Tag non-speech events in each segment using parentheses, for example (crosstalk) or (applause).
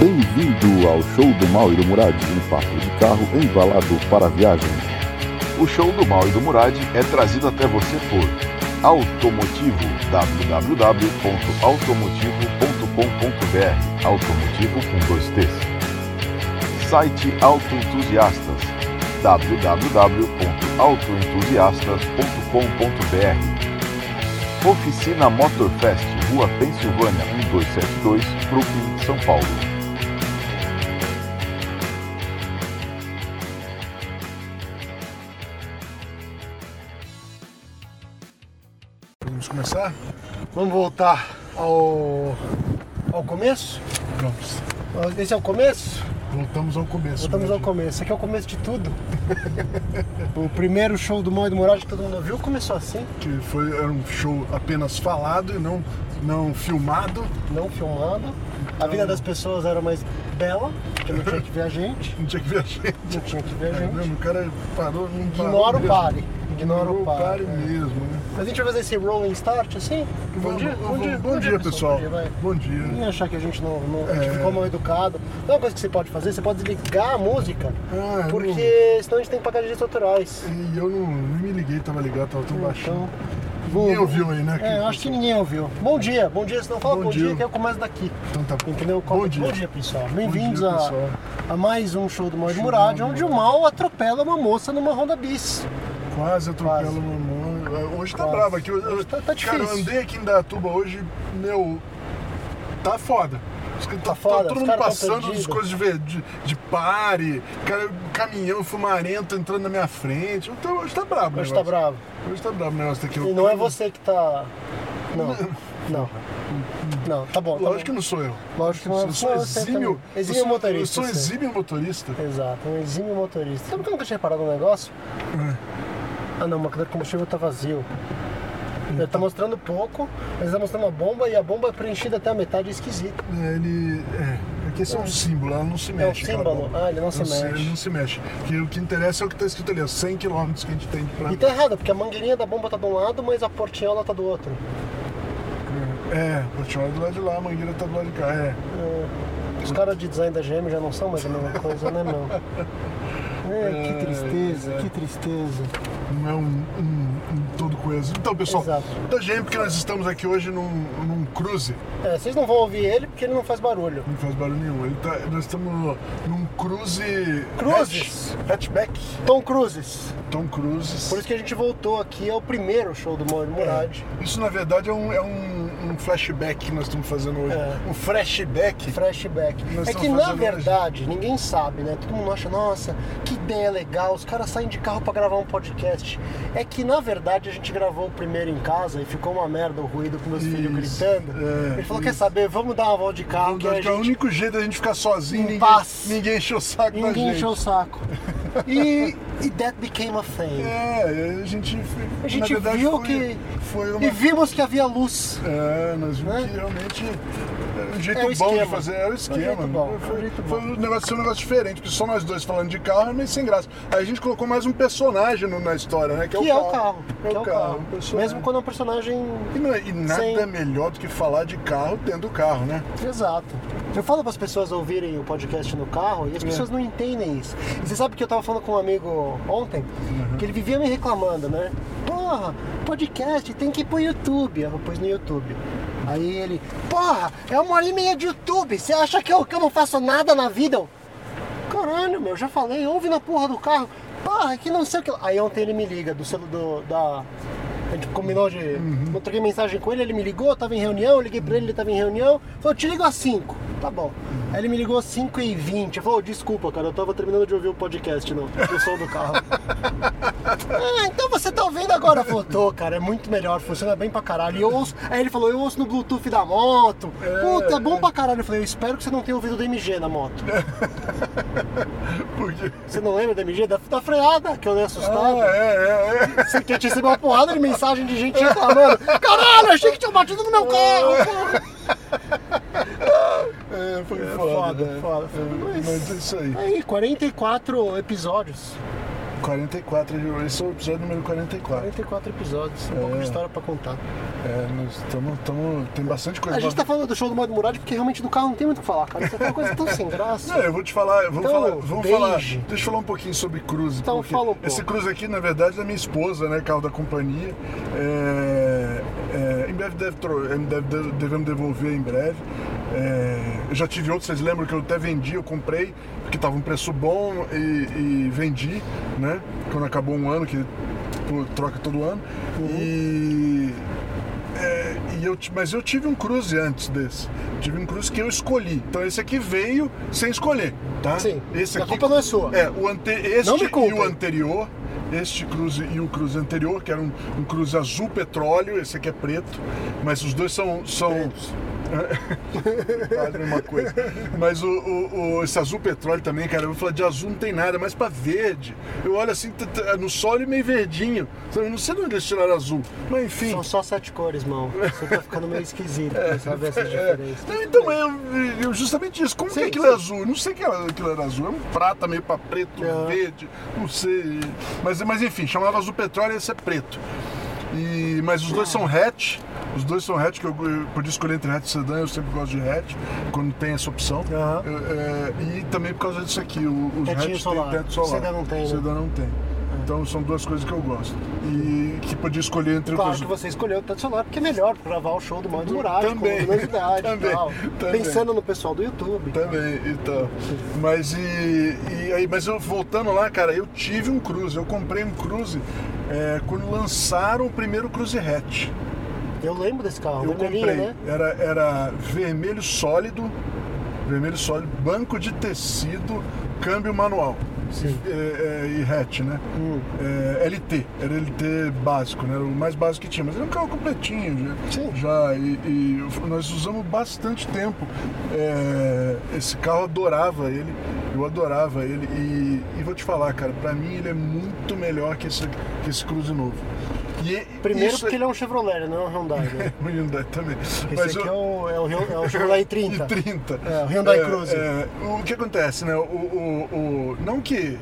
Bem-vindo ao Show do Mal e do Murad, um papo de carro embalado para a viagem. O Show do Mal e do Murad é trazido até você por Automotivo, www.automotivo.com.br, Automotivo com dois T's. Site Autoentusiastas, www.autoentusiastas.com.br. Oficina Motorfest, Rua Pensilvânia 1272, Brooklyn, São Paulo. Vamos começar? Vamos voltar ao, ao começo? Vamos. Esse é o começo? Voltamos ao começo. né? Voltamos ao Murad. começo. Esse aqui é o começo de tudo. (laughs) o primeiro show do Mal e do Morado que todo mundo viu começou assim, Que foi era um show apenas falado e não, não filmado. (laughs) não filmando. A vida das pessoas era mais bela, porque não tinha que ver a gente. Não tinha que ver a gente. Não tinha que ver a É gente. mesmo, o cara parou, não Uhum. Ignora parou o mesmo. pare. Ignora Ignorou o pare. é. mesmo, né? Mas a gente vai fazer esse rolling start assim? Vamos- vamos- bom dia, pessoal. vai. Bom dia. Nem achar que a gente não, não- a gente É. ficou mal educado. Não é uma coisa que você pode fazer, você pode desligar a música, Ah, eu porque senão a gente tem que pagar direitos autorais. E eu não, não me liguei, tava ligado, tava tão baixinho. Então, vou- Ninguém ouviu aí, né? É, eu acho que ninguém ouviu. Bom dia, bom dia, senão fala bom, Bom dia. dia. que eu começo daqui. Então tá bom. Entendeu? Bom Como- dia. pessoal. Bem-vindos dia, a, pessoal. a mais um show do Mal de Show do Murad, Mal de onde o mal atropela uma moça numa Honda Bis. Quase atropelo Quase. meu irmão. Hoje tá Quase. bravo aqui. Eu- Hoje tá- tá Cara, eu difícil. andei aqui em Datuba hoje, meu. Tá foda. Os caras- Tá, foda, todo os mundo caras tão passando perdido. as coisas de, ve- de, de pare, cara, caminhão fumarento entrando na minha frente. Então hoje tá brabo, o Hoje tá negócio. bravo. Hoje tá brabo o negócio daqui. E não é você que tá. Não. Não. Não, tá bom. (laughs) Tá Hum, Lógico que bom. não sou eu. Lógico que não Eu sou Não, eu sei exímio. também. Exímio eu sou- motorista, Eu sou sim. exímio motorista. Exato, um exímio motorista. Sabe que eu nunca tinha reparado um negócio? Ah não, o marcador de combustível tá vazio. Ele tá mostrando pouco, mas tá mostrando uma bomba e a bomba é preenchida até a metade, é esquisito. É, Ele. É. Aqui esse é um símbolo, ela não se mexe. É um aquela símbolo? bomba. Ah, ele não se sei, mexe. Ele não se mexe. Que o que interessa é o que tá escrito ali, ó, 100 km que a gente tem pra. E tá errado, porque a mangueirinha da bomba tá de um lado, mas a portinhola tá do outro. É, o Portinhola é do lado de lá, a mangueira tá do lado de cá. É. Os caras de design da GM já não são mais a mesma coisa, né, meu? (laughs) É, que tristeza, que tristeza. Não é um, um- um todo coeso. Então, pessoal, Exato. da GM que nós estamos aqui hoje num, num cruze. É, vocês não vão ouvir ele porque ele não faz barulho. Não faz barulho nenhum. Ele tá- nós estamos no- num cruze. Cruzes? hatch- hatchback. Tom Cruzes. Tom Cruises. Por isso que a gente voltou aqui, é o primeiro show do Mauro Murad. Isso na verdade é um, é um- um flashback que nós estamos fazendo hoje. É. Um flashback. Flashback. Nós É estamos que na fazendo verdade, ninguém sabe, né? Todo mundo acha, nossa, que ideia legal, os caras saem de carro pra gravar um podcast. É que na verdade a gente gravou o primeiro em casa e ficou uma merda o ruído com meus filhos Isso, gritando. é, Ele falou, quer saber, vamos dar uma volta de carro que Acho a que é o gente... único jeito da gente ficar sozinho, Em ninguém, paz. ninguém encheu o saco da ninguém gente. encheu (laughs) o saco. E, e that became a thing. É, a gente, A gente na verdade, viu foi- que- foi uma E vimos que havia luz. É, nós vimos Né? que realmente era um jeito Era É o bom de esquema. É um fazer, era o esquema. jeito bom, foi, era o jeito foi bom. um negócio, ser um negócio diferente, porque só nós dois falando de carro é meio sem graça. Aí a gente colocou mais um personagem no- na história, né? Que, Que é o carro. É o carro. um personagem. Mesmo quando é um personagem E, não- é, e nada Sim. melhor do que falar de carro dentro do carro, né? Exato. Eu falo para as pessoas ouvirem o podcast no carro e as pessoas não entendem isso. E você sabe que eu tava falando com um amigo ontem, que ele vivia me reclamando, né? Porra, podcast tem que ir pro YouTube. Eu pus no YouTube. Aí ele, porra, é uma hora e meia de YouTube. Você acha que eu, que eu não faço nada na vida? Eu, Caralho, meu, já falei, ouve na porra do carro. Porra, que não sei o que. lá." Aí ontem ele me liga do celular do, da. A gente combinou de. Eu troquei mensagem com ele, ele me ligou, eu tava em reunião, eu liguei pra ele, ele tava em reunião. Falou, eu te ligo às 5. Tá bom. Aí ele me ligou às 5 e 20. Eu falei, "Ô, "Oh, desculpa, cara, eu tava terminando de ouvir o podcast no, no som do carro. ah, então você tá ouvindo agora? Eu falei, tô, cara, é muito melhor, funciona bem pra caralho. E eu ouço. Aí ele falou, eu ouço no Bluetooth da moto. Puta, é bom pra caralho. Eu falei, eu espero que você não tenha ouvido o DMG na moto. Porque. Você não lembra da MG? Da, da tá freada, que eu dei assustado. Ah, é, é, (laughs) é. Você que recebeu uma porrada de mensagem de gente reclamando. Caralho, achei que tinha batido no meu carro. porra." É, foi É foda. foda, né? foda, foda. É, Mas é isso aí. Aí, 44 episódios. 44, esse é o episódio número 44. 44 episódios, um pouco É. de história pra contar. É, nós estamos. Tem bastante coisa. A gente tá falando do show do Mauro Murad porque realmente do carro não tem muito o que falar, cara. Isso é uma coisa tão sem graça. Não, eu vou te falar, vamos Então, falar, vamos falar. beijo. Deixa eu falar um pouquinho sobre cruze. Então, porque fala um pouco. Esse cruze aqui, na verdade, é da minha esposa, né? Carro da companhia. É, é, em breve deve, tro- em deve- deve- devemos devolver em breve. É, eu já tive outro, vocês lembram que eu até vendi, eu comprei, porque tava um preço bom e, e vendi, né? Quando acabou um ano, que pô, troca todo ano. Uhum. E é, e eu ti- mas eu tive um cruze antes desse. Tive um cruze que eu escolhi. Então esse aqui veio sem escolher, tá? Sim. Esse A culpa não é sua. É, o ante, este Não me e culpem. o anterior. Este cruze e o cruze anterior, que era um, um cruze azul petróleo, esse aqui é preto, mas os dois são. são (laughs) quase a mesma coisa. Mas o, o- o- esse azul petróleo também, cara, eu vou falar de azul não tem nada, mas pra verde. Eu olho assim, t- t- no sol ele é meio verdinho. Eu não sei de onde eles tiraram azul. Mas enfim. São só sete cores, mão. Você tá ficando meio esquisito pra saber essas diferenças. Não, então é eu- justamente isso. Como que Sim, aquilo sim. é azul? Eu não sei que era- aquilo era azul. É um prata meio pra preto, Aham. verde, não sei. Mas, mas enfim, chamava azul petróleo e esse é preto. E, mas os É. dois são hatch. Os dois são hatch, que eu, eu podia escolher entre hatch e sedã, eu sempre gosto de hatch, quando tem essa opção. Aham. Eu- é, e também por causa disso aqui, o- os Tetinho hatch solar. tem teto solar. Sedã não tem, né? Sedã não tem. Então são duas coisas que eu gosto. E que podia escolher entre Claro outras. que você escolheu o tanto celular porque é melhor pra gravar o show do Mauro Murad com Também. novidade Também. e tal. Também. Pensando no pessoal do YouTube. Também, então. Mas e, e aí, mas eu voltando lá, cara, eu tive um cruze, eu comprei um cruze é, quando lançaram o primeiro cruze hatch. Eu lembro desse carro, Eu vermelhinho, comprei. né? Era, era vermelho sólido, vermelho sólido, banco de tecido, câmbio manual. Sim. E, é, e hatch, né? Hum. É, LT, era LT básico, né? Era o mais básico que tinha, mas era um carro completinho já. Sim. já e, e nós usamos bastante tempo. É, esse carro eu adorava ele, eu adorava ele. E, e vou te falar, cara, pra mim ele é muito melhor que esse, que esse Cruze novo. E é- Primeiro isso porque é- ele é um Chevrolet, né? não é um Hyundai, né? (laughs) o Hyundai também. Esse Mas aqui eu- é o, é o, Hyun- é (laughs) o Chevrolet 30. E 30. É, o Hyundai Um É, Cruze. é, o que acontece, né? O, o- o- não que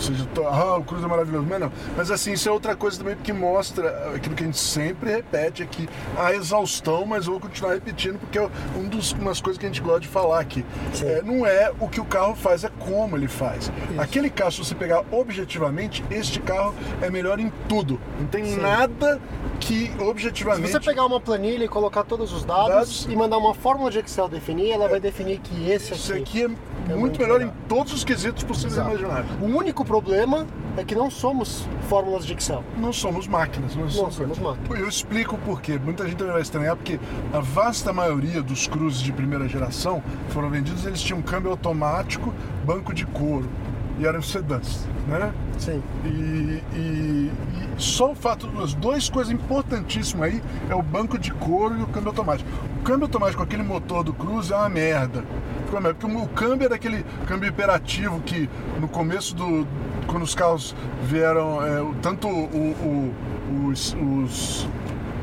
seja to- ah, o Cruze é maravilhoso, mas não. Mas assim, isso é outra coisa também que mostra aquilo que a gente sempre repete aqui, a exaustão, mas eu vou continuar repetindo porque é um dos, umas coisas que a gente gosta de falar aqui. Sim. É, não é o que o carro faz, é como ele faz. Aquele carro, se você pegar objetivamente, este carro é melhor em tudo. Não tem nada que Se objetivamente você pegar uma planilha e colocar todos os dados, Dados. e mandar uma fórmula de Excel definir, ela vai definir que esse Isso aqui aqui. é muito muito melhor em melhor. todos os quesitos possíveis e Exato. imagináveis. O único problema é que não somos fórmulas de Excel. Não somos máquinas. Nós Não somos máquinas. Eu explico o porquê. Muita gente também vai estranhar, porque a vasta maioria dos cruzes de primeira geração foram vendidos, eles tinham câmbio automático, banco de couro. E eram sedãs, né? Sim. E, e- e só o fato, as duas coisas importantíssimas aí é o banco de couro e o câmbio automático. O câmbio automático, aquele motor do Cruze é uma merda. Ficou uma merda, Porque o câmbio era aquele câmbio imperativo que no começo do. Quando os carros vieram, é, o- tanto o- o- os, os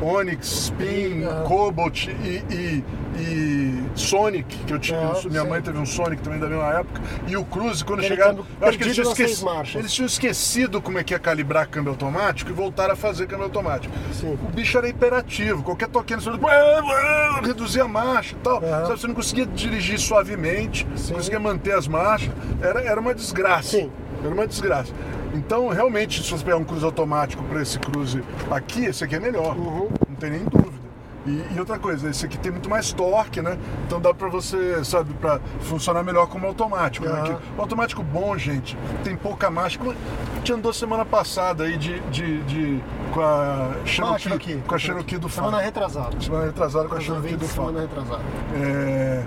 Onix, Spin, Ah. Cobalt e, e- e Sonic, que eu tinha. Ah, minha sim. mãe teve um Sonic também da mesma época. E o Cruze, quando Aquele chegaram. câmbio Eu acho que eles perdido tinham, nas seis esqueci- marchas. eles tinham esquecido como é que ia calibrar câmbio automático e voltaram a fazer câmbio automático. Sim. O bicho era imperativo, qualquer toquinho você fazia, reduzia a marcha e tal. Aham. Sabe, você não conseguia dirigir suavemente, Sim. não conseguia manter as marchas. Era, era uma desgraça. Sim. Era uma desgraça. Então, realmente, se você pegar um cruze automático para esse cruze aqui, esse aqui é melhor. Uhum. Não tem nem dúvida. E, e outra coisa, esse aqui tem muito mais torque, né? Então dá pra você, sabe, pra funcionar melhor como automático. né? Aham. Que- o automático bom, gente, tem pouca marcha. Como a gente andou semana passada aí de, de, de- com a Cherokee, Cherokee. com a Cherokee do Semana Fábio. retrasada. Semana retrasada com a Os Cherokee do ouvintes, Fábio. Semana retrasada. É,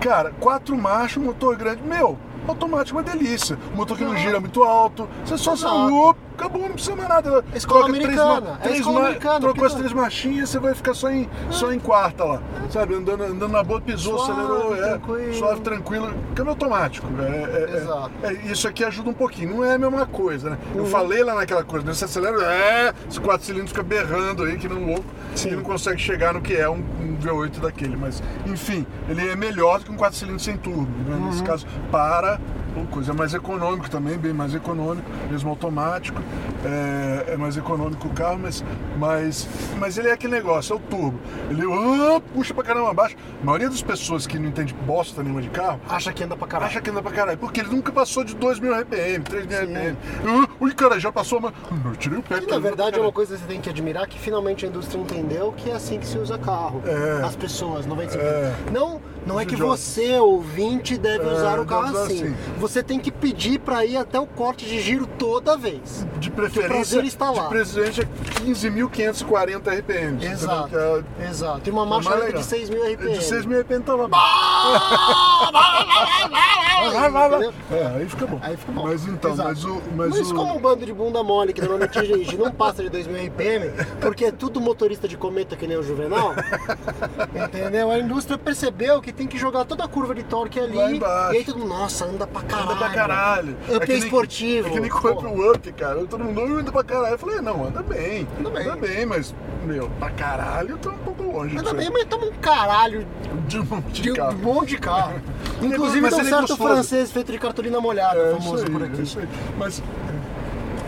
Cara, quatro marchas, motor grande, meu, automático é uma delícia. O motor que não gira muito alto, você só Exato. sai, up, acabou, não precisa mais nada. Escola Troca três americana, ma- é três escola ma- americana, Trocou porque as três marchinhas, você vai ficar só em, só em quarta lá. Sabe, andando, andando na boa, pisou, Suave, acelerou, é, tranquilo. suave, tranquilo. Câmbio automático. é- é- é- Exato. é, isso aqui ajuda um pouquinho, não é a mesma coisa, né? Eu falei lá naquela coisa, né? você acelera, é, esse quatro cilindros fica berrando aí, que não louco, Sim. e não consegue chegar no que é um, um V8 daquele, mas enfim, ele é melhor do que um quatro cilindros sem turbo, né? nesse caso, para coisa mais econômico também, bem mais econômico, mesmo automático, é, é mais econômico o carro, mas, mas, mas ele é aquele negócio, é o turbo. Ele ah, puxa pra caramba abaixo. A maioria das pessoas que não entende bosta nenhuma de carro Acha que anda pra caralho. acha que anda pra caralho, porque ele nunca passou de 2 mil RPM, 3 mil RPM. Ah, ui, cara, já passou, mas Hum, eu tirei o pé. tá E, na andando pra verdade é caralho. uma coisa que você tem que admirar que finalmente a indústria entendeu que é assim que se usa carro. É. As pessoas, 95%. É. Não, não é Os que idiotas. você, ouvinte, deve É, usar o deve carro usar assim. assim. Você tem que pedir pra ir até o corte de giro toda vez. De prazer preferência, está lá. de é preferência 15.540 RPM. Exato. entendeu? Que é- Exato. E uma marcha mais lenta legal. de 6 mil RPM. De 6 mil RPM tá lá. Vai, vai, vai. Entendeu? É, aí fica bom. Aí fica bom. Mas então, Exato. mas o. Mas, o... como um bando de bunda mole que normalmente dirige não passa de 2.000 RPM, porque é tudo motorista de cometa que nem (laughs) o Juvenal, entendeu? A indústria percebeu que tem que jogar toda a curva de torque ali. Lá embaixo. E aí todo mundo, nossa, anda pra caralho. Anda pra caralho. Up é que nem- esportivo. É que nem Pô. corre pro up, cara. Todo mundo anda pra caralho. Eu falei, "Ah, não, anda bem. Anda bem. mas, meu, pra caralho tá um pouco longe. Anda disso bem, aí. mas toma um caralho De um monte de de um carro. monte de carro. Inclusive Mas de (laughs) um ele é certo gostoso. francês feito de cartolina molhada, É, famoso isso aí, por é aqui. isso aí. Mas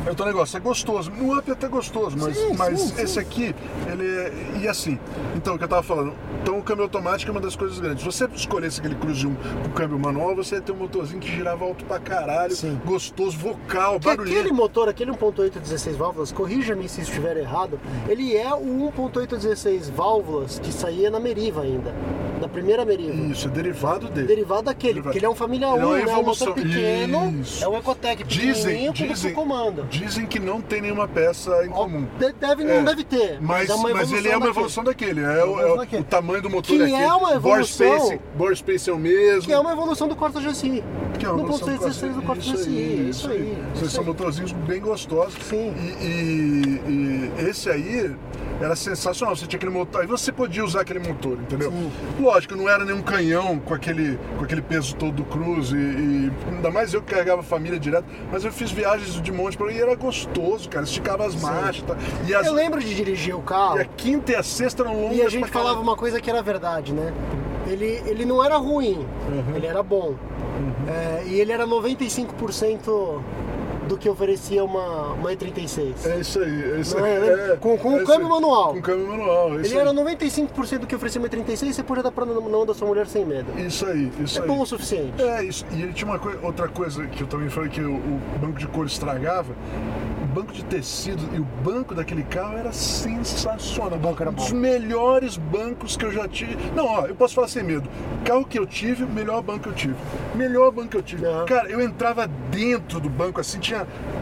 é outro negócio, é gostoso. No up é até gostoso, mas, Sim, mas sim, sim. esse aqui, ele é. E assim, então o que eu tava falando, então o câmbio automático é uma das coisas grandes. Se você escolhesse aquele cruze 1 com câmbio manual, você ia ter um motorzinho que girava alto pra caralho, Sim. gostoso, vocal, Porque aquele barulhento. motor, aquele 1.8 16 válvulas, corrija-me se estiver errado, ele é o 1.8 16 válvulas que saía na Meriva ainda, da primeira Meriva. Isso, é derivado dele. Derivado daquele, Derivado. porque ele é um família 1, Ele é uma né? um motor evolução. pequeno, Isso. é um Ecotec Dizem, pequenininho com duplo dizem, comando. dizem que não tem nenhuma peça em Ó, comum. de- Deve, não É, deve ter, Mas, é uma mas ele é uma evolução daquele, é, o- é evolução o- daquele. o tamanho do motor Que é aquele. é uma Bore evolução. Space, bore space é o mesmo. Que é uma evolução do Corsa GSI. Que é uma do evolução 1.816 do Corsa Isso GSI. aí, Isso aí. Vocês isso são aí. motorzinhos bem gostosos. Sim. E, e- e esse aí era sensacional. Você tinha aquele motor, aí você podia usar aquele motor, entendeu? Sim. Lógico, não era nenhum canhão com aquele, com aquele peso todo do Cruze. E, e ainda mais eu que carregava a família direto. Mas eu fiz viagens de monte pra e era gostoso, cara. Esticava as marchas. tá? E, as- Eu lembro de dirigir o e carro. a quinta e a sexta eram longas. E a gente pra caralho. falava uma coisa que era verdade, né? Ele, ele não era ruim, Uhum. ele era bom. É, e ele era 95% do que oferecia uma, uma E36. É isso aí, é isso Não aí. é, né? É, Com- com é o isso câmbio aí. manual. Com o câmbio manual. é isso ele aí. era 95% do que oferecia uma E36 você podia dar pra mão da sua mulher sem medo. Isso aí, isso É aí. bom o suficiente. É isso. E ele tinha uma coi- outra coisa que eu também falei que o, o banco de couro estragava. O banco de tecido e o banco daquele carro era sensacional. O banco era um bom. dos melhores bancos que eu já tive. Não, ó, eu posso falar sem medo. Carro que eu tive, melhor banco que eu tive. Melhor banco que eu tive. Aham. Cara, eu entrava dentro do banco assim, tinha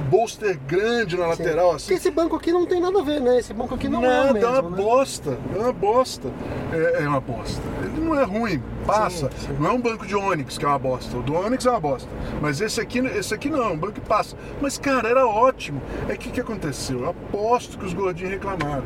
bolster grande na lateral, Porque assim. esse banco aqui não tem nada a ver, né? Esse banco aqui não é o Nada, é mesmo, uma né? bosta, é uma bosta. É, é uma bosta. Ele não é ruim, passa. Não é um banco de Onix que é uma bosta. O do Onix é uma bosta. Mas esse aqui, esse aqui não, é um banco que passa. Mas, cara, era ótimo. É que que aconteceu? Eu aposto que os gordinhos reclamaram.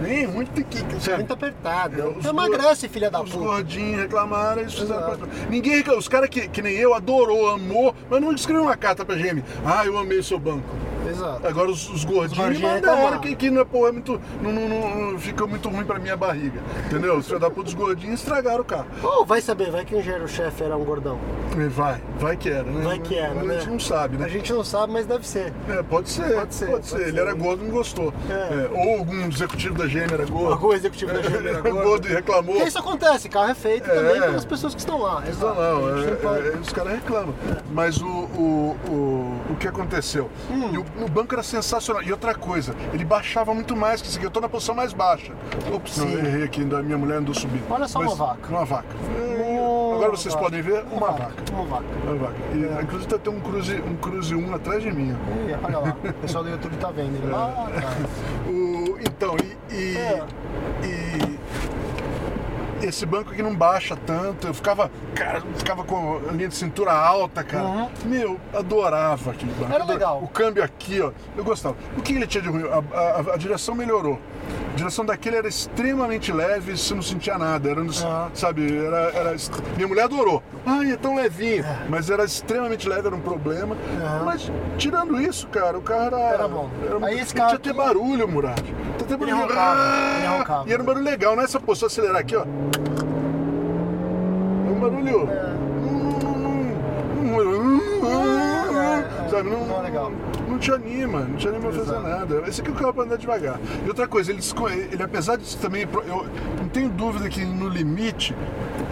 Nem muito tem que. É Sabe? muito apertado. É, os Então gor- emagrece, filha da Os puta. gordinhos reclamaram, eles fizeram Exato. pra- Ninguém reclamou. Os caras que, que nem eu adorou, amou, mas não escreveu uma carta pra GM. Ah, eu amei o seu banco. Exato. Agora os, os Os gordinhos gordinhos mandaram reclamaram. que, que não é porra, é muito, não, não- não- não fica muito ruim pra minha barriga. Entendeu? Os filhos da puta, os gordinhos estragaram o carro. Ou vai saber, vai que o engenheiro-chefe era um gordão. E Vai, vai que era, né? Vai que era, A né? gente não sabe, A né? gente não sabe, mas deve ser. É, pode ser, Pode pode ser, ser. pode ser. Ele era gordo e não gostou. É. É, ou algum executivo da GM era gordo. Algum executivo da GM era Era (laughs) gordo e reclamou. Porque isso acontece, carro é feito É. também pelas pessoas que estão lá. Não, Exato. não, A gente não pode- é- é- os caras reclamam. Mas o, o, o, o que aconteceu? Hum. E o, o banco era sensacional. E outra coisa, ele baixava muito mais que isso aqui. Eu tô na posição mais baixa. Ops, não, Sim. eu errei aqui, da minha mulher andou subindo. Olha só Mas- uma vaca. Uma vaca. Uma Agora vocês vaca. podem ver uma vaca. Uma vaca. Uma vaca. E, inclusive tá- tem um cruze, um cruze 1 atrás de mim. ó. Ih, Olha lá, o pessoal do YouTube tá vendo. É. Ele, ah, tá. O, então, e. e- É. e- esse banco aqui não baixa tanto. Eu ficava, cara, eu ficava com a linha de cintura alta, cara. Uhum. Meu, adorava aquele banco. Era Adorava. legal. O câmbio aqui, ó, eu gostava. O que ele tinha de ruim? A, a- a direção melhorou. A direção daquele era extremamente leve, você não sentia nada. Era, um dos- Aham. Sabe, era, era est- Minha mulher adorou. Ai, é tão levinho. Mas era extremamente leve, era um problema. Aham. Mas tirando isso, cara, o cara era. Era bom. um- Aí esse não cara tinha ter aqui- barulho, Murat. Tá até barulho. roncava, ele roncava. E era um barulho legal, não é essa pô, se eu acelerar aqui, ó. É É. um barulho. Hum, hum, hum, hum, hum, Sabe, não, Não é legal. não te anima, não te anima a fazer Exato. nada. Esse aqui é o carro pra andar devagar. E outra coisa, ele, esco- ele apesar disso também, pro- eu não tenho dúvida que no limite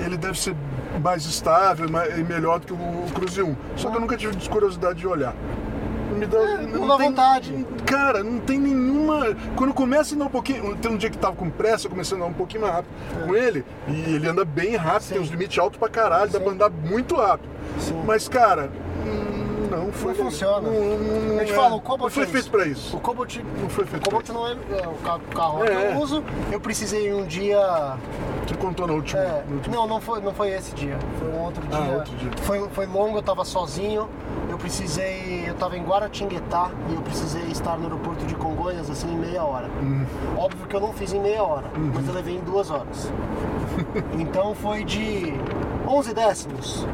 ele deve ser mais estável ma- e melhor do que o Cruze 1. Só Ah. que eu nunca tive curiosidade de olhar. Me dá, não dá Ah, vontade. Cara, não tem nenhuma. Quando começa a andar um pouquinho. Tem um dia que tava com pressa, eu comecei a andar um pouquinho mais rápido É. com ele. E ele anda bem rápido, tem uns limites altos pra caralho, dá pra andar muito rápido. Sim. Mas, cara, hum, não foi. Não funciona. Não, não- não eu te é. falo, o Não Cobalt foi é feito pra isso. O Cobalt, Não foi feito o Cobalt não é, é o carro, carro É, que é. eu uso. Eu precisei um dia Tu contou no último. É, no último- não, não foi, não foi esse dia. Foi um outro dia. Ah, outro dia. Foi, foi longo, eu tava sozinho. Eu precisei. Eu tava em Guaratinguetá e eu precisei estar no aeroporto de Congonhas assim em meia hora. Hum. Óbvio que eu não fiz em meia hora, Uhum. mas eu levei em (laughs) duas horas. então foi de 11 décimos.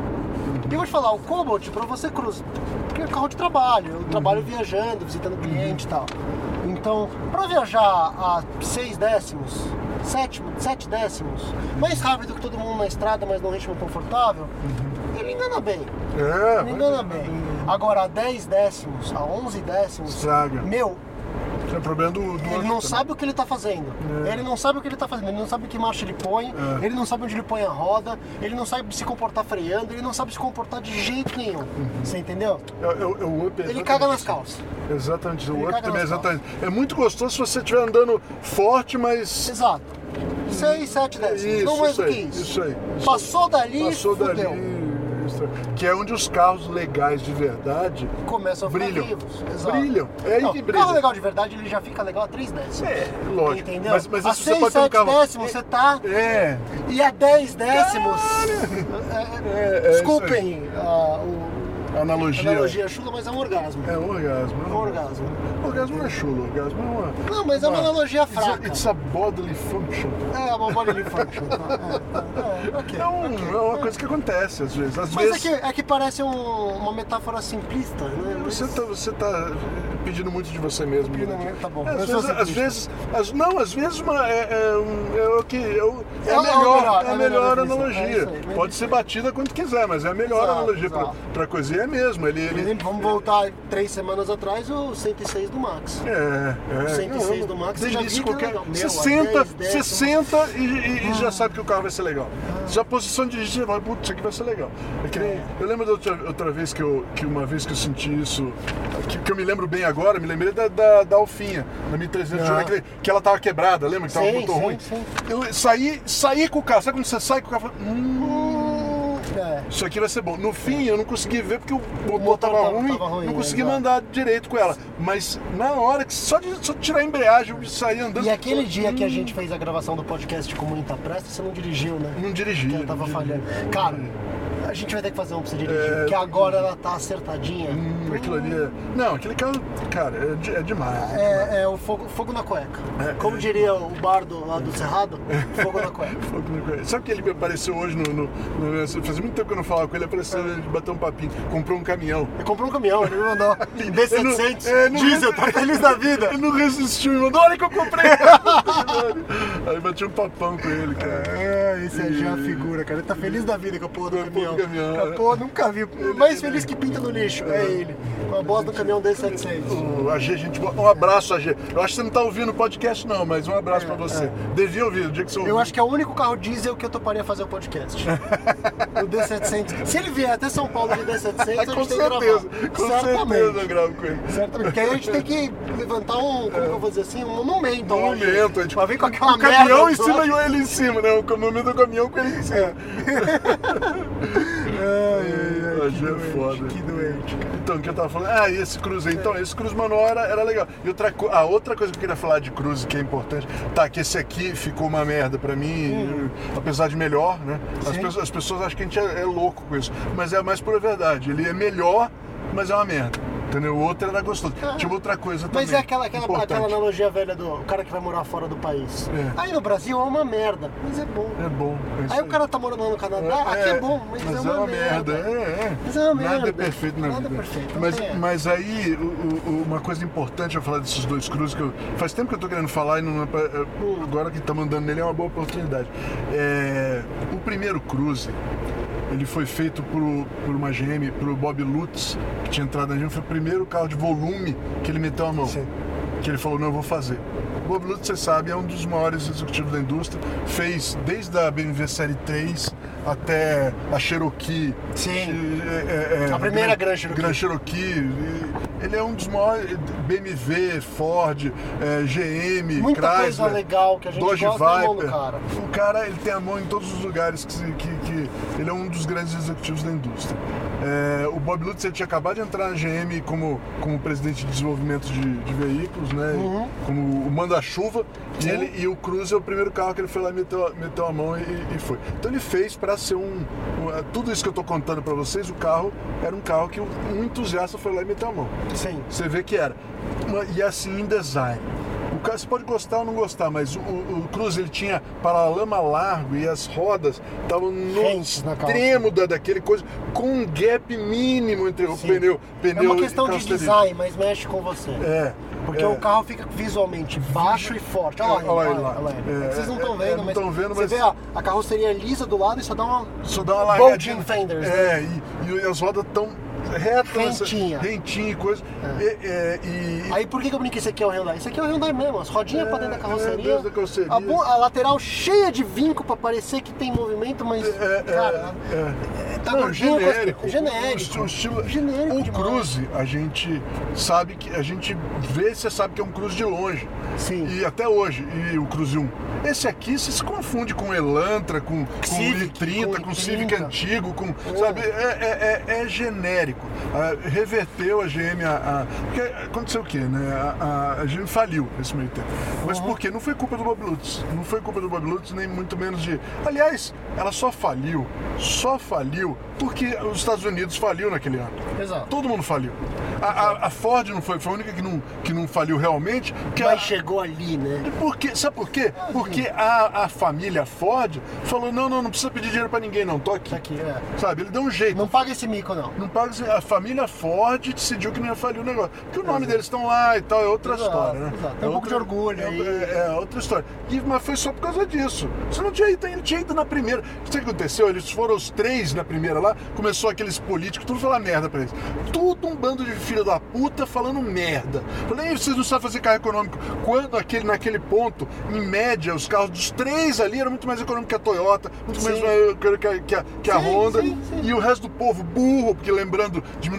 E eu vou te falar, o Cobalt, pra você cruzar. Porque é carro de trabalho, eu trabalho viajando, visitando cliente e tal. Então, pra viajar a 6 décimos, 7, sete décimos, mais rápido que todo mundo na estrada, mas num ritmo confortável, ele engana bem. É, Ele mas engana bem. Agora, a 10 décimos, a 11 décimos, Estraga. meu, isso é problema do. do ele outro não também. sabe o que ele tá fazendo. É. Ele não sabe o que ele tá fazendo, ele não sabe que marcha ele põe, É. ele não sabe onde ele põe a roda, ele não sabe se comportar freando, ele não sabe se comportar de jeito nenhum. Você entendeu? Eu, eu, eu, up, Uhum. é Ele exatamente. caga nas calças. Exatamente, Ele o up caga também, nas exatamente. É muito gostoso se você estiver andando forte, mas. Exato. 6, 7, 10. Isso, Não mais isso do que aí, isso. isso aí, isso Passou dali, Passou dali. fudeu. isso aí. Que é onde os carros legais de verdade. Começam a ficar Brilham. vivos. Exato. Brilham. É aí Não, que o brilha. carro legal de verdade, ele já fica legal a 3 décimos. É, lógico. Entendeu? Mas, mas a isso você 6, pode ter um 7 carro. décimos você tá... É, E a 10 décimos... é, é Desculpem ah, o... isso aí. Analogia. Analogia chula, mas é um orgasmo. É um orgasmo. É um orgasmo. Orgasmo não é chulo, orgasmo é uma. Não, mas é uma analogia fraca. It's a bodily function. É uma bodily function. tá? É, tá. É, ok. (laughs) É, um- é uma coisa que acontece às vezes. Às Mas é vezes que, é que parece um- uma metáfora simplista, né? Mas- Você tá, você tá pedindo muito de você mesmo. Pedindo Guilherme. muito, tá bom. Eu Às sou vezes, às simplista. vezes- às- não, às vezes uma, é, é um- é o que eu- é, É a a melhor, melhor, é a é melhor a melhor definição, é analogia. isso aí, bem Pode ser batida quanto quiser, mas é a melhor Exato, analogia pra, exato. pra coisa. E é mesmo, ele, Por ele exemplo, vamos voltar três semanas atrás, o 106 do Max. é, é. 106 Não, do Max, delícia, você já viu que qualquer, é legal. você Meu, senta, a 10, você 10, senta e, e- e já sabe que o carro vai ser legal. Já a posição de dirigir, você fala, putz, isso aqui vai ser legal. É que nem- eu lembro da outra, outra vez que eu, que uma vez que eu senti isso, que, que eu me lembro bem agora, me lembrei da, da, da Alfinha, na 1300, Ah. que, que ela tava quebrada, lembra que tava Sim, muito sim, ruim? sim. Eu saí, saí com o carro, sabe quando você sai com o carro e fala, hum, É. isso aqui vai ser bom. No fim, eu não consegui ver porque o motor, motor tava, tava- ruim, tava ruim, não consegui exato. mandar direito com ela. Mas na hora que só de só de tirar a embreagem, eu saí andando. E aquele dia Hum. que a gente fez a gravação do podcast com muita pressa, você não dirigiu, né? Não dirigi. Porque ela tava não dirigi. falhando. Cara, a gente vai ter que fazer um pra você dirigir, É. porque agora ela tá acertadinha. Hum, Aquilo ali é... Não, aquele carro, cara, é, de- é demais. É, é o fogo, fogo na cueca. É. Como diria o bardo lá do Cerrado, fogo (laughs) na cueca. Sabe que ele me apareceu hoje no, no, no- Faz muito tempo que eu não falava com ele, apareceu ele bateu um papinho, comprou um caminhão. Ele comprou um caminhão, ele me mandou um D700, Ele não- é, não- diesel, tá feliz da vida. Ele não resistiu e mandou, olha que eu (laughs) comprei! Aí bati um papão com ele, cara. É, esse é já a figura, cara. Ele tá feliz da vida com a porra do Com a porra caminhão. do caminhão, Com a né? porra, nunca vi. O mais feliz que pinta no lixo é ele. Uma bosta do caminhão D700. O AG, gente, boa. um abraço, AG. Eu acho que você não tá ouvindo o podcast, não, mas um abraço pra você. Devia ouvir, o dia que você ouviu. É, Eu acho que é o único carro diesel que eu toparia fazer o podcast. o D700. Se ele vier até São Paulo de D700, a gente É, Com tem que gravar. certeza, com Certamente. certeza eu gravo com ele. Certamente. Porque aí a gente tem que levantar um, como que eu vou dizer assim, um monumento. Um hoje. momento, a gente Pra vir com aquela o caminhão merda em do cima lado. e ele em cima, né? O caminhão do caminhão com ele em cima. É. Ai, ai, ai, AG é É, que foda. doente, Que doente, cara. Então, o que eu tava falando? Ah, e esse Cruze. aí? É. Então, esse Cruze manual era, era legal. E outra, co- ah, outra coisa que eu queria falar de Cruze que é importante, tá, que esse aqui ficou uma merda pra mim, eu- apesar de melhor, né? As, Hum. Sim. pessoas- as pessoas acham que a gente é, é louco com isso, mas é a mais pura verdade. Ele é melhor, mas é uma merda. Entendeu? O outro era gostoso. Ah. Tinha outra coisa também. Mas é aquela, aquela, importante. aquela analogia velha do cara que vai morar fora do país. É. Aí no Brasil é uma merda, mas é bom. É bom. é isso Aí o cara tá morando lá no Canadá, aqui é bom, mas, é uma, merda. É, é. Mas é uma Nada é merda. perfeito na Nada é vida. perfeito, não mas, tem essa. mas aí, o- o- o- uma coisa importante eu falar desses dois cruzes, que eu, faz tempo que eu tô querendo falar e não, é agora que tá mandando nele é uma boa oportunidade. É, o primeiro É, cruze, Ele foi feito por, por uma GM, pelo Bob Lutz, que tinha entrado na GM. Foi o primeiro carro de volume que ele meteu a mão. Sim. Que ele falou, não, eu vou fazer. O Bob Lutz, você sabe, é um dos maiores executivos da indústria. Fez desde a BMW Série 3 até a Cherokee. Sim. É, é, A primeira Grand Cherokee. Grand Cherokee. Ele é um dos maiores. BMW, Ford, é, GM, Muita coisa Chrysler. legal que a gente Dodge gosta na mão do Viper. cara. O cara ele tem a mão em todos os lugares que, se- que- que- ele é um dos grandes executivos da indústria. É, o Bob Lutz ele tinha acabado de entrar na GM como, como presidente de desenvolvimento de, de veículos, né? Uhum. Como o manda-chuva. E, ele- e o Cruze é o primeiro carro que ele foi lá e meteu, a- meteu a mão e, e foi. Então ele fez para ser um, um- Tudo isso que eu tô contando para vocês, o carro era um carro que um entusiasta foi lá e meteu a mão. Sim. É Você vê que era. Uma- E assim, em design. O cara, você pode gostar ou não gostar, mas o, o Cruz ele tinha paralama largo e as rodas estavam no Rentes na calça. extremo da, daquele coisa, com um gap mínimo entre o Sim. pneu, É pneu uma e questão de carroceria. design, mas mexe com você. É. Porque é. o carro fica visualmente baixo e forte. Olha lá, ele, Olha lá olha ele lá. lá. olha lá. É, É que vocês não estão é, vendo, não mas tão vendo, você mas- vê a, a carroceria é lisa do lado e só dá uma... Só dá uma Bolting largadinha. fenders, né? é, e, e as rodas tão retas. né? Rentinha. Rentinha e coisa. E- é, e- Aí por que que eu brinquei esse aqui é o Hyundai? Isso aqui é o Hyundai mesmo, as rodinhas É, pra dentro da é, carroceria, dentro da carroceria. A, bo- a lateral cheia de vinco pra parecer que tem movimento, mas, É, é, cara, é. tá Não, gordinho, genérico. coisa- genérico. O, o, estilo, Genérico o demais. cruze, a gente sabe que. A gente vê, você sabe que é um cruze de longe. Sim. E até hoje, e o Cruze 1. Esse aqui você se confunde com Elantra, com, com Civic, I-30, com com, I-30. Civic antigo, com. Sabe, é, é- é- é genérico. Ah, reverteu a GM a. a- porque aconteceu o quê, né? A, a- a GM faliu nesse meio tempo. Mas Uhum. por quê? Não foi culpa do Bob Lutz. Não foi culpa do Bob Lutz, nem muito menos de. Aliás, ela só faliu, só faliu porque os Estados Unidos faliu naquele ano. Exato. Todo mundo faliu. A, a- a Ford não foi, foi a única que não, que não faliu realmente. Que a- mas chegou ali, né? porque, sabe por quê? Porque a, a família Ford falou: não, não, não precisa pedir dinheiro pra ninguém, não, tô aqui. Tá aqui, é. Sabe, ele deu um jeito. Não paga esse mico, não. Não paga esse- a família Ford decidiu que não ia falir o negócio. Porque o nome deles estão lá e tal, é outra Exato, história, né? exato. É Tem um pouco outra- de orgulho É, aí. é- é outra história. E, mas foi só por causa disso. Você não tinha ido, ele tinha ido na primeira. Sabe o que aconteceu? Eles foram os três na primeira lá, começou aqueles políticos, tudo falar merda pra eles. Tudo um bando de filho da puta falando merda. Falei, "Ei, vocês não sabem fazer carro econômico. Quando aquele, naquele ponto, em média, os carros dos três ali eram muito mais econômicos que a Toyota, muito mais Sim. econômico que a, que a- que a Sim, Honda. sim, sim. E o resto do povo burro, porque lembrando de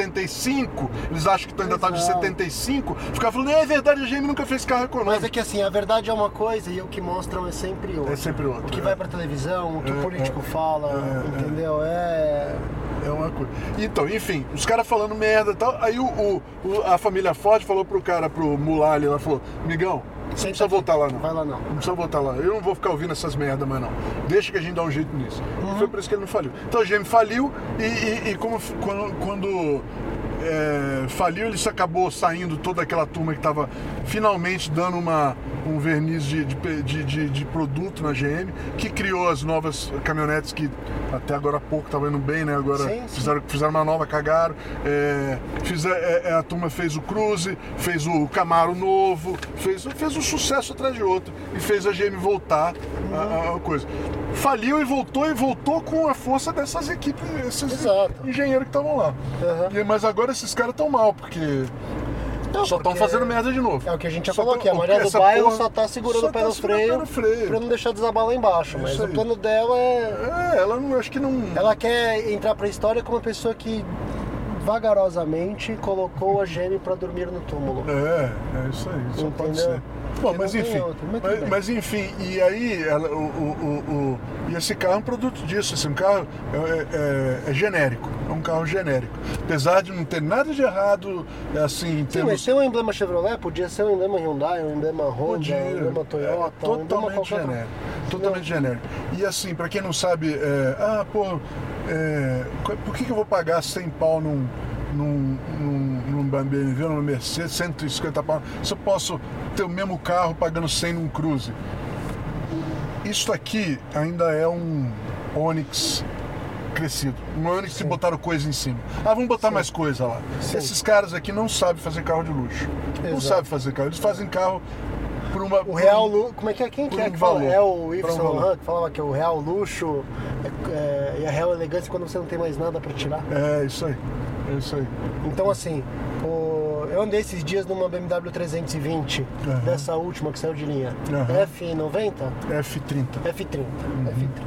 1975, eles acham que tu ainda tá de Não. 75, ficava falando, é verdade, a GM nunca fez carro econômico. Mas é que assim, a verdade é uma coisa e o que mostram é sempre outra. É sempre outra, O que é. vai pra televisão, o que o É, político é. fala, É, é. entendeu? É. É uma coisa. Então, enfim, os caras falando merda e tal. Aí o, o- o- a família Ford falou pro cara, pro Mulali, ela falou, migão, você não Senta precisa aqui. voltar lá não. Vai lá não. Não precisa voltar lá. Eu não vou ficar ouvindo essas merdas mais não. Deixa que a gente dá um jeito nisso. E Uhum. foi por isso que ele não faliu. Então a GM faliu e, e- e como f- quando, quando, é, faliu, ele se acabou saindo toda aquela turma que estava finalmente dando uma, um verniz de, de pe- de- de- de produto na GM, que criou as novas caminhonetes que até agora há pouco estavam indo bem, né? Agora Sim, sim. fizeram, fizeram uma nova, cagaram. É, fizer- é, é, a turma fez o Cruze, fez o Camaro novo, fez, fez um sucesso atrás de outro e fez a GM voltar a- a, a coisa. Faliu e voltou e voltou com a força dessas equipes, esses Exato. engenheiros que estavam lá. Aham. E- mas agora esses caras estão mal, porque Não, só estão porque- fazendo merda de novo. É o que a gente já Só falou tão- aqui, a o- Maria do essa Bairro porra só tá segurando só o pé tá no segurando freio, o pé no freio. É pra não deixar desabar lá embaixo. Mas Isso o aí. plano dela é. É, ela não, acho que não. Ela quer entrar pra história como uma pessoa que vagarosamente colocou a gêmea pra dormir no túmulo. É, é isso aí, só pode Entendeu? ser. Bom, Porque mas não tem enfim, outro, mas tudo bem. mas, mas enfim, e aí ela- o, o- o- o- e esse carro é um produto disso, esse é um carro é, é- é genérico, é um carro genérico. Apesar de não ter nada de errado, assim, em Sim, mas termos ser um emblema Chevrolet podia ser um emblema Hyundai, um emblema Honda, Podia. um emblema Toyota, É, um emblema totalmente qualquer É. outro. genérico. Totalmente genérico. E assim, pra quem não sabe, é, ah, pô, é, qu- por que, que eu vou pagar 100 pau num, num, num, num BMW, numa Mercedes, 150 pau? Se eu posso ter o mesmo carro pagando 100 num Cruze? Isso aqui ainda é um Onix crescido. Um Onix que botaram coisa em cima. Ah, vamos botar mais coisa lá. Sim. Esses caras aqui não sabem fazer carro de luxo. Não Exato. sabem fazer carro. Eles fazem carro por uma. O real luxo. Como é que é? Quem Por que é um que fala? valor. É o Pra Yves um Saint valor. Laurent que falava que é o real luxo é, é, e a real elegância quando você não tem mais nada pra tirar. É, isso aí. É isso aí. Então, assim, o- eu andei esses dias numa BMW 320, Aham. dessa última que saiu de linha. Aham. F90? F30. F30, F30.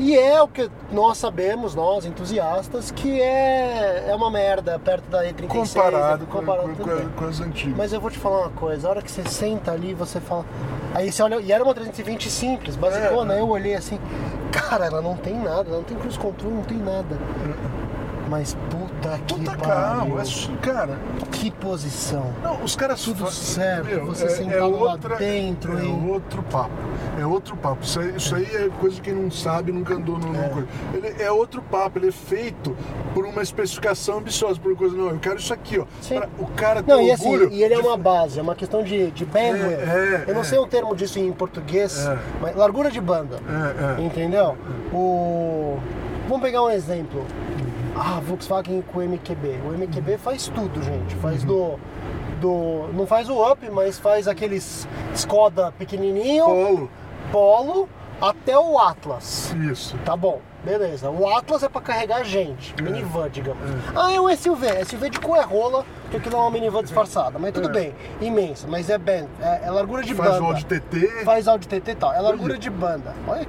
E é o que nós sabemos, nós entusiastas, que é, é uma merda perto da E36. Comparado, com- comparado com, tudo com- bem. com as antigas. Mas eu vou te falar uma coisa, a hora que você senta ali, você fala. Aí você olha, e era uma 320 simples, basicona, É, eu olhei assim, cara, ela não tem nada, ela não tem cruise control, não tem nada. Mas puta que Hum. Puta pariu, carro, é, su- cara. que posição. Não, os caras Tudo fa- certo, você sentar lá dentro, é hein? outro papo. É outro papo. Isso aí, isso aí é coisa que não sabe, nunca andou numa coisa. Ele é outro papo, ele é feito por uma especificação ambiciosa, por coisa, não, eu quero isso aqui, ó. Sim. Pra- o cara tem Não, e assim, orgulho. e ele é de- uma base, é uma questão de, de bandwidth. É, é, eu não é. sei o termo disso em português, É. mas largura de banda. É, é. Entendeu? O. Vamos pegar um exemplo. Ah, Volkswagen com o MQB. O Uhum. MQB faz tudo, gente. Faz do. do. Não faz o up, mas faz aqueles Skoda pequenininho, Polo. Polo, até o Atlas. Isso. Tá bom, beleza. O Atlas é pra carregar gente, minivan, digamos. Ah, é um SUV. SUV de cu é rola, porque aquilo é uma minivan disfarçada. Mas tudo bem, imensa. Mas é, bem, é, é largura É. de Faz banda. o áudio TT. Faz áudio TT e tal. É largura de banda. Olha.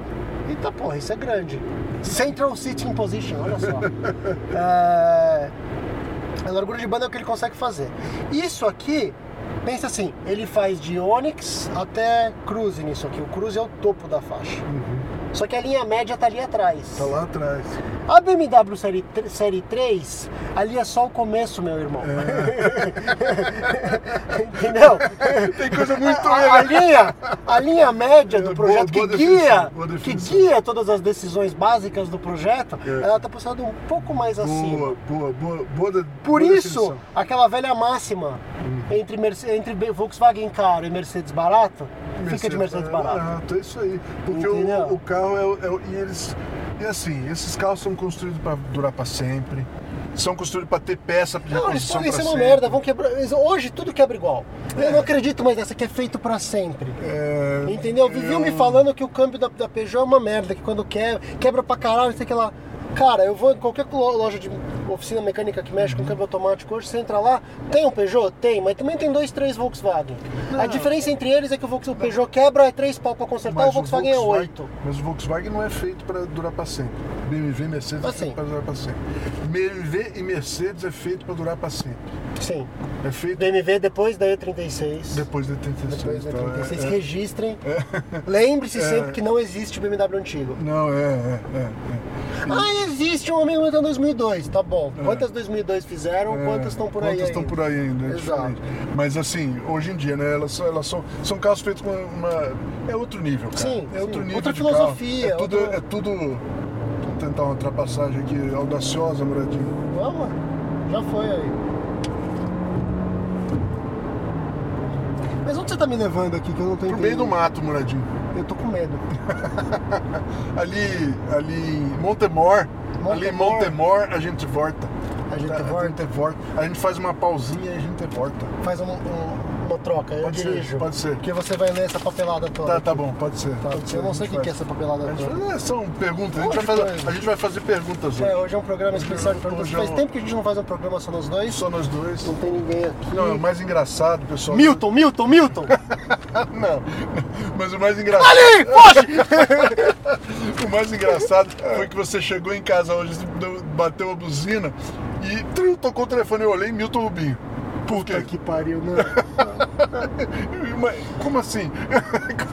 Eita porra, isso é grande. Central Sitting Position, olha (laughs) só. é... A largura de banda é o que ele consegue fazer. Isso aqui, pensa assim, ele faz de Onix até Cruze nisso aqui. O Cruze é o topo da faixa. Só que a linha média tá ali Uhum. atrás. Tá lá atrás. A BMW série, tr- série 3, ali é só o começo, meu irmão. (laughs) Entendeu? É. Tem coisa muito A, a- a melhor. linha, a linha média do É, projeto boa- boa que, guia, definição, boa que definição. guia todas as decisões básicas do projeto, É. ela está posicionada um pouco mais acima. Boa, boa, boa, boa. de- boa Por isso, definição. Uhum. aquela velha máxima entre, Merce- entre B- Volkswagen caro e Mercedes barato, fica de Mercedes é barato. É isso aí. Porque Entendeu? o, o carro é, o- é o- E eles. E assim, esses carros são construídos para durar para sempre. São construídos para ter peça de Não, eles reposição podem pra ser uma sempre. merda, vão quebrar. eles- Hoje tudo quebra igual. Eu não acredito mais nessa que é feito pra sempre. É, Entendeu? Viviam me falando que o câmbio da, da Peugeot é uma merda, que quando quebra, quebra pra caralho, sei que lá. Cara, eu vou em qualquer lo- loja de oficina mecânica que mexe com câmbio automático hoje, você entra lá, tem um Peugeot? Tem, mas também tem dois, três Volkswagen. A diferença entre eles é que o, Volks- o Peugeot quebra, é três pau pra consertar, mas o Volkswagen, é oito. Mas o Volkswagen não é feito para durar para sempre. BMW, Mercedes é Assim. feito para durar para sempre. BMW e Mercedes é feito para durar para sempre. Sim. É feito BMW depois é da E36. depois de 86. Depois da então, é- E36. é- (laughs) Registrem. Lembre-se sempre que não existe BMW antigo. Não, é, é, é, é. Ah, existe um amigo meu em 2002, tá bom. Quantas 2002 fizeram, É, quantas estão por aí? Quantas estão ainda? por aí ainda, é Exato. diferente. Mas assim, hoje em dia, né, elas, são- elas são, são carros feitos com uma... É outro nível, cara. Sim, é outro sim. nível Outra de carro. filosofia, É tudo... outro- É tudo... Vou tentar uma ultrapassagem aqui audaciosa, Muradinho. Vamos? Já foi aí. Mas onde você tá me levando aqui que eu não tô Pro entendendo? meio do mato, Muradinho. Eu tô com medo. Ali, ali em Montemor, Montemor. ali em Montemor, a gente volta. A gente Tá, volta. A gente volta. A gente faz uma pausinha e a gente volta. Faz um- um- uma troca, eu Pode ser, dirijo. pode ser. Porque você vai ler essa papelada toda. Tá, tá bom, pode ser. Tá, pode ser, eu não sei a o gente que, que é faz. essa papelada A gente toda. faz- é, São perguntas, a gente, vai Lógico, fazer, a é. gente vai fazer perguntas É, hoje. hoje é um programa especial de perguntas. Hoje é Faz um- tempo que a gente não faz um programa só nós dois. Só nós dois. Não tem ninguém aqui. Não, é o mais engraçado, pessoal. Milton, Milton, Milton! (laughs) Não. Mas o mais engraçado. (laughs) o mais engraçado foi que você chegou em casa hoje, deu- bateu a buzina e trum, tocou o telefone. Eu olhei Milton Rubinho. Por quê? Puta que pariu, né? (laughs) Mas Como assim? (laughs)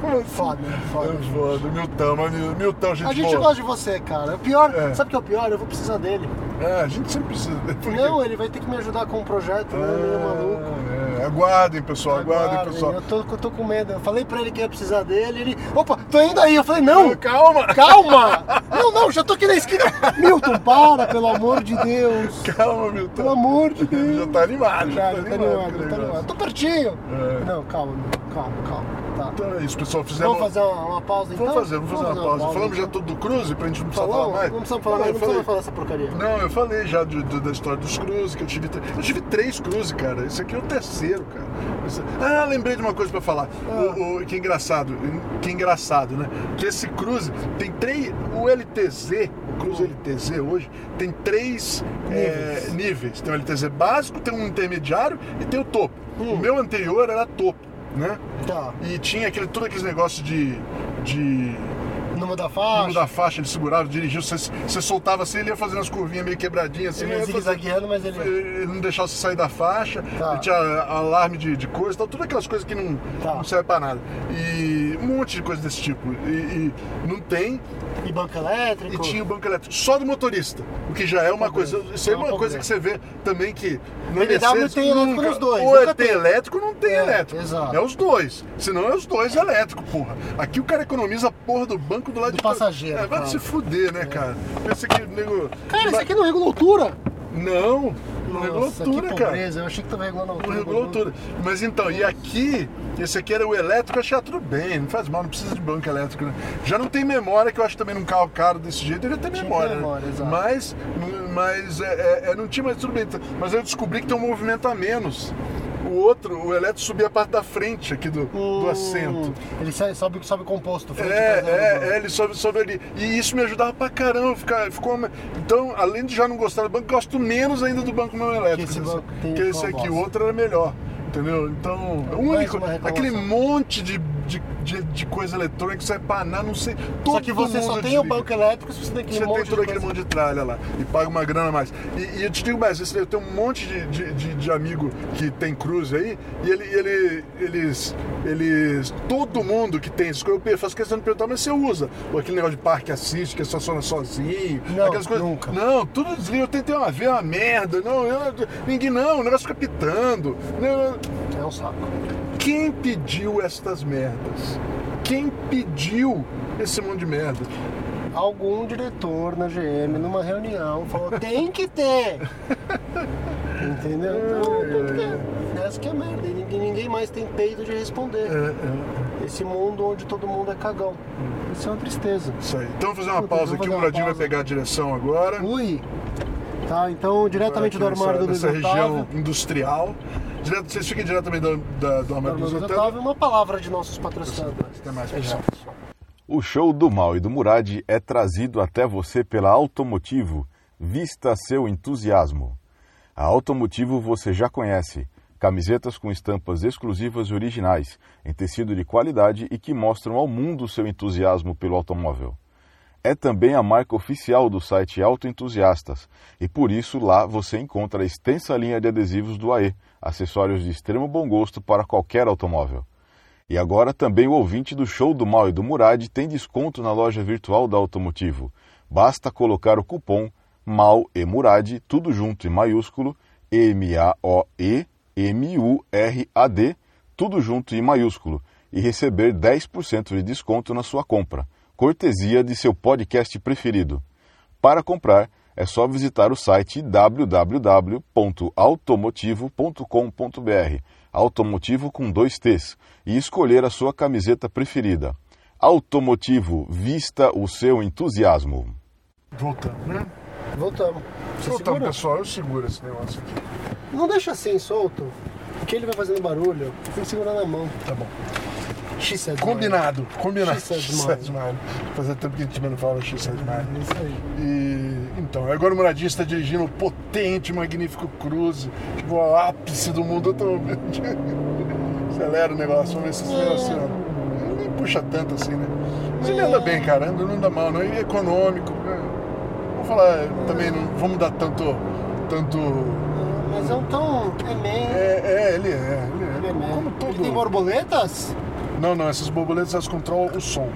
Como assim? (laughs) Foda, foda. É foda, Milton, mas Mil- Milton, gente A gente boa. gosta de você, cara. O pior, É. sabe o que é o pior? Eu vou precisar dele. É, a gente sempre precisa. Por quê? Não, ele vai ter que me ajudar com um projeto, né? Meio maluco. (laughs) É, é. Aguardem, pessoal, aguardem, Aguardem, pessoal. Eu tô, eu tô com medo. Eu falei pra ele que ia precisar dele. Ele. Opa, tô indo aí. Eu falei, não, Calma! calma! Não, não, já tô aqui na esquina. Milton, para, pelo amor de Deus. (laughs) Calma, Milton. Pelo amor (laughs) de Deus. Já tá animado, já, Cara, tá tá animado. que animado, tá negócio. animado. Tô pertinho. É. Não, calma, calma, calma. Tá. Então é isso, pessoal. Fizemos... Vamos fazer uma, uma pausa então? Vamos fazer, vamos fazer uma pausa. Falamos já tudo do Cruze, pra gente não precisar falar Falamos? mais. Não precisamos falar Não, eu mais, não falei- precisamos falar essa porcaria. Não, eu falei já de- de- da história dos Cruze, que eu tive. tre- Eu tive três Cruze, cara. Esse aqui é o terceiro, cara. Esse- Ah, lembrei de uma coisa pra falar. Ah. O, o- que engraçado, que engraçado, né? Que esse Cruze tem três. O LTZ, o Hum. Cruze LTZ hoje, tem três níveis. níveis. Tem o LTZ básico, tem um intermediário e tem o topo. Hum. O meu anterior era topo, né? Tá. E tinha aquele, todo aqueles negócios de. de Número da Número faixa. da faixa, ele segurava, dirigiu, você, você soltava assim, ele ia fazendo as curvinhas meio quebradinhas assim, Ele ia ia fazer- zigue-zagueando, mas ele. ele não deixava você sair da faixa, Tá. ele tinha alarme de, de coisa, e tal, todas aquelas coisas que não, Tá. não serve pra nada. E um monte de coisa desse tipo. E, e não tem, E banco e elétrico. tinha o banco elétrico só do motorista, o que já é uma coisa. Isso aí é É um uma pouco coisa bem. que você vê também que. No BMW tem elétrico nunca, nos dois, Ou nunca é tem elétrico ou não tem É, elétrico. exato. É os dois. Senão é os dois elétrico, porra. Aqui o cara economiza a porra do banco do lado Do de cá. passageiro, É, vai claro. se fuder, né, cara? Pensa que nego. Cara, isso aqui não regulou altura? Não, não regulou Nossa, tudo, que cara. pobreza. Eu achei que tava regulando altura. Não regulou bagulho. tudo. Mas então, e aqui, esse aqui era o elétrico, eu achei ah, tudo bem, não faz mal, não precisa de banco elétrico, né? Já não tem memória, que eu acho também num carro caro desse jeito, devia ter Tinha que memória. ter memória, né? exato. Mas, mas é, é- é, não tinha, mas tudo bem. Mas eu descobri que tem um movimento a menos. O outro, o elétrico subia a parte da frente aqui do, do Hum, assento. Ele sai- sobe, sobe composto. É, frente e traseira do banco. é, é, ele sobe, sobe ali. E isso me ajudava pra caramba. Ficar, ficou uma- Então, além de já não gostar do banco, gosto menos ainda do banco não elétrico. né? esse banco tem que esse uma aqui, o bosta. outro era melhor. Entendeu? Então, o Mais único, uma reclamação. aquele monte de, de, de, de coisa eletrônica que sai pra nada, não sei. Todo Só que você mundo só tem desliga. o banco elétrico se você tem aquele Você Um monte tem todo de aquele coisa. monte de tralha lá e paga uma grana a mais. E, e eu te digo mais, esse- eu tenho um monte de, de, de- de amigo que tem cruze aí, e ele, ele- eles, eles. Todo mundo que tem isso, eu pe- faço questão de perguntar, mas você usa? Ou aquele negócio de parque assiste, que estaciona sozinho, Não, aquelas coisas. nunca. Não, tudo desliga, eu tentei uma vez, é uma merda. Não, eu- ninguém não, o negócio fica pitando. Não, É um saco. quem pediu estas merdas? Quem pediu esse monte de merda? Algum diretor na GM, numa reunião, falou: tem que (laughs) ter! Entendeu? Então, tem que ter. Essa que é a merda. E ninguém, ninguém mais tem peito de responder. É, é. Hum. Esse mundo onde todo mundo é cagão. Isso é uma tristeza. Isso aí. Então vamos fazer uma Puta, pausa aqui, vamos o fazer uma Muradinho vai pausa. pegar a direção agora. Ui! Tá, então, diretamente Aqui do armário do Luiz nessa, nessa Otávio. região industrial. Direto, vocês fiquem diretamente do, da, do do armário do Luiz Zotão. Otávio, é uma palavra de nossos patrocinadores. Até mais, É isso. pessoal. O show do Mal e do Murad é trazido até você pela Automotivo. Vista seu entusiasmo. A Automotivo você já conhece. Camisetas com estampas exclusivas e originais, em tecido de qualidade e que mostram ao mundo seu entusiasmo pelo automóvel. É também a marca oficial do site Autoentusiastas e por isso lá você encontra a extensa linha de adesivos do AE, acessórios de extremo bom gosto para qualquer automóvel. E agora também o ouvinte do Show do Mal e do Murad tem desconto na loja virtual da Automotivo. Basta colocar o cupom MAL e Murad, tudo junto em maiúsculo, M-A-O-E-M-U-R-A-D, tudo junto em maiúsculo, e receber 10% de desconto na sua compra, cortesia de seu podcast preferido. Para comprar, é só visitar o site www.automotivo.com.br, automotivo com dois T's, e escolher a sua camiseta preferida. Automotivo, vista o seu entusiasmo. Voltando, né? Voltamos. Você Voltando, segura? pessoal. Eu seguro esse negócio aqui. Não deixa assim solto, porque ele vai fazendo barulho. Tem que segurar na mão. Tá bom. X says Combinado. Combinado. X says X mano. Fazia tempo que a gente também não falava X says mano. mine. É isso aí. E então, agora o Muradinho está dirigindo o potente, magnífico Cruze, tipo o ápice do mundo atualmente. (laughs) Acelera o negócio, vamos ver se É. acelera assim, ó. Ele nem puxa tanto assim, né? Mas ele É. anda bem, cara, anda, não anda mal, não. E econômico. né? Vamos falar também, não vamos dar tanto. tanto. Mas é um tão. É É, meio. é, ele é, ele Ele é. é meio. Como Ele tem todo. borboletas? Não, não, essas borboletas elas controlam o som.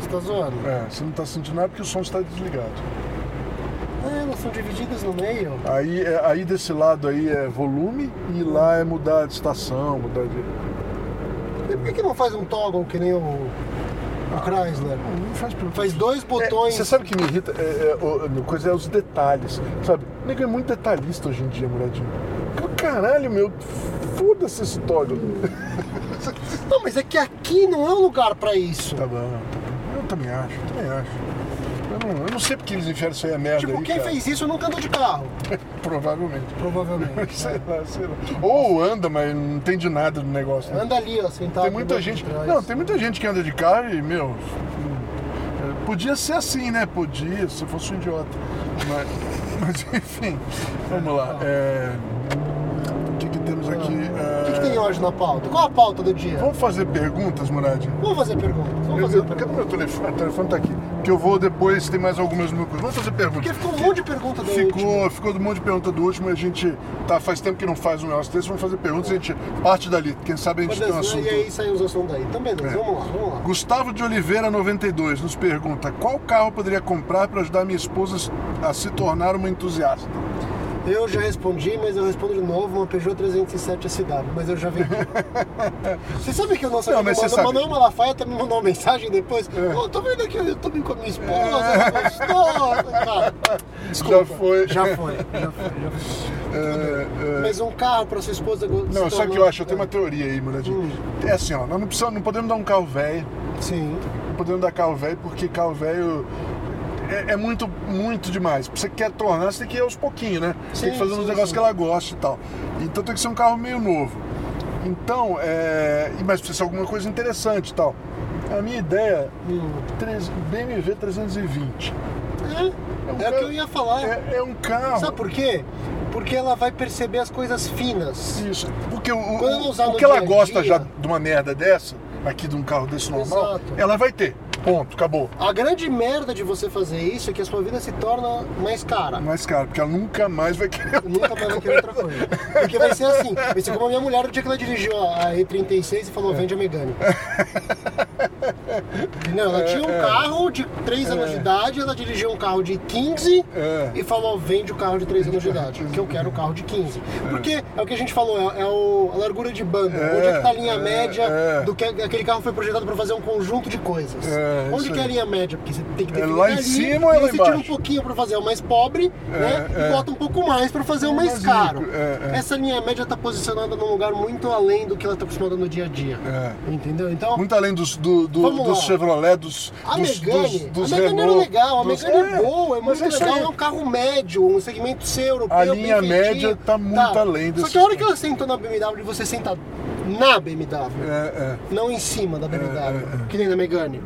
Você tá zoando? É, você não está sentindo nada porque o som está desligado. É, elas são divididas no meio. Aí, é- aí desse lado aí é volume e lá é mudar de estação, mudar de. E por que, que não faz um toggle que nem o. O Chrysler? Não faz problema. Faz dois botões. É, Você sabe o que me irrita? É, é, o- a coisa é os detalhes, sabe? O nego é muito detalhista hoje em dia, Muradinho. Pô, Caralho, meu, foda-se esse toggle. Não, mas é que aqui não é um lugar pra isso. Tá bom, tá bom. Eu também acho, eu também acho. Eu não, eu não sei porque eles enfiaram isso aí a merda Tipo, aí, quem cara. fez isso nunca andou de carro. Provavelmente. (laughs) Provavelmente. Sei lá, sei lá. Tipo, Ou anda, mas não entende nada do negócio. né? Anda ali, ó, sentado. Tem muita no banco gente. de trás. Não, tem muita gente que anda de carro e, meu. é, Podia ser assim, né? Podia, se eu fosse um idiota. Mas, (laughs) mas, enfim, vamos lá. É, o que, que temos aqui? Ah. O que, que É, tem hoje na pauta? Qual a pauta do dia? Vamos fazer perguntas, Murad? Vamos fazer perguntas. Vamos Eu, fazer eu, perguntas. cadê meu telefone? O telefone tá aqui. Que eu vou depois, tem mais algumas mil coisas. Vamos fazer perguntas. Porque ficou um monte de pergunta do último. Ficou, ficou um monte de pergunta do último e a gente tá, faz tempo que não faz um negócio desse, vamos fazer perguntas e a gente parte dali. Quem sabe a gente tem um assunto. né? E aí saiu os assuntos aí. Então, beleza, É. vamos lá, vamos lá. Gustavo de Oliveira 92 nos pergunta qual carro eu poderia comprar para ajudar minha esposa a se tornar uma entusiasta. Eu já respondi, mas eu respondo de novo uma Peugeot 307 SW, mas eu (laughs) já vendi. você sabe que o nosso Não, amigo mas você mandou, sabe. É. Manuel Malafaia também mandou uma mensagem depois. Ô, tô vendo aqui o YouTube com a minha esposa, ela gostou, cara. Já foi. (laughs) Já foi, já foi, já foi. É, é, Mas um carro pra sua esposa gostar. Não, sabe o que eu acho? Eu tenho uma teoria aí, Muradinho. Hum. É assim, ó, nós não, precisamos, não podemos dar um carro velho, Sim. não podemos dar carro velho porque carro velho é, é muito, muito demais. Você quer tornar, você tem que ir aos pouquinhos, né? Você tem Sim, que fazer uns sim, negócios sim. que ela gosta e tal. Então tem que ser um carro meio novo. Então, é... e- mas precisa ser alguma coisa interessante e tal. A minha ideia, Hum. três- BMW 320. É, um é o que carro- eu ia falar. É, é um carro. Sabe por quê? Porque ela vai perceber as coisas finas. Isso. Porque o, o- Quando ela usar o no que ela dia a gosta dia- já de uma merda dessa, aqui de um carro desse normal, Exato. ela vai ter. Ponto, acabou. A grande merda de você fazer isso é que a sua vida se torna mais cara. Mas, cara, porque ela nunca mais vai querer. um Eu nunca mais vou querer outra coisa. Porque vai ser assim. Vai ser como a minha mulher, o dia que ela dirigiu a a E36 e falou, vende a Megane. Não, ela tinha um carro de 3 anos de idade, ela dirigiu um carro de 15 É. e falou, vende o carro de 3 anos de idade, porque eu quero o carro de 15. Porque é o que a gente falou, é, é o- a largura de banda. É, Onde é que tá a linha é, média é. do que aquele carro foi projetado para fazer um conjunto de coisas. É, Onde isso que é a aí. linha média? Porque você tem que É lá definir em ali, cima ou é e lá você tira um embaixo? pouquinho para fazer o mais pobre, né? é. E bota um pouco mais para fazer o mais Mais caro. rico, é, é. Essa linha média está posicionada num lugar muito além do que ela está acostumada no dia a dia. É. Entendeu? Então, Muito além dos, do, do- Vamos dos lá. Chevrolet, dos, a dos, Megane, dos, dos a Megane era Renault, legal, a dos- Megane é, boa, é mas muito isso legal, aí. é um carro médio, um segmento seu, europeu, A bem linha feitinho. média tá muito além Só desse que a hora que ela sentou na BMW, e você senta na BMW, É, não em cima da BMW, É, é, é. que nem na Megane.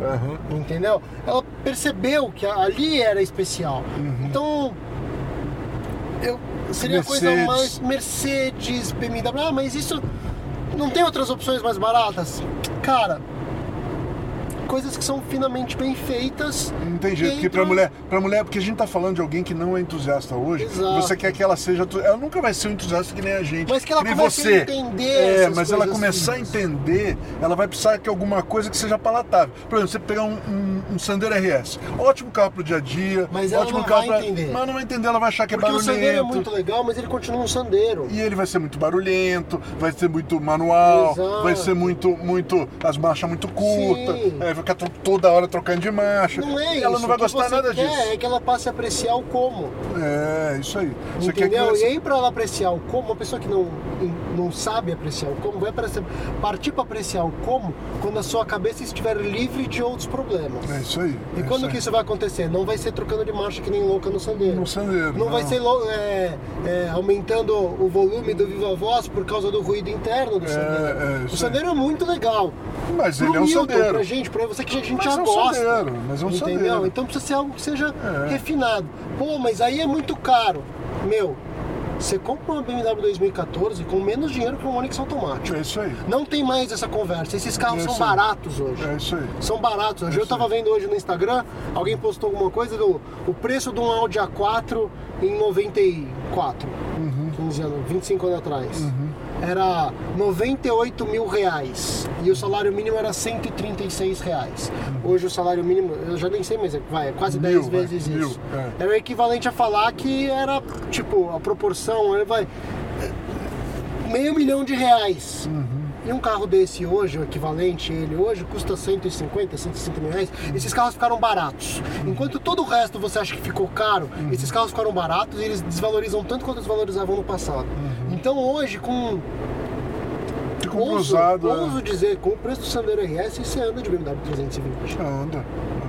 é. Aham. entendeu? Ela percebeu que a- ali era especial. Uhum. Então, eu seria a coisa Mercedes. mais Mercedes, BMW. Ah, mas isso não tem outras opções mais baratas? Cara, coisas que são finamente bem feitas. Não tem jeito, porque pra dentro- mulher, pra mulher, porque a gente tá falando de alguém que não é entusiasta hoje, Exato. você quer que ela seja. entu- Ela nunca vai ser um entusiasta que nem a gente. Mas que ela nem comece a você. entender É, essas mas ela coisas começar finas. a entender, ela vai precisar que alguma coisa que seja palatável. Por exemplo, você pegar um, um, um Sandero RS. Ótimo carro pro dia a dia, Mas ela ótimo não carro vai pra- entender. Mas ela não vai entender, ela vai achar que é Porque o barulhento. sandeiro é muito legal, mas ele continua um sandeiro. E ele vai ser muito barulhento, vai ser muito manual, Exato. vai ser muito, muito. as marchas muito curtas, Sim. é, vai ficar tro- toda hora trocando de marcha. Não é isso. ela não vai O que gostar você nada quer disso. É que ela passe a apreciar o como. É, isso aí. Você quer que Entendeu? você- E aí, para ela apreciar o como, uma pessoa que não, não sabe apreciar o como, vai apreciar- partir para apreciar o como quando a sua cabeça estiver livre de outros problemas. É isso aí. E é quando que aí. isso vai acontecer? Não vai ser trocando de marcha que nem louca no sandeiro. No sandeiro, Não, vai não. ser lou- é, é, aumentando o volume do viva voz por causa do ruído interno do É, sandeiro. é, o isso sandeiro é muito legal. Mas Pro ele é um Milton, sandeiro. Pra gente, pra você que a gente Mas já é um gosta. sandeiro, mas é um entendeu? sandeiro. Então precisa ser algo que seja É. refinado. Pô, mas aí é muito caro. Meu, você compra uma BMW 2014 com menos dinheiro que um Onix automático. É isso aí. Não tem mais essa conversa. Esses carros É são isso aí. baratos hoje. É isso aí. São baratos. Hoje É eu isso aí. tava vendo hoje no Instagram, alguém postou alguma coisa do o preço de um Audi A4 em 94, Uhum. 15 anos, 25 anos atrás. Era 98 mil reais e o salário mínimo era 136 reais. Uhum. Hoje o salário mínimo, eu já nem sei, mas é, vai, é quase Mil, 10 vai, vezes mil, isso. é. Era o equivalente a falar que era, tipo, a proporção, ele vai, meio milhão de reais. Uhum. E um carro desse hoje, o equivalente a ele hoje, custa 150, 160 mil reais. Uhum. Esses carros ficaram baratos. Enquanto todo o resto você acha que ficou caro, Uhum. esses carros ficaram baratos e eles desvalorizam tanto quanto desvalorizavam no passado. Então hoje, com Uhum. Fica um Ouso, cruzado. é. ouso dizer, com o preço do Sandero RS, você anda de BMW 320. Anda,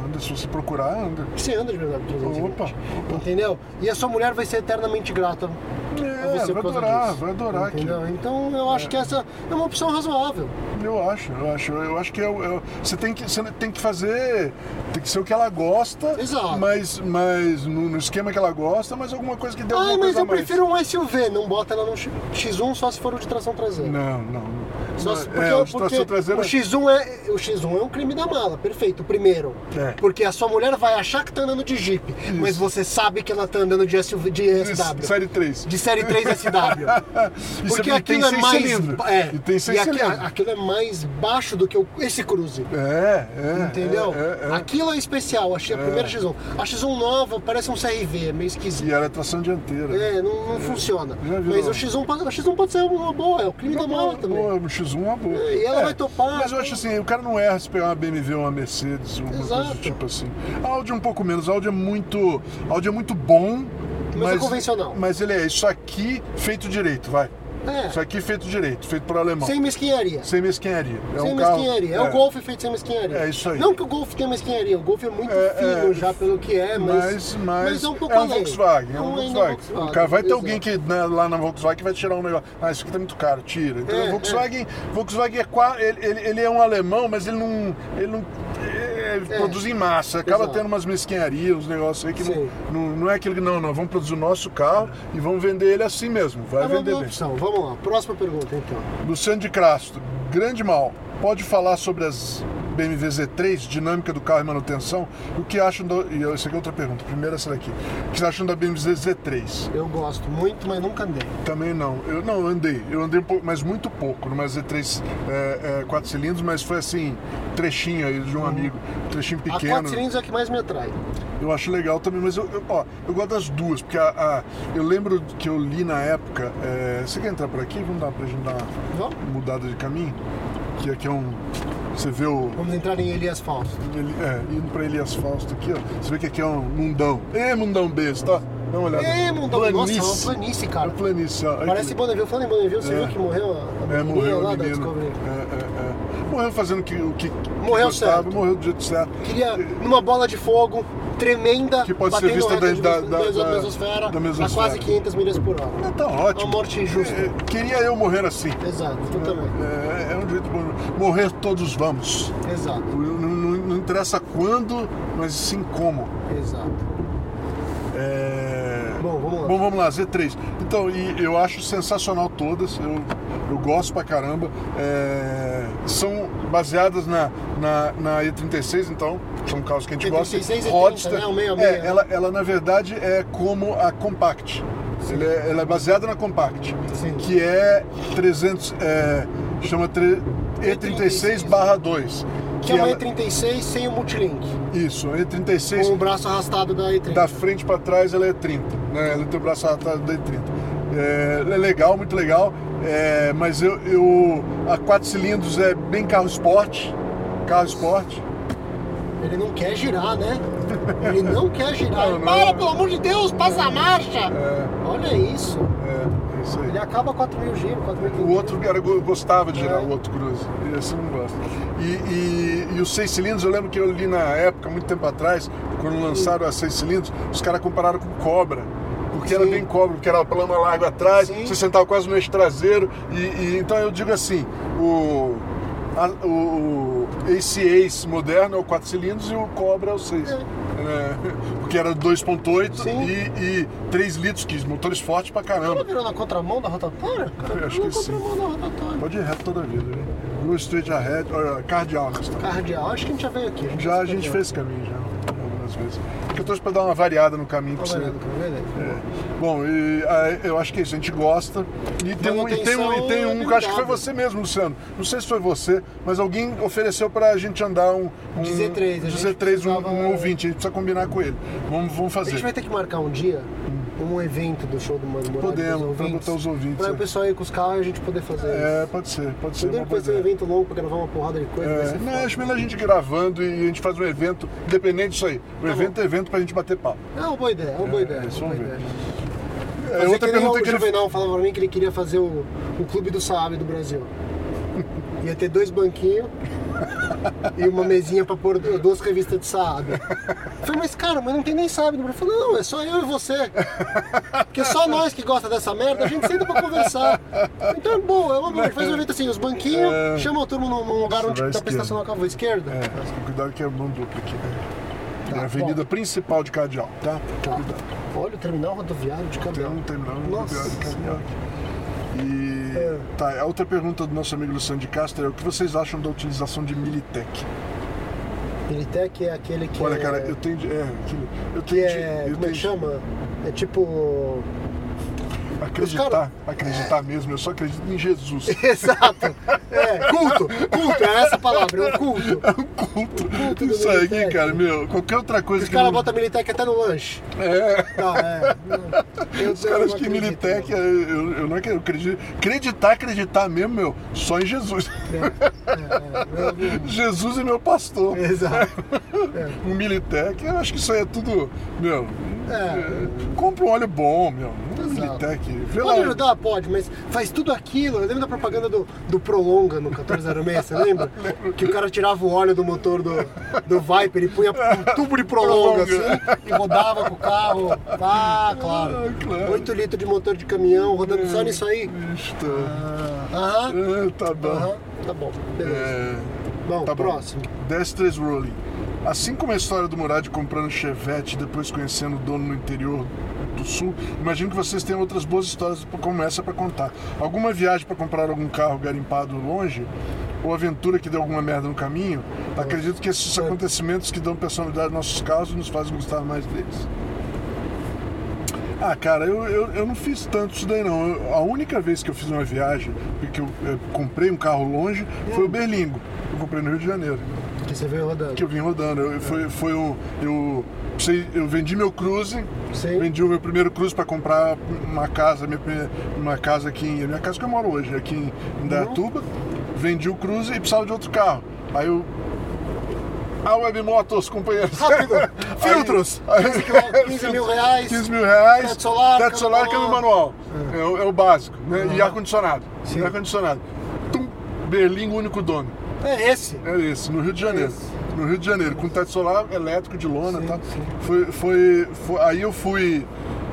anda. Se você procurar, anda. Você anda de BMW 320. Opa, opa. Entendeu? E a sua mulher vai ser eternamente grata. a É, você vai por causa adorar, disso. vai adorar aqui. Entendeu? Então eu acho que essa é uma opção razoável. Eu acho, eu acho. Eu acho que é o- é o- você, tem que, você tem que fazer. Tem que ser o que ela gosta. Exato. Mas, mas no, no esquema que ela gosta, mas alguma coisa que dê alguma Ah, mas coisa a eu mais. prefiro um SUV, não bota ela no X- X1 só se for o de tração traseira. Não, não. não. Só se- porque, é, o de porque tração traseira. o X1 é o X1 é um crime da mala, perfeito, o primeiro. É. Porque a sua mulher vai achar que tá andando de Jeep, mas você sabe que ela tá andando de SUV de SW. é Série 3. De série 3 (laughs) SW. E você- Porque e tem aquilo é seis mais cilindros. é, E tem seis e aqui- cilindros. aquilo é mais baixo do que o- esse cruze. É, é. Entendeu? é, é. Aquilo é especial, achei a primeira X1. A X1 nova parece um CRV, é meio esquisito. E era tração dianteira. É, não, não funciona. Já virou. Mas o X1, pode- o X1 pode ser uma boa, é o crime da mala também. Boa, o X1 é uma boa. É, e ela vai topar, Mas eu então- acho assim, o cara não erra se pegar uma BMW ou uma Mercedes, uma coisa Exato. do tipo assim. A Audi é um pouco menos, a Audi é muito. A Audi é muito bom. Mas é convencional. Mas ele é isso aqui feito direito, vai. É. Isso é aqui feito direito, feito por alemão. Sem mesquinharia. Sem mesquinharia. É sem um carro- mesquinharia. É o Golf feito sem mesquinharia. É isso aí. Não que o Golf tenha mesquinharia, o Golf é muito É, fino é. já pelo que é, mas, Mas, mas, é um pouco além. Volkswagen, é Não um ainda Volkswagen. O cara vai ter exato. alguém que né, lá na Volkswagen que vai tirar um negócio. Ah, isso aqui tá muito caro, tira. Então, É, o Volkswagen, Volkswagen é qua- ele, ele, ele é um alemão, mas ele não, ele não é, ele É. produz em massa. Acaba Exato. tendo umas mesquinharias, uns negócios aí que não, Sim. não, não é aquilo que não, não. Vamos produzir o nosso carro e vamos vender ele assim mesmo. Vai É uma vender boa bem. opção. Vamos lá, próxima pergunta então. Luciano de Crasto, grande mal. Pode falar sobre as BMW Z3, dinâmica do carro e manutenção? O que acham da. E essa aqui é outra pergunta, primeiro essa daqui. O que vocês acham da BMW Z3? Eu gosto muito, mas nunca andei. Também não. Eu não eu andei. Eu andei um pouco, mas muito pouco, numa Z3 é, é, quatro cilindros, mas foi assim, trechinho aí de um amigo, trechinho Uhum. A pequeno. quatro cilindros é a que mais me atrai. Eu acho legal também, mas eu, eu, ó, eu gosto das duas, porque a, a- eu lembro que eu li na época. é, você quer entrar por aqui? Vamos dar pra gente dar uma Vamos? mudada de caminho, que aqui é um. Você vê o. Vamos entrar em Elias Fausto. ele- é, indo pra Elias Fausto aqui, ó. Você vê que aqui é um mundão. Ê, mundão besta, ó. Dá uma olhada. É, mundão, Planície. nossa, é uma planície, É cara. uma planície, ó. Olha que Parece legal. Bonneville. Falando em Bonneville, você É. viu que morreu a, a É, menina morreu lá o da menino. Discovery. É, é, é. Morreu fazendo o que, o que que Morreu gostava, certo. morreu do jeito certo. Queria numa bola de fogo tremenda Que pode ser batendo vista recorde da- da, da- da, da- mesosfera, da mesosfera. a quase 500 milhas por hora. Tá ótimo. Uma morte injusta. É, Queria eu morrer assim. Exato, eu também. É, é um jeito bom. Morrer todos vamos. Exato, Não, não- não interessa quando, mas sim como. exato. É, Bom, vamos lá. Bom, vamos lá, Z3. Então, e eu acho sensacional todas, eu, eu gosto pra caramba. É, São baseadas na, na, na E36, então, são carros que a gente E36 gosta. e Roadster. 30, né? O meio a meio, é, né? ela, ela, na verdade, é como a Compact. Ele é- ela é baseada na Compact, Sim. que é 300, é, chama tre- E36 barra 2. Que é uma ela- E36 sem o multilink, Isso, com E36 o braço arrastado da E30. da frente para trás ela é 30, né? Ela tem o braço atrás da 30. É, ela é legal, muito legal, é, mas eu, eu a quatro cilindros é bem carro esporte, carro esporte. Ele não quer girar, né? Ele não quer girar. Não, Ele, não. Para, pelo amor de Deus, passa a marcha! Olha isso. É, é isso aí. Ele acaba 4 mil giros, 4 mil O outro cara go- gostava de girar o outro cruze, esse não gosta. E, e- e os seis cilindros, eu lembro que eu li na época, muito tempo atrás, quando lançaram as seis cilindros, os caras compararam com cobra. Porque era Sim. bem cobra, porque era uma plama larga atrás, Sim. você sentava quase no eixo traseiro. E, e- então eu digo assim: o, a, o, o Ace Ace moderno é o quatro cilindros e o cobra é o seis. É, (laughs) porque era 2,8 Sim. e, e 3 litros, que motores fortes pra caramba. Ela virou na contramão da rotatória? Eu acho Virou que sim. na contramão da rotatória. Pode ir reto toda a vida, né? Go straight ahead, olha, cardeal. tá. Cardeal, acho que a gente já veio aqui. Já a gente fez esse caminho já, algumas vezes. Porque eu trouxe pra dar uma variada no caminho pra Tá você. valendo, cara, beleza. É. Bom, e, ah, eu acho que é isso, a gente gosta. E tem um, e tem um, e tem um que eu acho que foi você mesmo, Luciano. Não sei se foi você, mas alguém ofereceu pra gente andar um. um De Z3, a 13 gente um, precisava- um ouvinte, a gente precisa combinar com ele. Vamos, vamos A gente fazer. vai ter que marcar um dia um evento do show do Mano Morado Hum. Podemos, com os pra ouvintes, botar os ouvintes, Pra é. o pessoal ir com os carros e a gente poder fazer É, isso. pode ser, pode ser. Entendeu uma que boa vai ser um ideia. evento longo pra gravar uma porrada de coisa? vai É, ser não, foda. acho melhor a gente gravando e a gente faz um evento, independente disso aí. Tá O evento é evento pra gente bater papo. É uma boa ideia, é uma boa É, ideia. isso, uma boa vamos ver. ideia. É, Fazer outra é que nem pergunta o que ele (laughs) Juvenal falava pra mim que ele queria fazer o, o clube do Saab do Brasil. Ia ter dois banquinhos e uma mesinha pra pôr duas revistas de Saab. Eu falei, mas cara, mas não tem nem Saab. Ele falou, não, é só eu e você. Porque é só nós que gosta dessa merda, a gente senta pra conversar. Então é boa, é uma boa. A gente Faz um evento assim, os banquinhos, É. chama a turma num, num lugar Você onde vai dá esquerda. pra estacionar o carro à esquerda. É, mas tem cuidado que é mão dupla aqui, Tá, né? É a avenida principal de Cadial, tá? Cuidado. Olha o terminal rodoviário de Tem caminhão. um terminal Nossa É. rodoviário de Cadial Senhora. aqui. E tá, a outra pergunta do nosso amigo Luciano de Castro é o que vocês acham da utilização de Militech? Militec é aquele que Olha, é- cara, eu tenho. de- É, aquilo- eu que tenho. de- é, eu como é tenho que de- chama? É tipo... (laughs) Acreditar, Cara- acreditar mesmo, eu só acredito em (laughs) Jesus. Exato. É, culto. Culto, é essa a palavra, é o culto. Um culto. culto do (laughs) Isso aí, Militech. cara, meu, qualquer outra coisa Os que. caras não- botam Militec até no lanche. É. Tá, é. não. Eu, Os caras não que acredito, Militech, não. eu, eu, eu não acredito. Acreditar, acreditar mesmo, meu, só em Jesus. É, é, (laughs) Jesus é meu pastor. é, Exato. Um Militech, eu acho que isso aí é tudo, meu. É. (laughs) É, compra um óleo bom, meu. Um Exato. Militech. Vê lá. Pode ajudar? Pode, mas faz tudo aquilo. Eu lembro da propaganda do, do Prolonga no 1406, (laughs) você lembra? Que o cara tirava o óleo do motor do, do Viper e punha um tubo de Prolonga assim e rodava com o carro. Ah, claro. Ah, claro. É. 8 litros de motor de caminhão rodando só nisso aí. Isto. Aham. Ah, tá bom. Aham, tá bom. Beleza. É. bom, Tá bom. próximo. 10-3 Rolling. Assim como a história do Murad comprando Chevette e depois conhecendo o dono no interior do sul, imagino que vocês tenham outras boas histórias como essa pra contar. Alguma viagem pra comprar algum carro garimpado longe? Ou aventura que deu alguma merda no caminho? Acredito que esses É. acontecimentos que dão personalidade aos nossos carros nos fazem gostar mais deles. Ah, cara, eu, eu, eu não fiz tanto isso daí não. Eu- a única vez que eu fiz uma viagem, que eu eh, comprei um carro longe, foi É. o Berlingo. Eu comprei no Rio de Janeiro Que você veio rodando. que eu vim rodando. Eu, foi, foi um, eu, sei- eu vendi meu cruze, Sim. vendi o meu primeiro cruze para comprar uma casa, minha, primeira- uma casa aqui em. A minha casa que eu moro hoje, aqui em Indaiatuba. Vendi o cruze e precisava de outro carro. Aí eu. A Web Motors, companheiros. Rápido! (laughs) Aí- Filtros! aí- 15 quilômetros, 15 mil reais. 15 mil reais. Teto solar, Teto câmbio solar, câmbio manual. É, o, é o básico. né? E ar-condicionado. Sim. Ar-condicionado. Tum, Berlim, o único dono. É esse. É isso, no Rio de Janeiro. No Rio de Janeiro, com teto solar elétrico de lona e Sim, tal. sim. Foi, foi, foi- aí eu fui.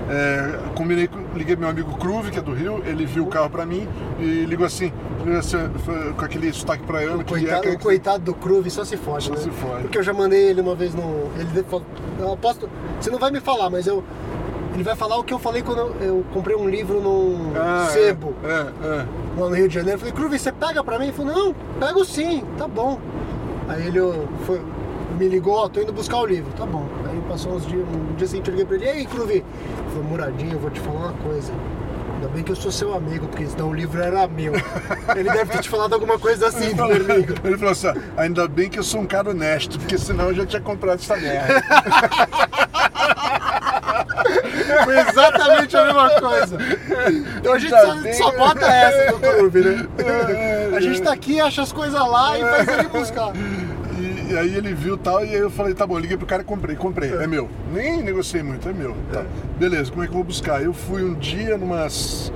é, combinei, com- liguei meu amigo Cruve, que é do Rio, ele viu Uhum. o carro pra mim e ligou assim, ligou assim, foi com aquele sotaque praiano que é Coitado, aquele o coitado do Cruve só se foge, Só né? se fode. Porque eu já mandei ele uma vez no. Ele falou. Eu aposto. Você não vai me falar, mas eu. Ele vai falar o que eu falei quando eu, eu comprei um livro num Ah, é, sebo É, é. lá no Rio de Janeiro. Eu falei, Cruve, você pega pra mim? Ele falou, não, pego sim, tá bom. Aí ele ó, foi- me ligou, ó, tô indo buscar o livro, tá bom. Aí passou uns dias, um dia seguinte eu liguei pra ele, e aí, Cruve? Ele falou, Muradinho, eu vou te falar uma coisa. Ainda bem que eu sou seu amigo, porque senão o livro era (laughs) meu. ele deve ter te falado alguma coisa assim, do meu amigo. (laughs) Ele falou assim: ó, ainda bem que eu sou um cara honesto, porque senão eu já tinha comprado essa merda. Foi exatamente a mesma coisa. Então a gente Ainda só, bem. É, só bota essa do clube, (laughs) né? A gente tá aqui, acha as coisas lá e faz ele buscar. E, e aí ele viu e tal, e aí eu falei, tá bom, liguei pro cara e comprei, comprei, é, meu. Nem negociei muito, é meu. Tá. Beleza, como é que eu vou buscar? Eu fui um dia numas.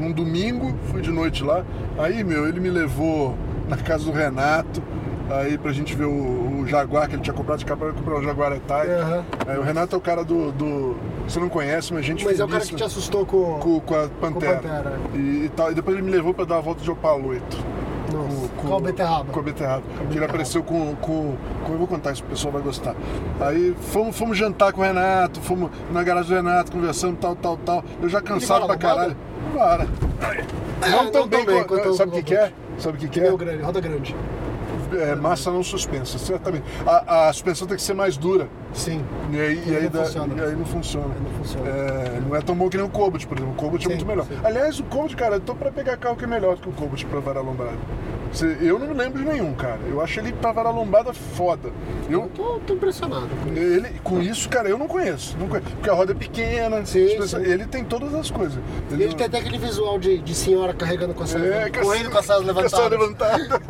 num domingo, fui de noite lá, aí, meu, ele me levou na casa do Renato, aí pra gente ver o, o Jaguar que ele tinha comprado, de cara pra comprar o Jaguar Etai. Aham. Aí o Renato é o cara do. do- você não conhece, mas gente Mas é o cara que finíssima te assustou com. com, com a Pantera. Pantera. é. E, e tal. E depois ele me levou pra dar a volta de Opaloito. Nossa, com a beterraba. Com a beterraba. Que ele apareceu com, com, com- Eu vou contar isso, o pessoal vai gostar. Aí fomos, fomos jantar com o Renato, fomos na garagem do Renato, conversando, tal, tal, tal. Eu já cansado pra fala caralho. Para. Não É, não tão tão bem, bem com- quanto Sabe o o que, que é? Sabe o que, que é? Meu grande, roda grande. É massa não suspensa, certamente. A, a suspensão tem que ser mais dura. Sim. E aí, E e aí aí, não dá- funciona. e aí não funciona. Aí não funciona. É, não é tão bom que nem o Cobalt, por exemplo. O Cobalt Sim, é muito melhor. sim. Aliás, o Cobalt, cara, eu tô pra pegar carro que é melhor do que o Cobalt pra varar lombada. Você- Eu não me lembro de nenhum, cara. Eu acho ele pra varar lombada foda. Eu Eu, tô, tô impressionado com isso. ele, com isso, cara, eu não conheço, não conheço. Porque a roda é pequena, Sim, suspensão- sim. ele tem todas as coisas. E Ele tem até aquele visual de, de senhora carregando com as saias, É, com a- correndo com as saias com a levantadas. saia levantada.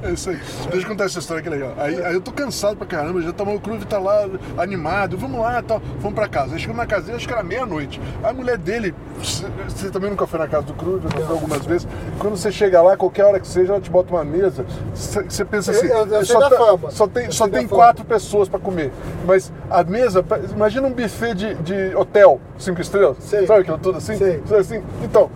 (laughs) é isso aí. Deixa eu contar essa história que é legal. Aí, aí eu tô cansado pra caramba, já tomou o clube, tá lá animado, vamos lá tal. Vamos pra casa. Aí chegamos na casa dele, acho que era meia-noite. A mulher dele, você- você também nunca foi na casa do Cruve, eu já fui algumas vezes. Quando você chega lá, qualquer hora que seja, ela te bota uma mesa. Você pensa assim, Eu- eu- eu sei só, da tá- fama. só tem, Eu só sei da tem fama. quatro pessoas para comer. Mas a mesa, pa- imagina um buffet de, de hotel, cinco estrelas. Sei. Sabe aquilo tudo assim? Sei. Sabe assim? Então.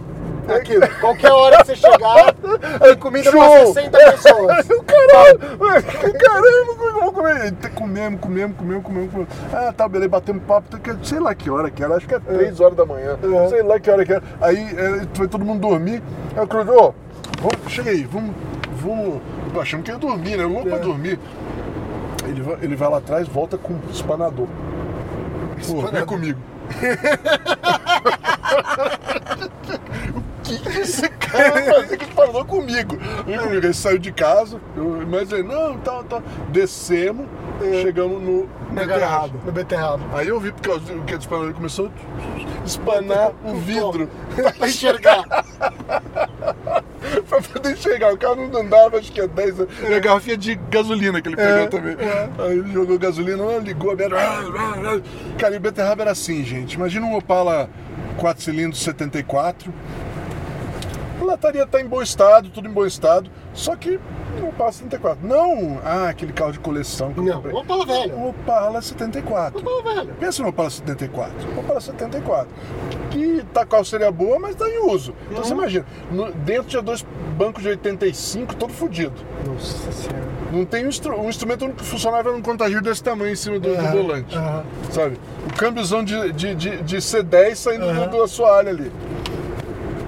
é- Aquilo, qualquer hora que você (laughs) chegar, tem comida pra Show! 60 (laughs) pessoas. (laughs) Caralho! Caramba, como é que eu vou comer? E te- Comemos, comemos, comemos, comemos, comemos. Ah, tá, beleza, batemos papo. tá, que- Sei lá que hora que era, acho que é 3 horas da manhã. É. Sei lá que hora que era. Aí é, foi todo mundo dormir. Aí o Cláudio, ô, vamos- chega aí, vamos. vamos. Eu Achando que ia dormir, né? Louco pra dormir. Ele vai, ele vai lá atrás, volta com um espanador. Pô, vem comigo. que que esse cara fazia que falou comigo? Vem comigo. Ele saiu de casa, eu imaginei, não, tal, tal. Descemos, chegamos no Beterraba. beterraba. No beterraba. Aí eu vi, porque o que espanador ele começou a espanar o Um vidro (laughs) Pra enxergar. (laughs) pra poder chegar. O carro não andava, acho que é 10 anos. Era a garrafinha de gasolina que ele pegou também. Aí ele jogou gasolina, ah, ligou a beterraba. Cara, e o beterraba era assim, gente. Imagina um Opala 4 cilindros 74. A lataria tá em bom estado, tudo em bom estado, só que não passa 34. Não, ah, aquele carro de coleção que eu Não, comprei. uma Opala velha. Um Opala 74. Pô, velho. Pensa no Opala 74. Opala 74. Que tá com a seria boa, mas tá em uso. Então você imagina, no- dentro tinha dois bancos de 85, todo fudido. Nossa senhora. Não tem um, instru- um instrumento que funcionava num contagio desse tamanho em cima do, do Aham, volante. aham. Sabe? O câmbiozão de, de, de, de C10 saindo Aham. do, do assoalho ali.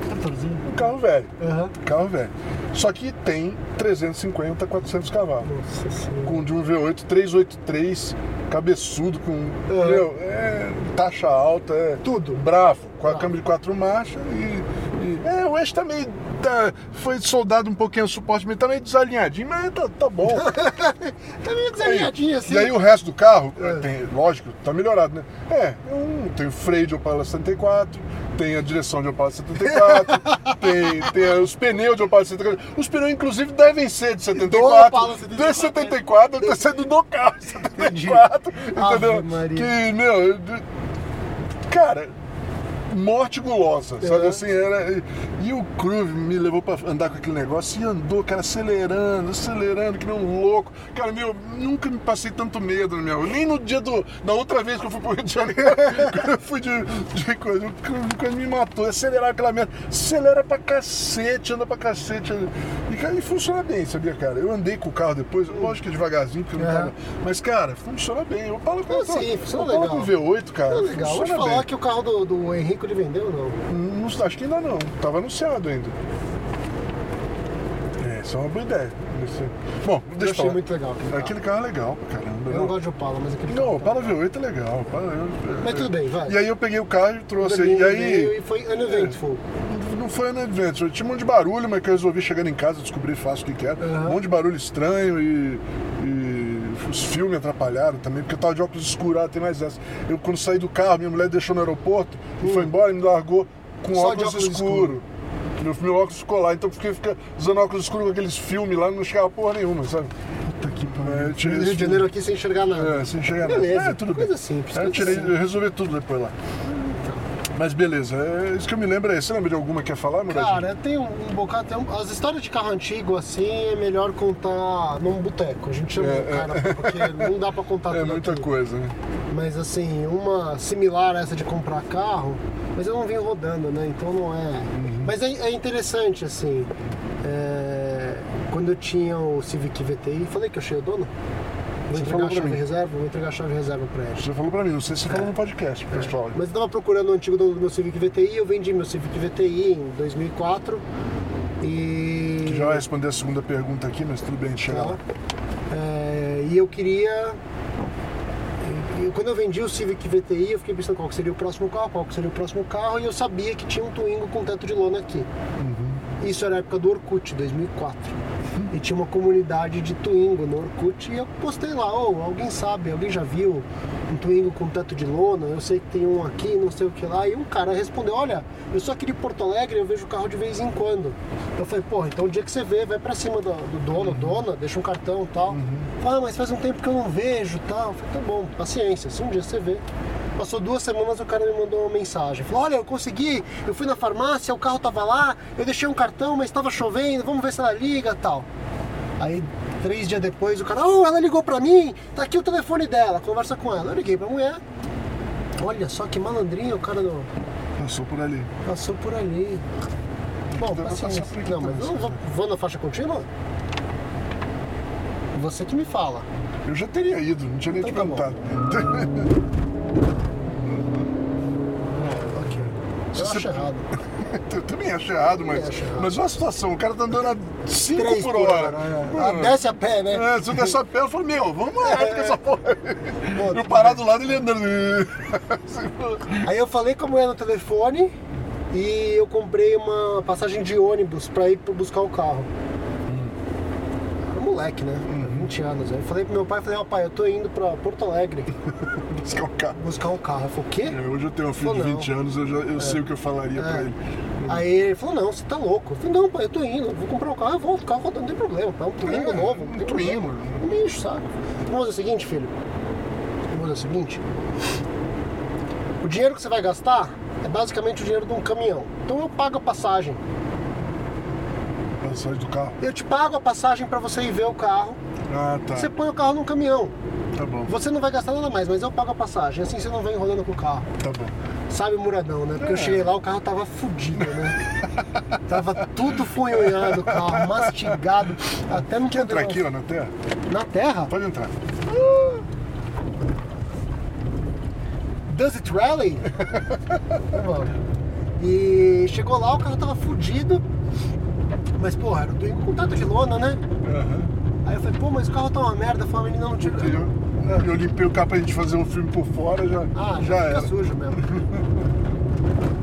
Cartãozinho. Um carro velho. Aham. Carro velho. Só que tem 350, 400 cavalos. Nossa senhora. com de um V8 383, cabeçudo, com meu, é, taxa alta, é tudo, bravo, com Ah. a câmera de quatro marchas e. e- é, o eixo tá meio. tá- foi soldado um pouquinho o suporte, meio, tá meio desalinhadinho, mas tá, tá (laughs) bom. Tá meio Aí, desalinhadinho assim. É. E aí o resto do carro, é, tem- lógico, tá melhorado, né? É, um, tem o freio de Opala 74, tem a direção de Opala (laughs) 74, tem, tem os pneus de Opala 74. Os pneus, inclusive, devem ser de 74. Opala 74. De 74, deve ter sido do carro 74, entendeu? Ave Maria. Que, meu, de- cara... Morte gulosa, sabe É. assim? Era, e, e o Groove me levou pra andar com aquele negócio e andou, cara, acelerando, acelerando, que nem um louco. Cara, meu, nunca me passei tanto medo, meu. Nem no dia do. Da outra vez que eu fui pro Rio de Janeiro, (laughs) quando eu fui de, de coisa, o Groove quase me matou. Acelerar aquela merda. Acelera pra cacete, anda pra cacete. anda. E, cara, e funciona bem, sabia, cara? Eu andei com o carro depois, lógico que devagarzinho, porque eu não É. tava. Mas, cara, funciona bem. Eu falo com Ah, sim, funciona eu falo legal. com V8, cara. Tá legal. Vou te funciona falar bem. que o carro do, do Henrique ele vendeu ou não? Não, acho que ainda não. Tava anunciado ainda. É, isso é uma boa ideia. Esse- Bom, deixa eu achei falar. muito legal aquele carro. Aquele carro é legal pra caramba. Eu não gosto de Opala, mas aquele Não, carro. tá o Opala V8 é legal. Opala, eu- Mas tudo bem, vai. é- E aí eu peguei o carro e trouxe. Dormiu, E dormiu aí, É, E foi uneventful. não foi no adventure. Tinha um monte de barulho, mas que eu resolvi chegando em casa descobrir fácil o que, que era. Aham. Um monte de barulho estranho e, e os filmes atrapalharam também, porque eu tava de óculos escuros, ah, tem mais essa. Eu quando saí do carro, minha mulher deixou no aeroporto e foi embora e me largou com Hum. Só de óculos, óculos escuro. Meu, meu óculos ficou lá, então eu fiquei fica- usando óculos escuro com aqueles filmes lá, não chegava porra nenhuma, sabe? Puta que É, eu tirei Rio esse de Janeiro aqui sem enxergar nada. é, sem chegar Beleza, nada. É, tudo coisa bem. simples, É, eu coisa tirei, simples. eu resolvi tudo depois lá. Mas beleza, é isso que eu me lembro é isso. Você lembra de alguma que quer falar, Muradinho? Cara, tem um, um bocado. Tem um- as histórias de carro antigo, assim, é melhor contar num boteco. A gente chama É, o cara, porque (laughs) não dá pra contar é tudo muita aqui. coisa, né? Mas, assim, uma similar a essa de comprar carro, mas eu não vim rodando, né? Então não é. Uhum. Mas é, é interessante, assim. é, Quando eu tinha o Civic VTI, falei que eu achei o dono? Vou Você entregar falou a pra chave mim. reserva? Vou entregar a chave reserva pra ele. Você falou pra mim, não sei se você falou no podcast, pessoal. Mas eu tava procurando o antigo dono do meu Civic VTI, eu vendi meu Civic VTI em 2004 e... Que já vai responder a segunda pergunta aqui, mas tudo bem, a gente chega lá. É, e eu queria... e- e quando eu vendi o Civic VTI, eu fiquei pensando qual que seria o próximo carro, qual que seria o próximo carro, e eu sabia que tinha um Twingo com teto de lona aqui. Isso era a época do Orkut, 2004. E tinha uma comunidade de Twingo no Orkut e eu postei lá, ou alguém sabe, alguém já viu um Twingo com teto de lona, eu sei que tem um aqui, não sei o que lá. E um cara respondeu, olha, eu sou aqui de Porto Alegre, eu vejo o carro de vez em quando. Eu falei, porra, então o dia que você vê, vai pra cima do, do dono, dona, deixa um cartão e tal. Ah, mas faz um tempo que eu não vejo tal. Eu falei, tá bom, paciência, se um dia você vê. Passou duas semanas, o cara me mandou uma mensagem. Falou, olha, eu consegui, eu fui na farmácia, o carro tava lá, eu deixei um cartão, mas estava chovendo, vamos ver se ela liga tal. Aí, três dias depois, o cara, oh, ela ligou pra mim, tá aqui o telefone dela, conversa com ela. Eu liguei pra mulher, olha só que malandrinho, o cara do- Tá. Passou por ali. passou por ali. Bom, Dá pra paciência. passar Então, por aqui Não, mas eu também, não vou, vou na faixa contínua? Você que me fala. Eu já teria ido, não tinha nem Então te tá perguntado. (laughs) Ok. Eu Se acho É, você- errado. Eu também achei errado, mas, Também achei errado. mas olha a situação, o cara tá andando a 5 Três por por hora. hora, Pô, Ah, desce a É. pé, né? É, se eu dessa pé, eu falei, meu, vamos lá com essa porra. É. Pô, Eu parar do lado ele andando. (laughs) Aí eu falei com a mulher no telefone e eu comprei uma passagem de ônibus pra ir pro- buscar o carro. Era um moleque, né? 20 anos. Aí eu falei pro meu pai, falei, ó pai, eu tô indo pra Porto Alegre Buscar o carro. buscar um carro. Ele falou, o quê? É, Hoje eu tenho um filho de Falou, É. não. 20 anos, eu, já, eu sei o que eu falaria pra ele. Aí ele falou, não, você tá louco. Eu falei, não, pai, eu tô indo, vou comprar um carro, eu volto, o carro rodando, não tem problema, pai, é um Twingo É, novo. um não tem problema. Twingo. Não me enche, sabe? Vamos fazer o seguinte, filho. Vamos fazer o seguinte. O dinheiro que você vai gastar é basicamente o dinheiro de um caminhão. Então eu pago a passagem. Passagem do carro. Eu te pago a passagem pra você ir ver o carro. Ah, tá. Você põe o carro num caminhão. Tá bom, Você não vai gastar nada mais, mas eu pago a passagem. Assim você não vai enrolando com o carro. tá bom. Sabe Muradão, né? É. Porque eu cheguei lá, o carro tava fudido, (laughs) né? tava tudo funhonhado o carro, mastigado. Até não Quer entrar aqui, ó, na terra? Na terra? Pode entrar. Does (laughs) it rally? Mano. e chegou lá, o carro tava fudido. Mas, porra, era o Twingo com tanto de lona, né? Aham. Aí eu falei, pô, mas o carro tá uma merda. Eu falei, menina, não tira. Eu, eu limpei o carro pra gente fazer um filme por fora, já, Ah, já fica era. (laughs) sujo mesmo.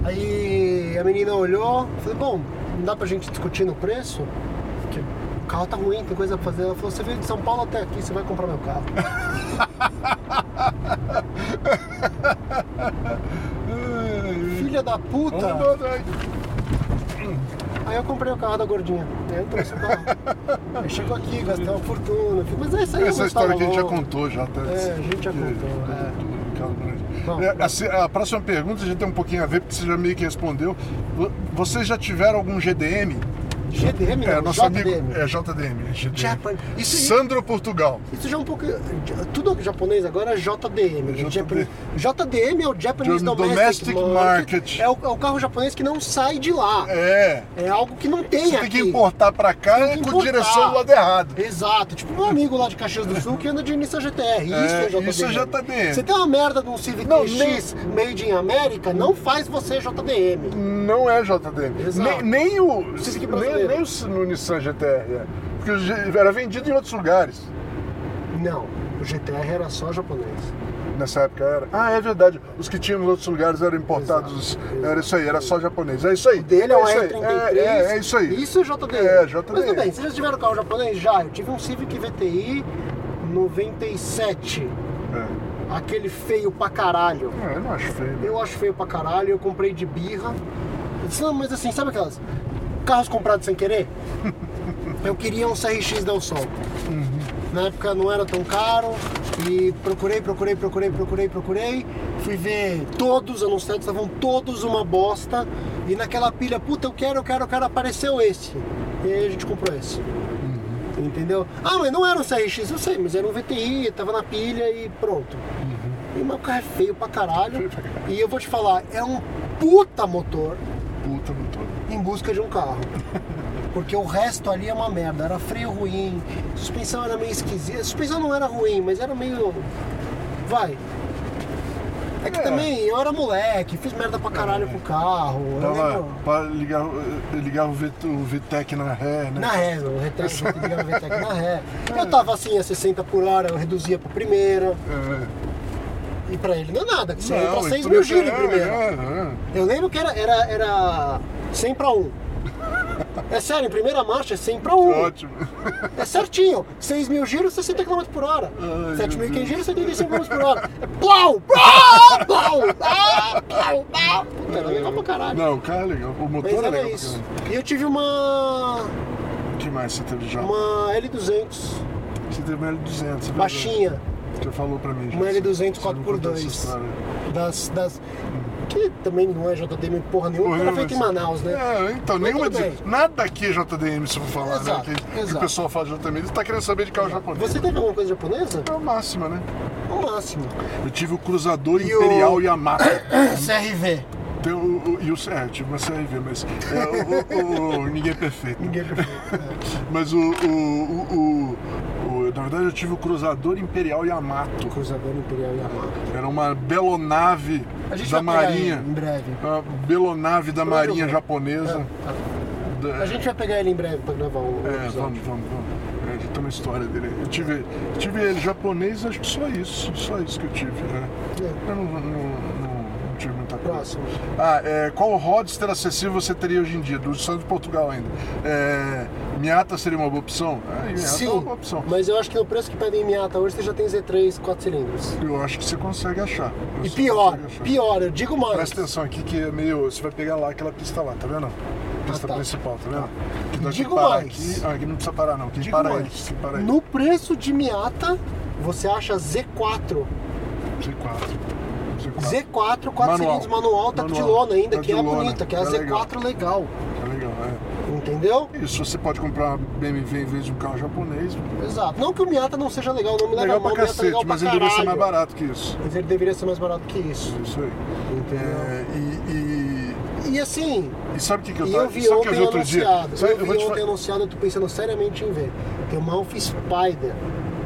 Aí a menina olhou, falei, bom, não dá pra gente discutir no preço? Porque o carro tá ruim, tem coisa pra fazer. Ela falou, você veio de São Paulo até aqui, você vai comprar meu (laughs) carro. Filha da puta! Aí eu comprei o carro da gordinha. Aí eu trouxe o (laughs) carro. Aí chegou aqui, gastei uma fortuna. Mas é isso aí. é uma Essa história que a gente já longa. contou já, tá? É, a gente já contou, é. Bom, É, a se- a, próxima pergunta já tem um pouquinho a ver, porque você já meio que respondeu. Vo- Vocês já tiveram algum GDM? GDM, É, não, nosso JDM. amigo. É, JDM. GDM. Japan. Isso- Sandro Portugal. Isso já é um pouco. Tudo japonês agora é JDM. JD. Japan- JDM é o Japanese Domestic, Domestic Market. É o, é o carro japonês que não sai de lá. É, É. algo que não tem Você aqui. tem que importar pra cá é que com importar. direção do lado errado. Exato, tipo meu amigo lá de Caxias do Sul que anda de Nissan GTR. Isso é, É, JDM. isso é JDM. Você tem uma merda de um Civic Não, X made in America, não faz você JDM. Não é JDM. Exato. Nem, nem o. Civic nem, brasileiro. nem o no Nissan GTR. é. Porque o G- era vendido em outros lugares. Não, o GTR era só japonês. Nessa época era. Ah, é verdade. Os que tinham em outros lugares eram importados. Exato, exato. Era isso aí, era só japonês. É isso aí. O dele é um isso aí. R33. É, é, é isso aí. Isso é JDM. É, JDM. Mas tudo bem, vocês já tiveram carro japonês? Já, eu tive um Civic VTI 97. É. Aquele feio pra caralho. Não, eu não acho feio. Eu acho feio pra caralho, eu comprei de birra. Eu disse, não, mas assim, sabe aquelas carros comprados sem querer? eu queria um CRX Del Sol. Na época não era tão caro e procurei, procurei, procurei, procurei, procurei. Fui ver todos anunciados, estavam todos uma bosta. E naquela pilha, puta, eu quero, eu quero, eu quero, apareceu esse. E aí a gente comprou esse. Entendeu? Ah, mas não era um CRX, eu sei, mas era um VTI, tava na pilha e pronto. E meu carro é feio pra caralho. Feio pra caralho. E eu vou te falar, é um puta motor Puta, não tô. em busca de um carro. Porque o resto ali é uma merda. Era freio ruim, suspensão era meio esquisita. Suspensão não era ruim, mas era meio. Vai. É que É. também eu era moleque, fiz merda pra caralho com o carro. Eu Tava lembro- pra ligar, eh, ligar o, VT, o VTEC na ré, né? na ré, o retrato eu ligava o retrato na ré. Eu tava assim a 60 por hora, eu reduzia pra primeira. É. E pra ele não é nada, que você ia pra e 6 tudo mil isso- giro é, primeiro. é, é. Eu lembro que era, era, era 100 pra 1. É sério, em primeira marcha é 100 pra 1. Ótimo. É certinho. 6 mil giros, 60 km por hora. Ai, 7.500 meu giros, 75 km por hora. É plau! Plau! Plau! ah, Plau! Plau! Puta, era legal pra caralho. Não, o carro é legal. O motor Mas é era legal. isso. pra E eu tive uma, caralho. O que mais você teve já? uma L200 Você teve uma L200. é verdade. baixinha. Você falou pra mim. Uma já, L200 você não 4x2. contou essa história. Das, das. Que também não é JDM porra nenhuma, porque Porra, era feito em mas- Manaus, né? É, então, Mas nenhuma tudo bem. de... Nada aqui é JDM, se eu for falar, Exato, né? Que, que exato. o pessoal fala de JDM. Você tá querendo saber de carro japonês? Você teve alguma coisa japonesa? É a máxima, né? O máximo. Eu tive o Cruzador E o- Imperial Yamaha. CRV. Tem o, o, e o, é, eu tive uma CRV, mas é, o, o- o- ninguém é perfeito. Ninguém é perfeito, mas o, o, o, o- o- Na verdade, eu tive o Cruzador Imperial Yamato. Cruzador Imperial Yamaha. Era uma belonave A gente da vai pegar ele Marinha. em breve. Uma belonave da Provavelmente Marinha eu- japonesa. Da- É, A gente vai pegar ele em breve pra gravar o. É, episódio. vamos, vamos, vamos. É, já tem uma história dele. Eu tive, tive ele japonês, acho que só isso. Só isso que eu tive, né? É. Eu não, não- não- não tive muita coisa. Próximo. Ah, é, qual Roadster acessível você teria hoje em dia? Do Santos de Portugal ainda. É, Miata seria uma boa opção? Ah, Miata é uma Sim, boa opção. mas eu acho que no preço que pedem em Miata hoje você já tem Z3, 4 cilindros. Eu acho que você consegue achar. Eu E só pior, consigo achar. pior, eu digo mais. Presta atenção aqui que é meio. Você vai pegar lá aquela pista lá, tá vendo? Pista Ah, tá. principal, tá vendo? Que dá que Digo parar mais. Aqui, Ah, aqui não precisa parar, não. Aqui Digo para aí. mais. Aqui para aí. No preço de Miata, você acha Z4. Z4. Z4. Z4, Tá. 4 Manual. cilindros manual, tá de Manual. lona ainda, Tá que é de lona. bonita, que é a É legal. Z4 legal. Tá legal, é. Entendeu? Isso, você pode comprar uma BMW em vez de um carro japonês. Exato. Não que o Miata não seja legal, não me leva Legal a mal, pra o Miata é cacete, legal pra mas ele deveria ser caralho. mais barato que isso. Mas ele deveria ser mais barato que isso. Isso aí. Entendeu? É, e, E assim, e- e sabe o que, que eu e tava. eu vi sabe o que ontem eu vi outro dia? anunciado. Sabe, eu vi vou te ontem falar. anunciado, eu tô pensando seriamente em ver. Tem uma Alpha Spider.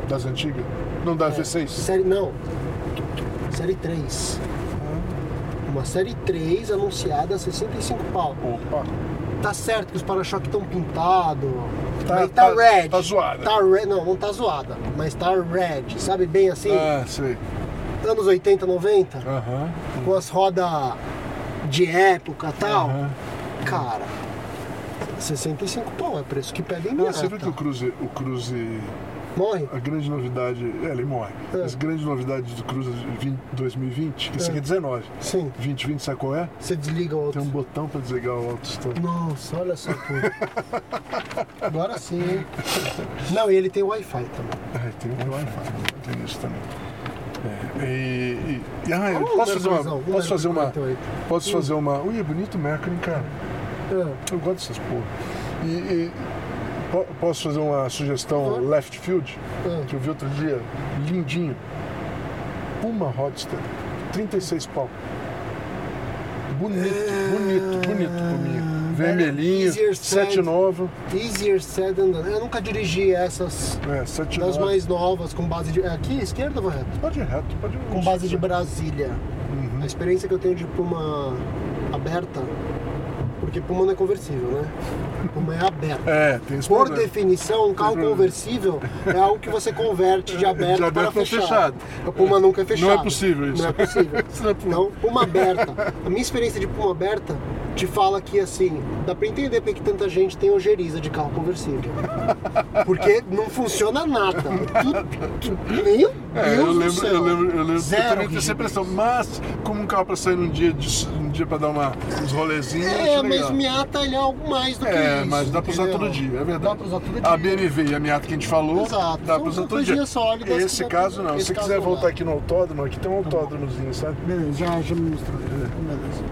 Das antigas? Não, É. da V6. Série. Não. Série 3. Uma série 3 anunciada a 65 pau. Opa. Tá certo que os para-choques estão pintados. Tá- mas tá, tá- red. tá zoada. Tá red. Não, não tá zoada. Mas tá red. Sabe bem assim? Ah, sei. Anos 80, 90? Aham. Com as rodas de época e tal. Cara, 65 pau é preço que pega em Ah, Miata. você viu que o Cruze, o Cruze, Morre? a grande novidade, é, ele morre. É. As grandes novidades do Cruze 20 2020, que esse É. aqui é 19. Sim. 2020, sabe qual é? Você desliga o outro. Tem um botão pra desligar o auto stop. Uhum. Nossa, olha só (laughs) tudo. Agora sim, hein? Não, e ele tem Wi-Fi também. Ah, tem o Uhum. Wi-Fi, tem isso também. É, e, e- e- ah, eu Vamos posso ver, fazer uma. Luizão, vamos Posso ver, fazer uma. 48. Posso fazer uma. Ui, é bonito o Mercury, hein, cara. Ah, Eu gosto dessas porra. E, e po- posso fazer uma sugestão Pode. left field? É. Que eu vi outro dia, lindinho. Uma Roadster, 36 pau. Bonito, Ah, bonito, bonito por mim. easier Vermelhinho, said. sete nova. É. Easier said than done. Eu nunca dirigi essas É, sete das nova. mais novas com base de. é Aqui, esquerda ou reto? Pode ir reto, pode ir Com base de Brasília. A experiência que eu tenho de Puma aberta, porque Puma não é conversível, né? Puma é aberta. É, tem esse Por problema. definição, um carro conversível é algo que você converte de aberto, De aberto para para fechado. fechado. A Puma nunca é fechada. Não é possível isso. Não é possível. (laughs) Isso não é possível. então, Puma aberta. A minha experiência de Puma aberta te fala que, assim, dá pra entender porque que tanta gente tem ojeriza de carro conversível. Porque não funciona nada. Meu É, Deus eu do lembro, céu. eu lembro, eu lembro eu Zero também tinha essa rigidez. impressão, mas como um carro pra sair num dia, de, um dia pra dar uma, uns rolezinhos, É, acho mas legal. Miata ele é algo mais do que É, isso. mas dá pra usar entendeu? todo dia, é verdade. Dá pra usar todo dia. A BMW e a Miata que a gente falou, Exato, dá são pra usar todo coisinhas dia. sólidas que Esse dá pra- caso não, esse se caso quiser não dá. voltar aqui no autódromo, aqui tem um autódromozinho, sabe? Beleza, já, já me mostrou. Beleza.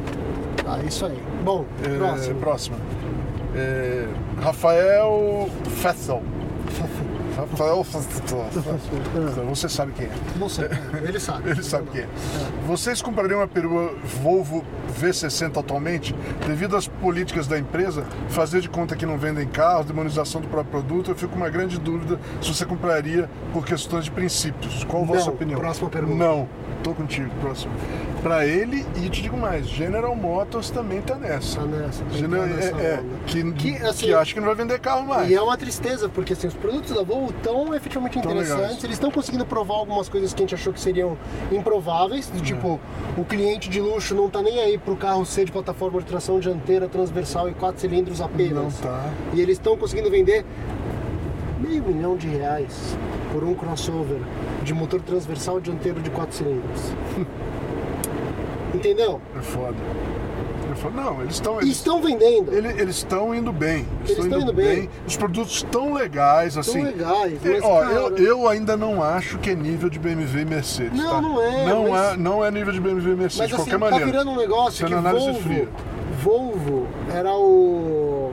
Tá, isso aí. Bom, É, próximo. Próxima. É, Rafael Fessel. (laughs) Rafael Fessel. Você sabe quem é. Não sei, ele sabe. Tá Ele sabe o que é. Vocês comprariam uma perua Volvo V60 atualmente devido às políticas da empresa fazer de conta que não vendem carros, demonização do próprio produto? Eu fico com uma grande dúvida se você compraria por questões de princípios. Qual a vossa Não. opinião? Próxima pergunta. Não, tô contigo, próximo. Pra ele, e te digo mais, General Motors também tá nessa. Tá nessa, tá General, entrando nessa é, é, onda. que, Que, assim, que acha que não vai vender carro mais. E é uma tristeza, porque assim, os produtos da Volvo estão efetivamente Tão interessantes, legais. eles estão conseguindo provar algumas coisas que a gente achou que seriam improváveis, Uhum. do tipo, o cliente de luxo não tá nem aí pro carro ser de plataforma de tração dianteira, transversal e quatro cilindros apenas. Não tá. E eles estão conseguindo vender meio milhão de reais por um crossover de motor transversal (laughs) dianteiro de quatro cilindros. Entendeu? É foda. É falei, não, eles estão. um E Eles, estão vendendo. ele- eles estão indo bem. Eles estão indo bem. Os produtos estão legais, assim. legais, E, mas, ó, cara- eu, eu ainda não acho que é nível de BMW e Mercedes. Não, tá? não é, Não, mas- é, não é nível de BMW e Mercedes, Mas de assim, qualquer tá maneira. virando um negócio Sendo que análise Volvo, fria. Volvo era o,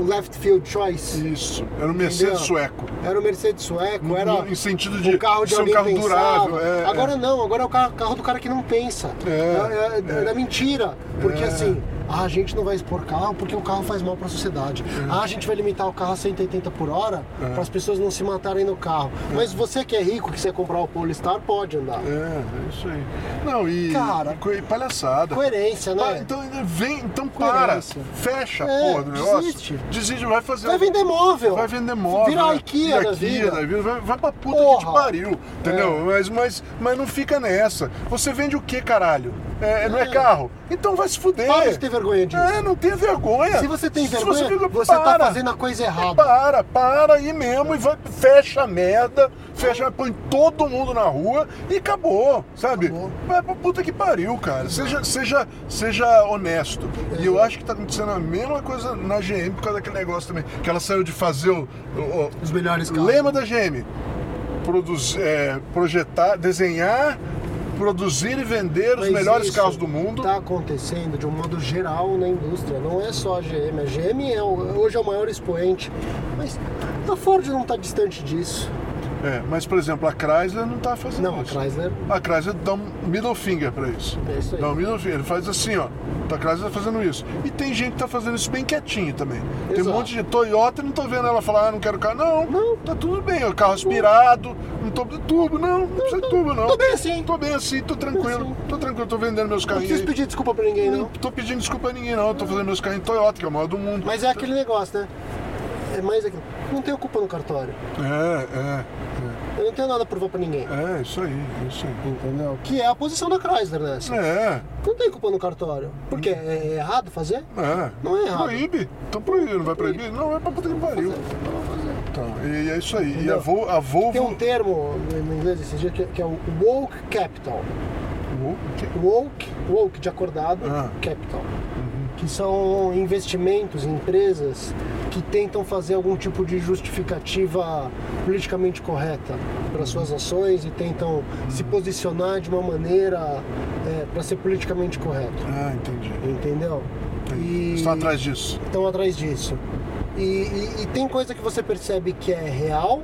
o left field choice. Isso. Era um Mercedes Entendeu? sueco. Era o Mercedes sueco, No- era no- em sentido de o carro de ser um alguém carro pensava. durável, é, agora é. não, agora é o carro, carro do cara que não pensa. É, é, é da mentira. Porque É. assim, ah, a gente não vai expor carro porque o carro faz mal para a sociedade. É. Ah, a gente vai limitar o carro a 180 por hora para as pessoas não se matarem no carro. Mas você que é rico, que quer comprar o Polestar, pode andar. É, é isso aí. Não, e. Cara, e co- e palhaçada. Coerência, né? Pa- então vem, então para, Coerência. fecha a É, porra do negócio. desiste. Desiste, vai fazer. um Vai vender móvel. Então, Vai vender móvel. Vira a né? IKEA da vida. Vai, vai pra puta que Porra. É. te pariu, entendeu? Mas, mas, mas não fica nessa. Você vende o que, caralho? É, não é. É. carro? Então vai se fuder. Para de ter vergonha disso. É, não tem vergonha. Se você tem Se vergonha, fica- você tá para. fazendo a coisa errada. Para, para aí mesmo e vai, fecha a merda, fecha, põe todo mundo na rua e acabou, sabe? Acabou. Vai pra puta que pariu, cara. Seja, seja, seja honesto. E eu acho que tá acontecendo a mesma coisa na GM por causa daquele negócio também. Que ela saiu de fazer o. o- Os melhores o carros. lema da GM: produzir, é, projetar, desenhar, produzir e vender os Mas melhores isso carros do mundo. Tá acontecendo de um modo geral na indústria, não é só a GM. A GM é o- hoje é o maior expoente, mas a Ford não tá distante disso. É, mas, por exemplo, a Chrysler não tá fazendo Não, a isso. Chrysler. A Chrysler dá um middle finger pra isso. É isso aí. Dá um middle finger. Ele faz assim, ó. A Chrysler tá fazendo isso. E tem gente que tá fazendo isso bem quietinho também. Tem um Exato. monte de Toyota, não tô vendo ela falar, ah, não quero carro. Não, Não. tá tudo bem. O carro aspirado, não tô de tubo, não, não precisa de tubo, não. tô bem assim. Tô bem assim, tô tranquilo. assim. Tô tranquilo, tô vendendo meus Não carrinhos. preciso aí. pedir desculpa pra ninguém, Não não. tô pedindo desculpa a ninguém, não. Tô fazendo meus carrinhos Toyota, que é o maior do mundo. Mas é aquele negócio, né? É mais aquilo. Não tenho culpa no cartório. É, Eu não tenho nada a provar pra ninguém. é, é. É, isso aí, isso aí. Entendeu? Que é a posição da Chrysler nessa. É, Não tem culpa no cartório. Por quê? É errado fazer? É. Não é errado. Proíbe. Então proíbe, não vai proibir? Não, é pra puta que Tá pariu. Então, e é isso aí. E a, Entendeu? Vol- a Volvo. Tem um termo no inglês esse dia que, que é o woke capital. Vol- o quê? Woke, woke de acordado, Ah. capital. Que são investimentos em empresas que tentam fazer algum tipo de justificativa politicamente correta para suas ações e tentam se posicionar de uma maneira é, para ser politicamente correto. Ah, entendi. É Entendeu? E- Estão atrás disso. estão atrás disso. E, e- e tem coisa que você percebe que é real,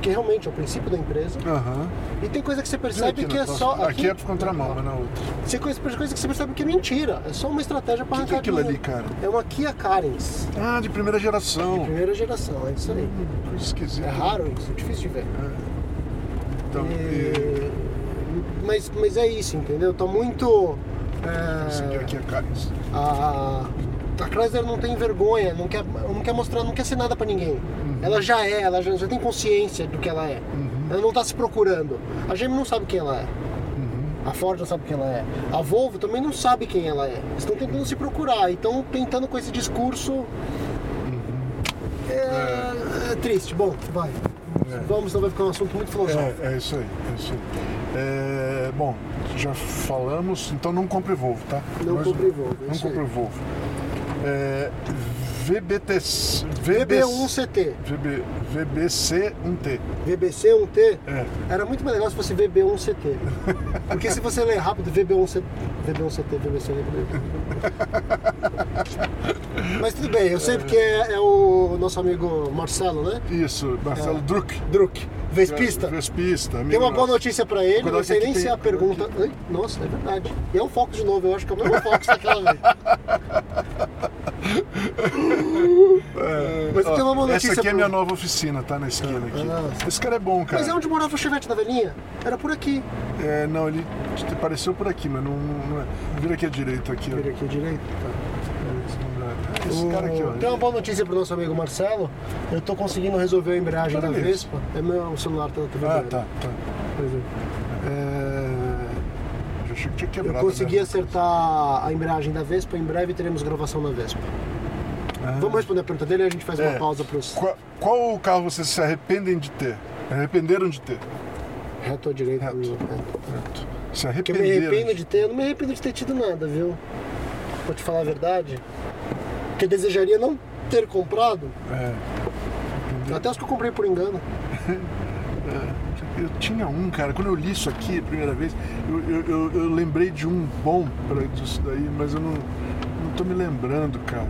que realmente é o princípio da empresa, Aham. e tem coisa que você E aqui percebe que na é tua- só. Aqui, é por contramão, mas na outra. Tem coisa, tem coisa que você percebe que é mentira, é só uma estratégia para Que que é arrancar aquilo ali, dinheiro. cara? É uma Kia Carens, Ah, de primeira geração. primeira geração, é isso aí. Hum, Coisa esquisita. É raro isso, é difícil de ver. Então, e... E- Mas, mas é isso, entendeu? Tá muito. é, Esse aqui é Caris. A, a Chrysler não tem vergonha, não quer, não quer mostrar, não quer ser nada pra ninguém. Uhum. Ela já é, ela já, já tem consciência do que ela é. Ela não tá se procurando. A GM não sabe quem ela é. Uhum. A Ford não sabe quem ela é. A Volvo também não sabe quem ela é. Estão tentando se procurar, então tentando com esse Uhum. discurso. É, é triste. Bom, vai. É. Vamos, senão vai ficar um assunto muito filosófico. É, é isso aí, é isso aí. É, bom, já falamos, então não compre Volvo, tá? Não Mas- compre Volvo, é Não isso aí. compre Volvo. É, VBTC. VB1CT. VB, VBC1T. VBC1T? É. Era muito mais legal se (laughs) fosse VB1CT. Porque se você ler rápido, VB1CT, VB1CT, VBC. Mas tudo bem, eu sei porque é, é o nosso amigo Marcelo, né? Isso, Marcelo Druck. Druck, Vespista. Vespista. amigo Tem uma boa nosso. notícia pra ele, Cuidado não sei que nem aqui se tem- a pergunta. Ai, nossa, é verdade. E é um Fox de novo, eu acho que é o mesmo Fox (laughs) daquela vez. Mas Ó, tem uma boa notícia Essa aqui é pro- minha nova oficina, tá? Na esquina aqui. Ah. Esse cara é bom, cara. Mas é um- onde morava o Chevette da velhinha? Era por aqui. É, não, ele apareceu por aqui, mas não, não, não é. Vira aqui à direita aqui, ó. Vira aqui à direita. Esse cara aqui, ó. Tem uma Então, boa notícia pro nosso amigo Marcelo. Eu tô conseguindo resolver a embreagem da Parabéns. Vespa. É meu celular tá tá Ah, vibrando. tá, tá. Pois é. É... Eu achei que tinha Eu quebrado. consegui né? acertar a embreagem da Vespa, em breve teremos gravação na Vespa. Ah. Vamos responder a pergunta dele e a gente faz É. uma pausa pros Qual, qual o carro vocês se arrependem de ter? Arrependeram de ter? reto à direita. Reto. É. Pronto. Se Que eu me arrependeram. arrependo de ter, eu não me arrependo de ter tido nada, viu? Vou te falar a verdade. Que eu desejaria não ter comprado. É. Uhum. Até os que eu comprei por engano. Eu tinha um, cara, quando eu li isso aqui a primeira vez, eu, eu, eu- eu lembrei de um bom pra disso daí, mas eu não, não tô me lembrando, cara.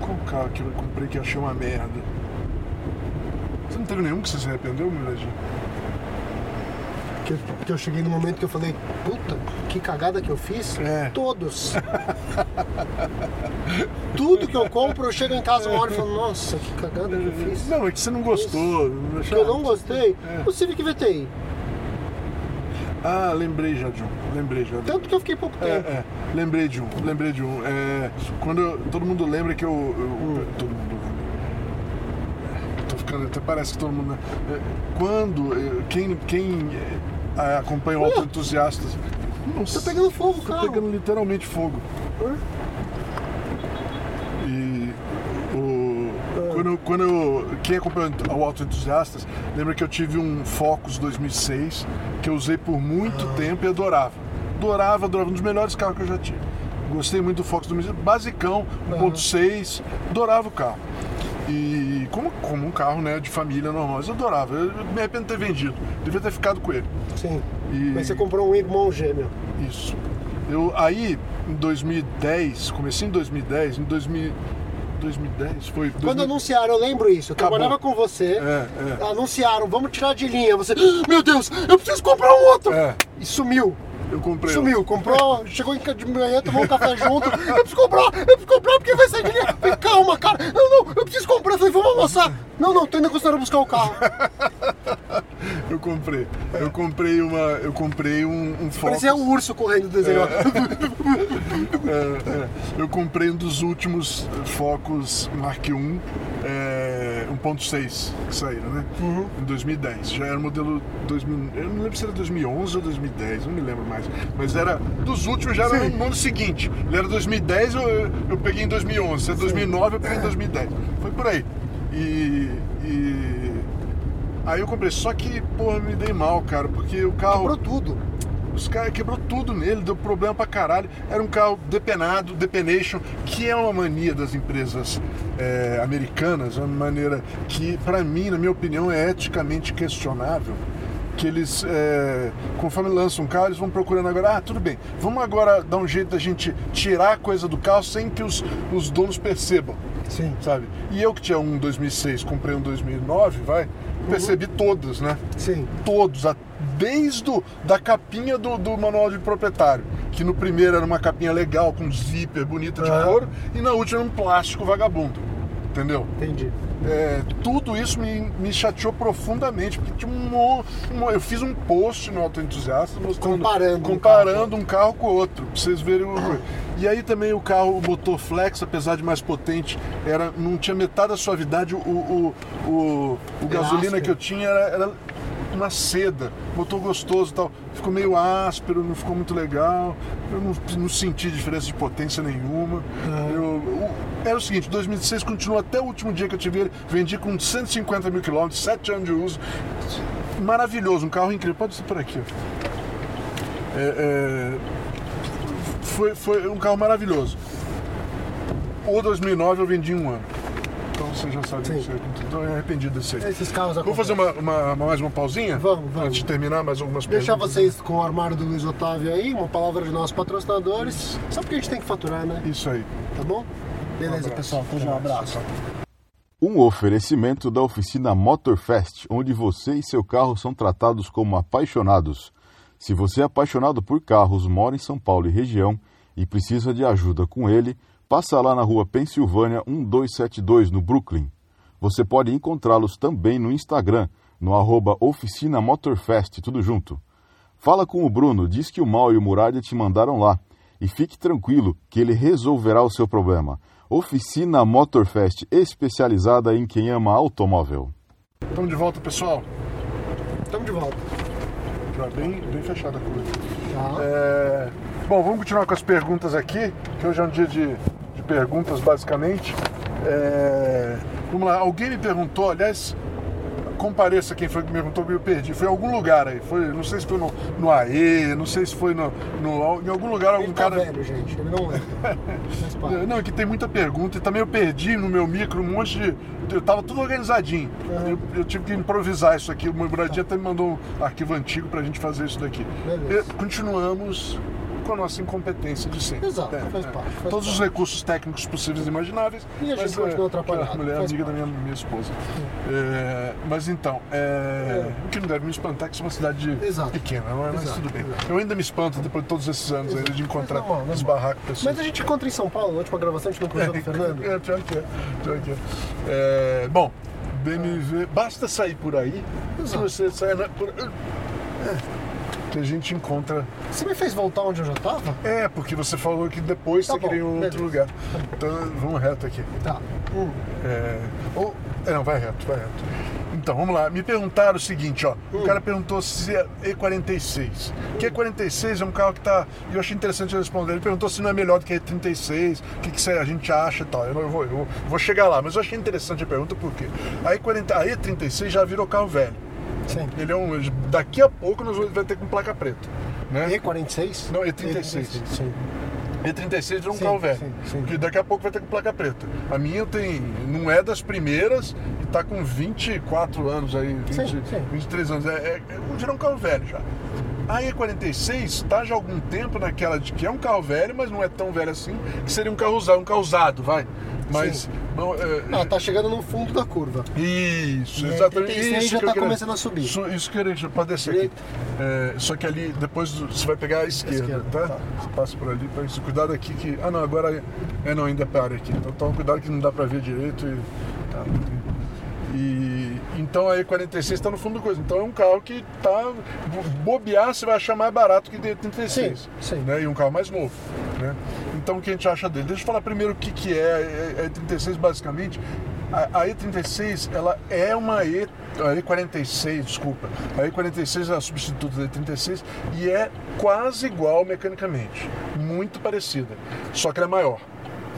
Qual carro que eu comprei que eu achei uma merda? Você não teve nenhum que você se arrependeu, Miradinho? Que eu, que eu cheguei no momento que eu falei, puta, que cagada que eu fiz. É. Todos. (laughs) Tudo que eu compro, eu chego em casa uma hora e falo, nossa, que cagada que eu fiz. Não, é que você não gostou. que eu não gostei, É. o Civic VTI. Ah, lembrei já de um. Lembrei já de um. Tanto que eu fiquei pouco É, tempo. é, lembrei de um, lembrei de um. É, quando eu- todo mundo lembra que eu. Hum. eu- todo mundo lembra. Tô ficando, até parece que todo mundo. lembra. É, quando. eu- quem quem é, acompanha o Olha. Auto Entusiastas. Nossa, Tá pegando fogo o tá carro. pegando literalmente fogo. E o, quando, eu- quando eu, quem acompanhou o Auto Entusiastas lembra que eu tive um Focus 2006 que eu usei por muito tempo e adorava. Adorava, adorava, um dos melhores carros que eu já tive. Gostei muito do Focus 2006, basicão, 1.6, adorava o carro. E como, como um carro né, de família normal, mas eu adorava. Eu, eu me arrependo de ter vendido, devia ter ficado com ele. Sim. E- Mas você comprou um irmão gêmeo. Isso. Eu, aí, em 2010, comecei em 2010, em 2000, 2010 foi. Quando 2000 anunciaram, eu lembro isso, eu Acabou. trabalhava com você, É, anunciaram, vamos tirar de linha, você, "Ah, meu Deus, eu preciso comprar um outro! É. E sumiu. Eu comprei. Sumiu, comprou, chegou em ca- de manhã, tomou um café junto. Eu preciso comprar, eu preciso comprar porque vai sair de linha. Eu falei, calma, cara, não, não, eu preciso comprar. Eu falei, vamos almoçar. Não, não, tô indo costurando buscar o carro. um, Eu comprei. Eu comprei uma. Eu comprei um, um Focus. Parecia um urso correndo do desenho. É, é. Eu comprei um dos últimos Focus Mark I, é, 1.6 que saíram, né? Em 2010. Já era modelo 2000, eu não lembro se era 2011 ou 2010, não me lembro mais. Mas era dos últimos, já era no ano seguinte. Ele era 2010, eu, eu peguei em 2011. Se era 2009, eu peguei em 2010. Foi por aí. E, e- aí eu comprei. Só que, porra, me dei mal, cara, porque o carro Comprou tudo. os caras quebrou tudo nele, deu problema pra caralho. Era um carro depenado, depenation, que é uma mania das empresas é, americanas, uma maneira que, pra mim, na minha opinião, é eticamente questionável. Que eles, é, conforme lançam um carro, eles vão procurando agora. Ah, tudo bem, vamos agora dar um jeito da gente tirar a coisa do carro sem que os, os donos percebam Sim. sabe? E eu que tinha um 2006, comprei um 2009, vai, percebi todas, né? Sim. Todos, a- desde o, da capinha do, do manual de proprietário, que no primeiro era uma capinha legal, com zíper bonita de Aham. couro, e na última era um plástico vagabundo, entendeu? Entendi. É, tudo isso me, me chateou profundamente, porque tinha um, mo- um mo- eu fiz um post no Auto Entusiasta mostrando, Comparando um comparando um carro com o outro, pra vocês verem o... E aí também o carro, o motor flex, apesar de mais potente, era, não tinha metade da suavidade, o, o, o, o gasolina que eu tinha era, era uma seda, motor gostoso e tal, ficou meio áspero, não ficou muito legal, eu não, não senti diferença de potência nenhuma, eu, o- era o seguinte, 2006 continuou até o último dia que eu tive ele, vendi com 150 mil quilômetros, 7 anos de uso, maravilhoso, um carro incrível, pode ser por aqui, ó. É, é, foi, foi um carro maravilhoso. O 2009 eu vendi em um ano. Então você já sabe Sim. que você então, eu arrependido desse aí. É, Esses carros Vamos fazer uma, uma- mais uma pausinha? Vamos, vamos. Antes de terminar, mais algumas Deixar perguntas. vocês com o armário do Luiz Otávio aí, uma palavra de nossos patrocinadores. Só porque a gente tem que faturar, né? Isso aí. Tá bom? Beleza, pessoal. Então, já um abraço. Um oferecimento da oficina Motorfest, onde você e seu carro são tratados como apaixonados. Se você é apaixonado por carros, mora em São Paulo e região e precisa de ajuda com ele, passa lá na rua Pensilvânia 1272, no Brooklyn. Você pode encontrá-los também no Instagram, no arroba Oficina Motorfest, tudo junto. Fala com o Bruno, diz que o Mal e o Muralha te mandaram lá. E fique tranquilo que ele resolverá o seu problema. Oficina Motorfest, especializada em quem ama automóvel. Estamos de volta, pessoal. Tamo de volta. Já Tá bem, bem fechada a curva. Tá. É, Bom, vamos continuar com as perguntas aqui, que hoje é um dia de, de perguntas, basicamente. É, Vamos lá, alguém me perguntou, aliás, compareça quem foi que me perguntou, eu perdi. Foi em algum lugar aí. Foi, não sei se foi no, no AE, não sei se foi no, no- em algum lugar, algum Ele tá É, cara. velho, gente. Ele não lembra. Faz parte. Não, é que tem muita pergunta e também eu perdi no meu micro um monte de. Eu tava tudo organizadinho. Eu, eu tive que improvisar isso aqui. O meu Bradinho até me mandou um arquivo antigo pra gente fazer isso daqui. Beleza. E continuamos com a nossa incompetência de sempre. É, Exato, faz parte, faz Todos os parte. recursos técnicos possíveis e imagináveis. E a gente mas, continua é, atrapalhado, A mulher é faz amiga da minha, minha esposa. É, mas então, é, o que não deve me espantar é que isso é uma cidade Exato. pequena, mas mas Exato, tudo bem. exato. Eu ainda me espanto depois de todos esses anos ainda de encontrar normal, normal. uns barracos pessoas. Mas a gente encontra em São Paulo, na última gravação a gente não cruzou com o Fernando. (laughs) É, pior que é. Pior que é. É, bom, BMW, basta sair por aí. Se Exato. você sair na- por é, que a gente encontra. Você me fez voltar onde eu já tava? É, porque você falou que depois Tá você queria ir em bom, outro beleza. lugar. Então vamos reto aqui. Tá. Hum. É, ou, é, não, vai reto, vai reto. Então, vamos lá. Me perguntaram o seguinte, ó. O cara perguntou se é E46. Que E46 é um carro que tá... Eu achei interessante eu responder. Ele perguntou se não é melhor do que E36, o que, que cê- a gente acha e tal. Eu, não- eu vou, eu vou chegar lá, mas eu achei interessante a pergunta porque a E40, a E36 já virou carro velho. Sim. Ele é um... Daqui a pouco nós vamos vai ter com placa preta, né? E46? Não, E36. Sim. E36 é um Sim, carro velho. sim, sim. Que daqui a pouco vai ter com placa preta. A minha tem. não é das primeiras e tá com 24 anos aí, 20, Sim, sim. 23 anos. É, é, é, já é um carro velho já. A E46 tá já há algum tempo naquela de que é um carro velho, mas não é tão velho assim, que seria um carro usado, um carro usado, vai. Mas. Sim. Não, é, Ah, tá chegando no fundo da curva. isso, E aí, exatamente. 36 isso já que eu tá queria- começando a subir. Isso, isso que eu queria para descer aqui. Direita. É, só que ali, depois do- você vai pegar a esquerda, Esquerda, tá? tá. Você passa por ali. Pra isso. Cuidado aqui que. Ah, não, agora. É, não, ainda é para aqui. Então toma cuidado que não dá para ver direito. E, tá. E- então a E46 está no fundo do coisa. Então é um carro que tá. bo- Bobear você vai achar mais barato que D36. Sim, sim. Né? E um carro mais novo. Né? Então o que a gente acha dele? Deixa eu falar primeiro o que, que é a E36 basicamente. A, a E36 ela é uma E, a E46, desculpa. A E46 é a substituta da E36 e é quase igual mecanicamente. Muito parecida. Só que ela é maior.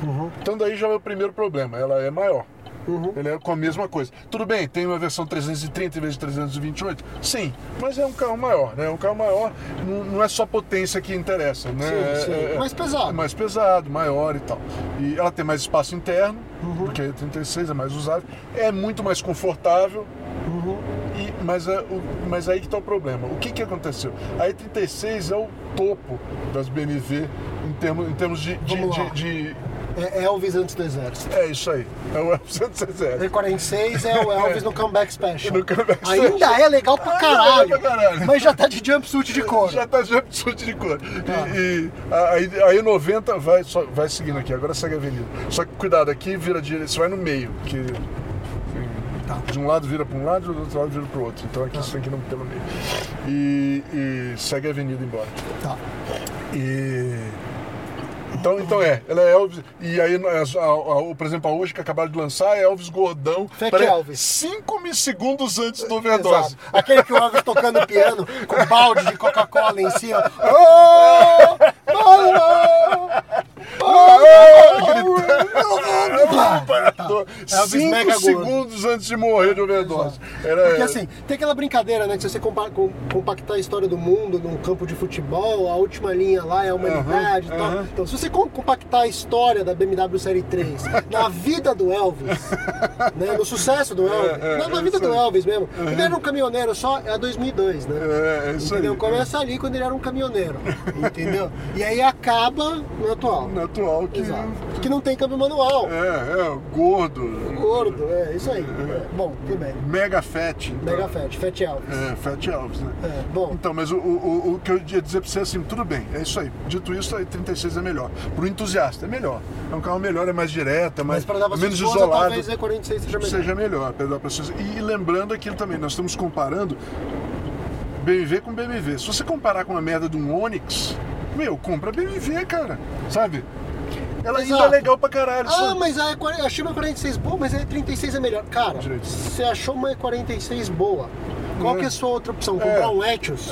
Uhum. Então daí já é o primeiro problema, ela é maior. Uhum. Ele é com a mesma coisa. Tudo bem, tem uma versão 330 em vez de 328? Sim, mas é um carro maior, né? Um carro maior não, não é só potência que interessa, né? Sim, É- sim. é- Mais pesado. É mais pesado, maior e tal. E ela tem mais espaço interno, Uhum. porque a E36 é mais usável. É muito mais confortável, Uhum. e- mas, é o- mas aí que está o problema. O que, que aconteceu? A E36 é o topo das BMW em termos, em termos de- de- Vamos lá. de- de É Elvis antes do exército. é isso aí. É o F160. E46 é (laughs) o Elvis no Comeback Special. No comeback special. Ainda é legal pra Ainda é legal caralho. pra caralho. Mas já tá de jumpsuit de couro. Já tá já absurdo de cor. Tá. E, e a- aí- aí 90 vai, só- vai seguindo aqui, agora segue a avenida. Só que cuidado, aqui vira direita, você vai no meio, que enfim, Tá. de um lado vira para um lado, do outro lado vira para o outro. Então aqui você tem que ir no- pelo meio. E, e segue a avenida embora. Tá. E. Então, então é, ela é Elvis. E aí, as- a- a- por exemplo, a hoje que acabaram de lançar é Elvis Gordão. Fake Pare- é Elvis. Cinco milissegundos antes do overdose. Exato. Aquele que o Elvis tocando piano com balde de Coca-Cola em (laughs) cima. Oh, oh, oh, Tá. Elvis mega Cinco gordo. segundos antes de morrer de overdose. Era, Porque assim, tem aquela brincadeira, né? Que se você compa- com- compactar a história do mundo num campo de futebol, a última linha lá é a humanidade e tal. aham. Então, se você com- compactar a história da BMW (laughs) Série 3 na vida do Elvis, né? No sucesso do Elvis, é, na, na é vida isso do aí. Elvis mesmo. Ele era um caminhoneiro só, é a 2002, né? é, é isso Entendeu? aí. Começa ali quando ele era um caminhoneiro, entendeu? E aí acaba no atual. No atual que. é Exato. Que não tem câmbio manual. É, é, gordo. Gordo, é isso aí. É. Bom, tudo bem. Mega fat. então. Mega Fat, Fat Elvis. É, Fat Elvis, né? É, bom. Então, mas o, o, o- o que eu ia dizer pra você é assim, tudo bem, é isso aí. Dito isso, a 36 é melhor. Pro entusiasta é melhor. É um carro melhor, é mais direto, é mais, Mas para dar pra sua menos esposa, isolado. talvez é a 46 seja melhor. Seja melhor, pra dar pra sua- E, e lembrando aquilo também, nós estamos comparando BMW com BMW. Se você comparar com a merda de um Onix, meu, compra BMW, cara. Sabe? Ela ainda é Exato. legal pra caralho. Ah, sabe? mas a, E40 achei uma 46 boa, mas a 36 é melhor. Cara, Direito. Né? você achou uma E46 boa. Qual que é a sua outra opção? Comprar É. um Etios?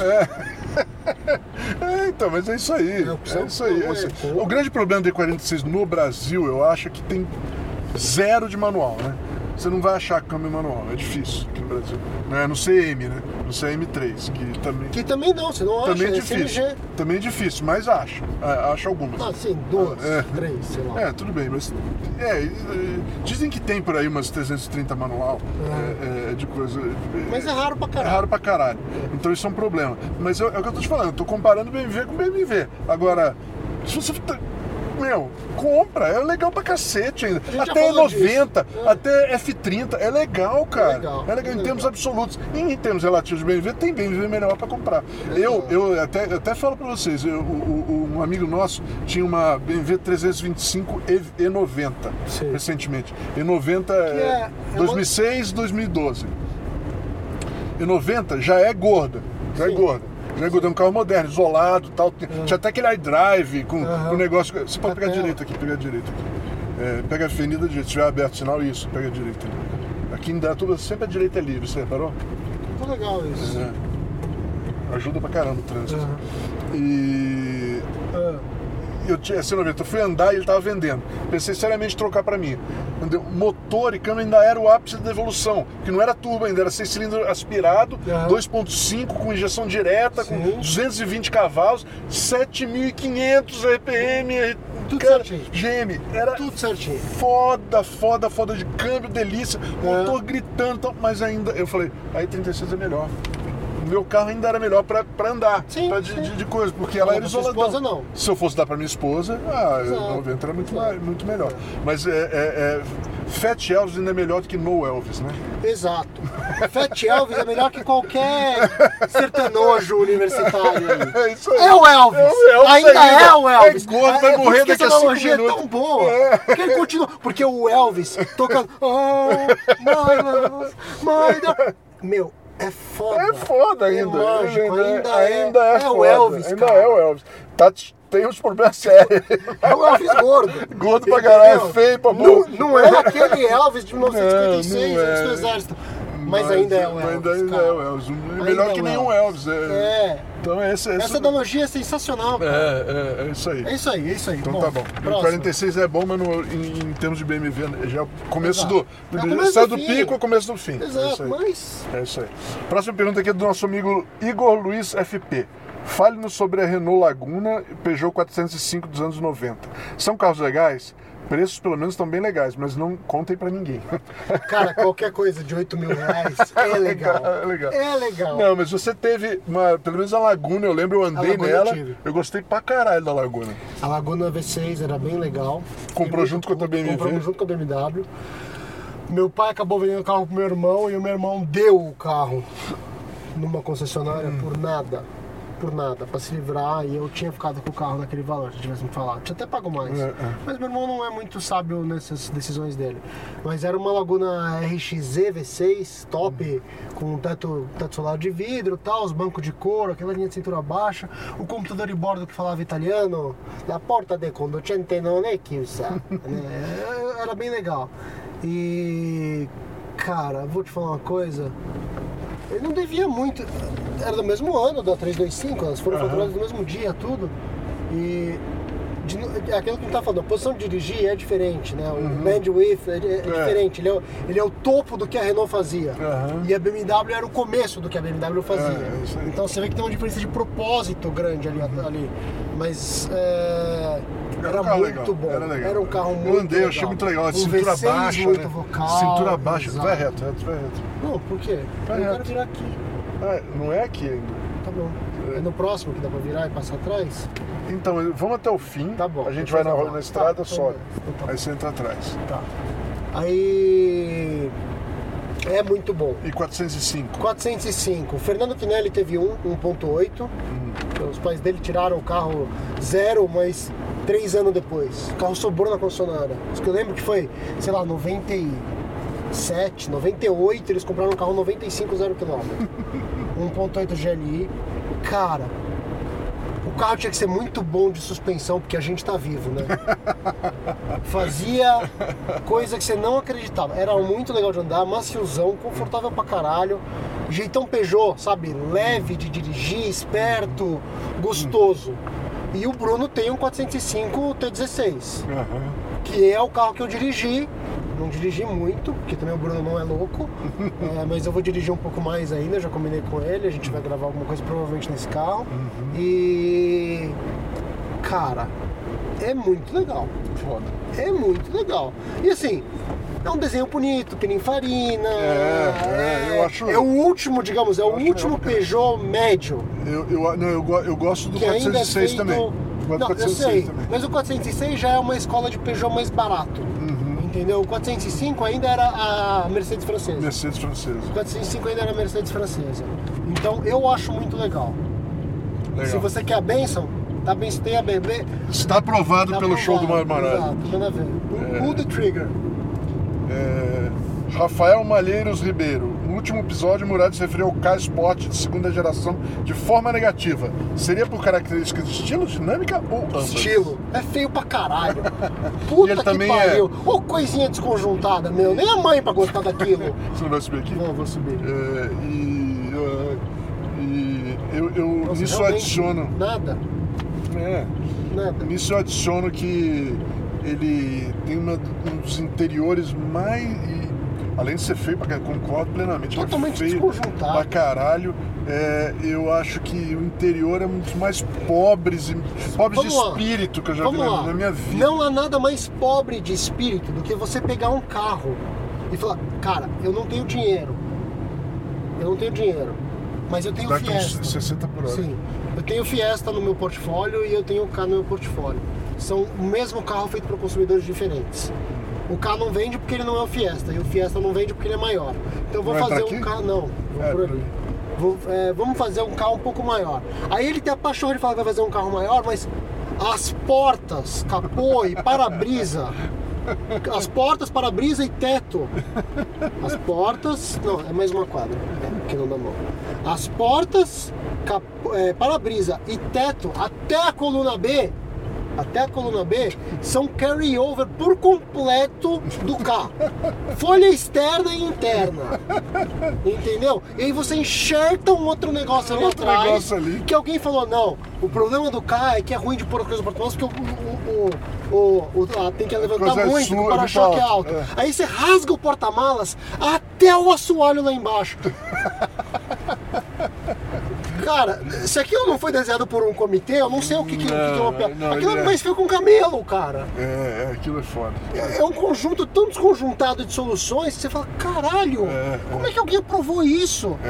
É, então, mas é isso aí. É, opção É isso aí. é isso aí. boa, é boa. O grande problema do E46 no Brasil, eu acho, é que tem zero de manual, né? Você não vai achar câmbio manual, é difícil aqui no Brasil. Né? No CM, né? No CM3, que também. Que também não, você não acha. também é é difícil. CMG. Também é difícil, mas acho. É, acho algumas. Ah, sim, duas, É. três, sei lá. É, tudo bem, mas. É, e, e, dizem que tem por aí umas 330 manual é, é, de coisa. Ah. Mas é raro pra É caralho. raro pra caralho. Então isso é um problema. Mas eu- é o que eu tô te falando, eu tô comparando BMW com BMW. Agora, se você. tá- Meu, compra, é legal pra cacete ainda. gente já Até falou disso. E90, É. até F30, é legal, cara. É legal, legal, é em termos legal. absolutos. E em termos relativos de BMW, tem BMW melhor pra comprar. É Eu, eu até, eu até falo pra vocês, eu- o- o- um amigo nosso tinha uma BMW 325 e, E90 Sei. recentemente. E90 é, é- é 2006, 2012 e 90 já é gorda. Já é Sim. É. gorda. Já é gorda. É um carro moderno, isolado e tal. Tem- Tinha até aquele iDrive com Aham. o negócio. Você pode Com a pegar tela. direito aqui, pegar direito aqui. É, pega a avenida direita. Se tiver aberto o sinal, isso, pega a direita. Aqui em Datuba sempre a direita é livre, você reparou? Muito legal isso. É. Ajuda pra caramba o trânsito. Aham. E Ah, eu tinha esse 90, eu fui andar e ele tava vendendo. Pensei seriamente em trocar pra mim. Entendeu? Motor e câmbio ainda era o ápice da evolução, que não era turbo ainda, era seis cilindros aspirado, Aham. 2.5 com injeção direta, Sim. com 220 cavalos, 7.500 RPM, e- Tudo cara, certinho. GM, era Tudo certinho. foda, foda, foda de câmbio, delícia, É. motor gritando, tal, mas ainda, eu falei, aí 36 é melhor. O meu carro ainda era melhor pra, pra andar, Sim, pra de, sim. de- de coisa, porque ela Não, era pra sua isoladão. esposa, não. Se eu fosse dar pra minha esposa, ah, Exato. o 90 era muito, Exato. mais- muito melhor. Mas é, é- é- Fat Elvis ainda é melhor do que No Elvis, né? Exato. Fat Elvis é melhor (laughs) que qualquer sertanojo universitário. aí. É isso aí. É o Elvis. É o Elvis ainda, ainda. é o Elvis. É gordo, vai por isso morrer que daqui a essa cinco analogia é tão minutos. boa. Porque ele continua. Porque o Elvis tocando. Oh, my love, my love. Meu, é foda. É foda ainda. É mágico, ainda, ainda, ainda é, é, o foda, Elvis, Ainda cara. é o Elvis. Tá, tem uns problemas sérios. (laughs) É o Elvis gordo. Gordo pra caralho, é feio pra Não, burro. não é aquele Elvis de 1956, Não, não antes é. do exército. Mas, ainda é o Elvis. Ainda, ainda cara. é o Elvis. Ainda Melhor é que o nenhum Elvis. É. É. Então esse, esse- Essa analogia é sensacional, cara. é, é, é isso aí. É isso aí, é isso aí. Então tá bom. próximo. O 46 é bom, mas no- em, em termos de BMW já é o começo Exato. do. É o começo sai do do, fim. pico é o começo do fim. é isso Exato, aí. mas. É isso aí. Próxima pergunta aqui é do nosso amigo Igor Luiz FP. Fale-nos sobre a Renault Laguna e Peugeot 405 dos anos 90. São carros legais? Preços pelo menos estão bem legais, mas não contem pra ninguém. (laughs) Cara, qualquer coisa de 8 mil reais é legal. É legal. É legal. Não, mas você teve, uma, pelo menos a Laguna, eu lembro, eu andei Laguna eu nela, tive. eu, gostei pra caralho da Laguna. A Laguna V6 era bem legal. Comprou Fiquei junto muito com a tua puto, BMW? Compramos junto com a BMW. Meu pai acabou vendendo o carro pro meu irmão e o meu irmão deu o carro numa concessionária Hum. por nada. Por nada, pra se livrar, e eu tinha ficado com o carro naquele valor, se tivesse me falado. Tinha até pago mais. É, é. Mas meu irmão não é muito sábio nessas decisões dele. Mas era uma Laguna RXZ V6, top, com teto, teto solar de vidro, tal, os bancos de couro, aquela linha de cintura baixa, o computador de bordo que falava italiano, la porta de conducente non è chiusa. (laughs) né? Era bem legal. E, cara, vou te falar uma coisa. Ele não devia muito. Era do mesmo ano da 325, elas foram faturadas no mesmo dia, tudo. E. de no- é aquilo que a gente tá falando, a posição de dirigir é diferente, né? O Uhum. bandwidth é, é diferente. Ele é, o- ele é o topo do que a Renault fazia. Aham. E a BMW era o começo do que a BMW fazia. É, é isso aí. Uhum. então você vê que tem uma diferença de propósito grande ali. ali. Mas. é, Era, um carro muito legal, bom. Era, legal. um carro muito Eu andei, eu legal. achei muito legal. Um cintura V6 baixa. muito né? vocal. Cintura baixa. exato. Vai reto, reto, vai reto. Não, por quê? Tá eu quero reto. virar aqui. Ah, não é aqui ainda. Tá bom. É no próximo que dá pra virar e passar atrás? Então, vamos até o fim. Tá bom. A gente vai Depois na, roda eu volto. na estrada, Tá, sobe. então tá bom. Aí você entra atrás. Tá. Aí. É muito bom. E 405. 405. O Fernando Pinelli teve um, 1.8. Os pais dele tiraram o carro zero, mas três anos depois. O carro sobrou na concessionária. Isso que eu lembro que foi, sei lá, 97, 98, eles compraram um carro 95 zero quilômetro. (laughs) 1.8 GLI. Cara, o carro tinha que ser muito bom de suspensão, porque a gente tá vivo, né? Fazia coisa que você não acreditava. Era muito legal de andar, maciozão, confortável pra caralho. Jeitão Peugeot, sabe? Leve de dirigir, esperto, gostoso. E o Bruno tem um 405 T16, Aham. que é o carro que eu dirigi não dirigi muito, porque também o Bruno não (laughs) é louco, é, mas eu vou dirigir um pouco mais ainda, eu já combinei com ele, a gente vai gravar alguma coisa provavelmente nesse carro. Uhum. E. Cara, é muito legal. Foda. É muito legal. E assim, é um desenho bonito, Pininfarina. É, é, eu acho- É o último, digamos, é o acho legal, último cara. Peugeot médio Eu, eu, não, eu, go- eu gosto do que ainda é 406 feito... também. Não, Gosto do eu sei, 406 também. mas o 406 já é uma escola de Peugeot mais barato. Uhum. Entendeu? O 405 ainda era a Mercedes francesa. Mercedes francesa. O 405 ainda era a Mercedes francesa. Então eu acho muito legal. Legal. Se você quer a Benson, tá bem, se tem a BB. Está aprovado tá pelo show do aprovado. Marmarado. Exato, manda ver. É. Pull the trigger. É, Rafael Malheiros Ribeiro. No último episódio, Murad se referiu ao K-Sport de segunda geração de forma negativa. Seria por características de estilo, dinâmica ou ambas? Estilo. É feio pra (laughs) caralho. Puta E ele que também é- pariu. Ô coisinha desconjuntada, meu. Nem a mãe pra (laughs) gostar daquilo. Você não vai subir aqui? Não, vou subir. É, e ah, e eu, eu Nossa, nisso realmente, né? adiciono. Nada, É, nada. Nisso eu adiciono que ele tem uma- um dos interiores mais. e, além de ser feio, pra caralho, concordo plenamente. que é Totalmente feio desconjuntado. Pra caralho. É, eu acho que o interior é um dos mais pobres, e- pobres de Vamos lá. espírito que eu já Vamos vi na, lá. na minha vida. Não há nada mais pobre de espírito do que você pegar um carro e falar, cara, eu não tenho dinheiro. Eu não tenho dinheiro. Mas eu tenho Dá com Fiesta. 60 por hora. Sim. Eu tenho Fiesta no meu portfólio e eu tenho o K no meu portfólio. São o mesmo carro feito para consumidores diferentes. O K não vende porque ele não é o Fiesta. E o Fiesta não vende porque ele é maior. Então eu vou Vai entrar fazer aqui? um K. Não, vou É, por por ali. ali. Vou- é, vamos fazer um carro um pouco maior. Aí ele tem a paixão de falar que vai fazer um carro maior, mas as portas, capô e (laughs) para-brisa. As portas, para-brisa e teto. As portas. Não, é mais uma quadra. É, porque não dá mão. As portas, cap- é, para-brisa e teto até a coluna B. Até a coluna B são carry-over por completo do carro. Folha externa e interna. Entendeu? E aí você enxerta um outro negócio ali Outro atrás. negócio ali. Que alguém falou, não, o problema do carro é que é ruim de pôr as coisas para trás, porque o, o, o, o- a- tem que levantar coisa é Então muito, sua, o para-choque é muito alto. alto, é. Aí você rasga o porta-malas até o assoalho (laughs) lá embaixo. Cara, se aquilo não foi desenhado por um comitê, eu não sei o que, que, o que que é uma Não, piada. não, aquilo ele é é- mais feio com camelo, cara. É, é, aquilo é foda. É um conjunto tão desconjuntado de soluções que você fala, caralho, É, como é que alguém aprovou isso? É,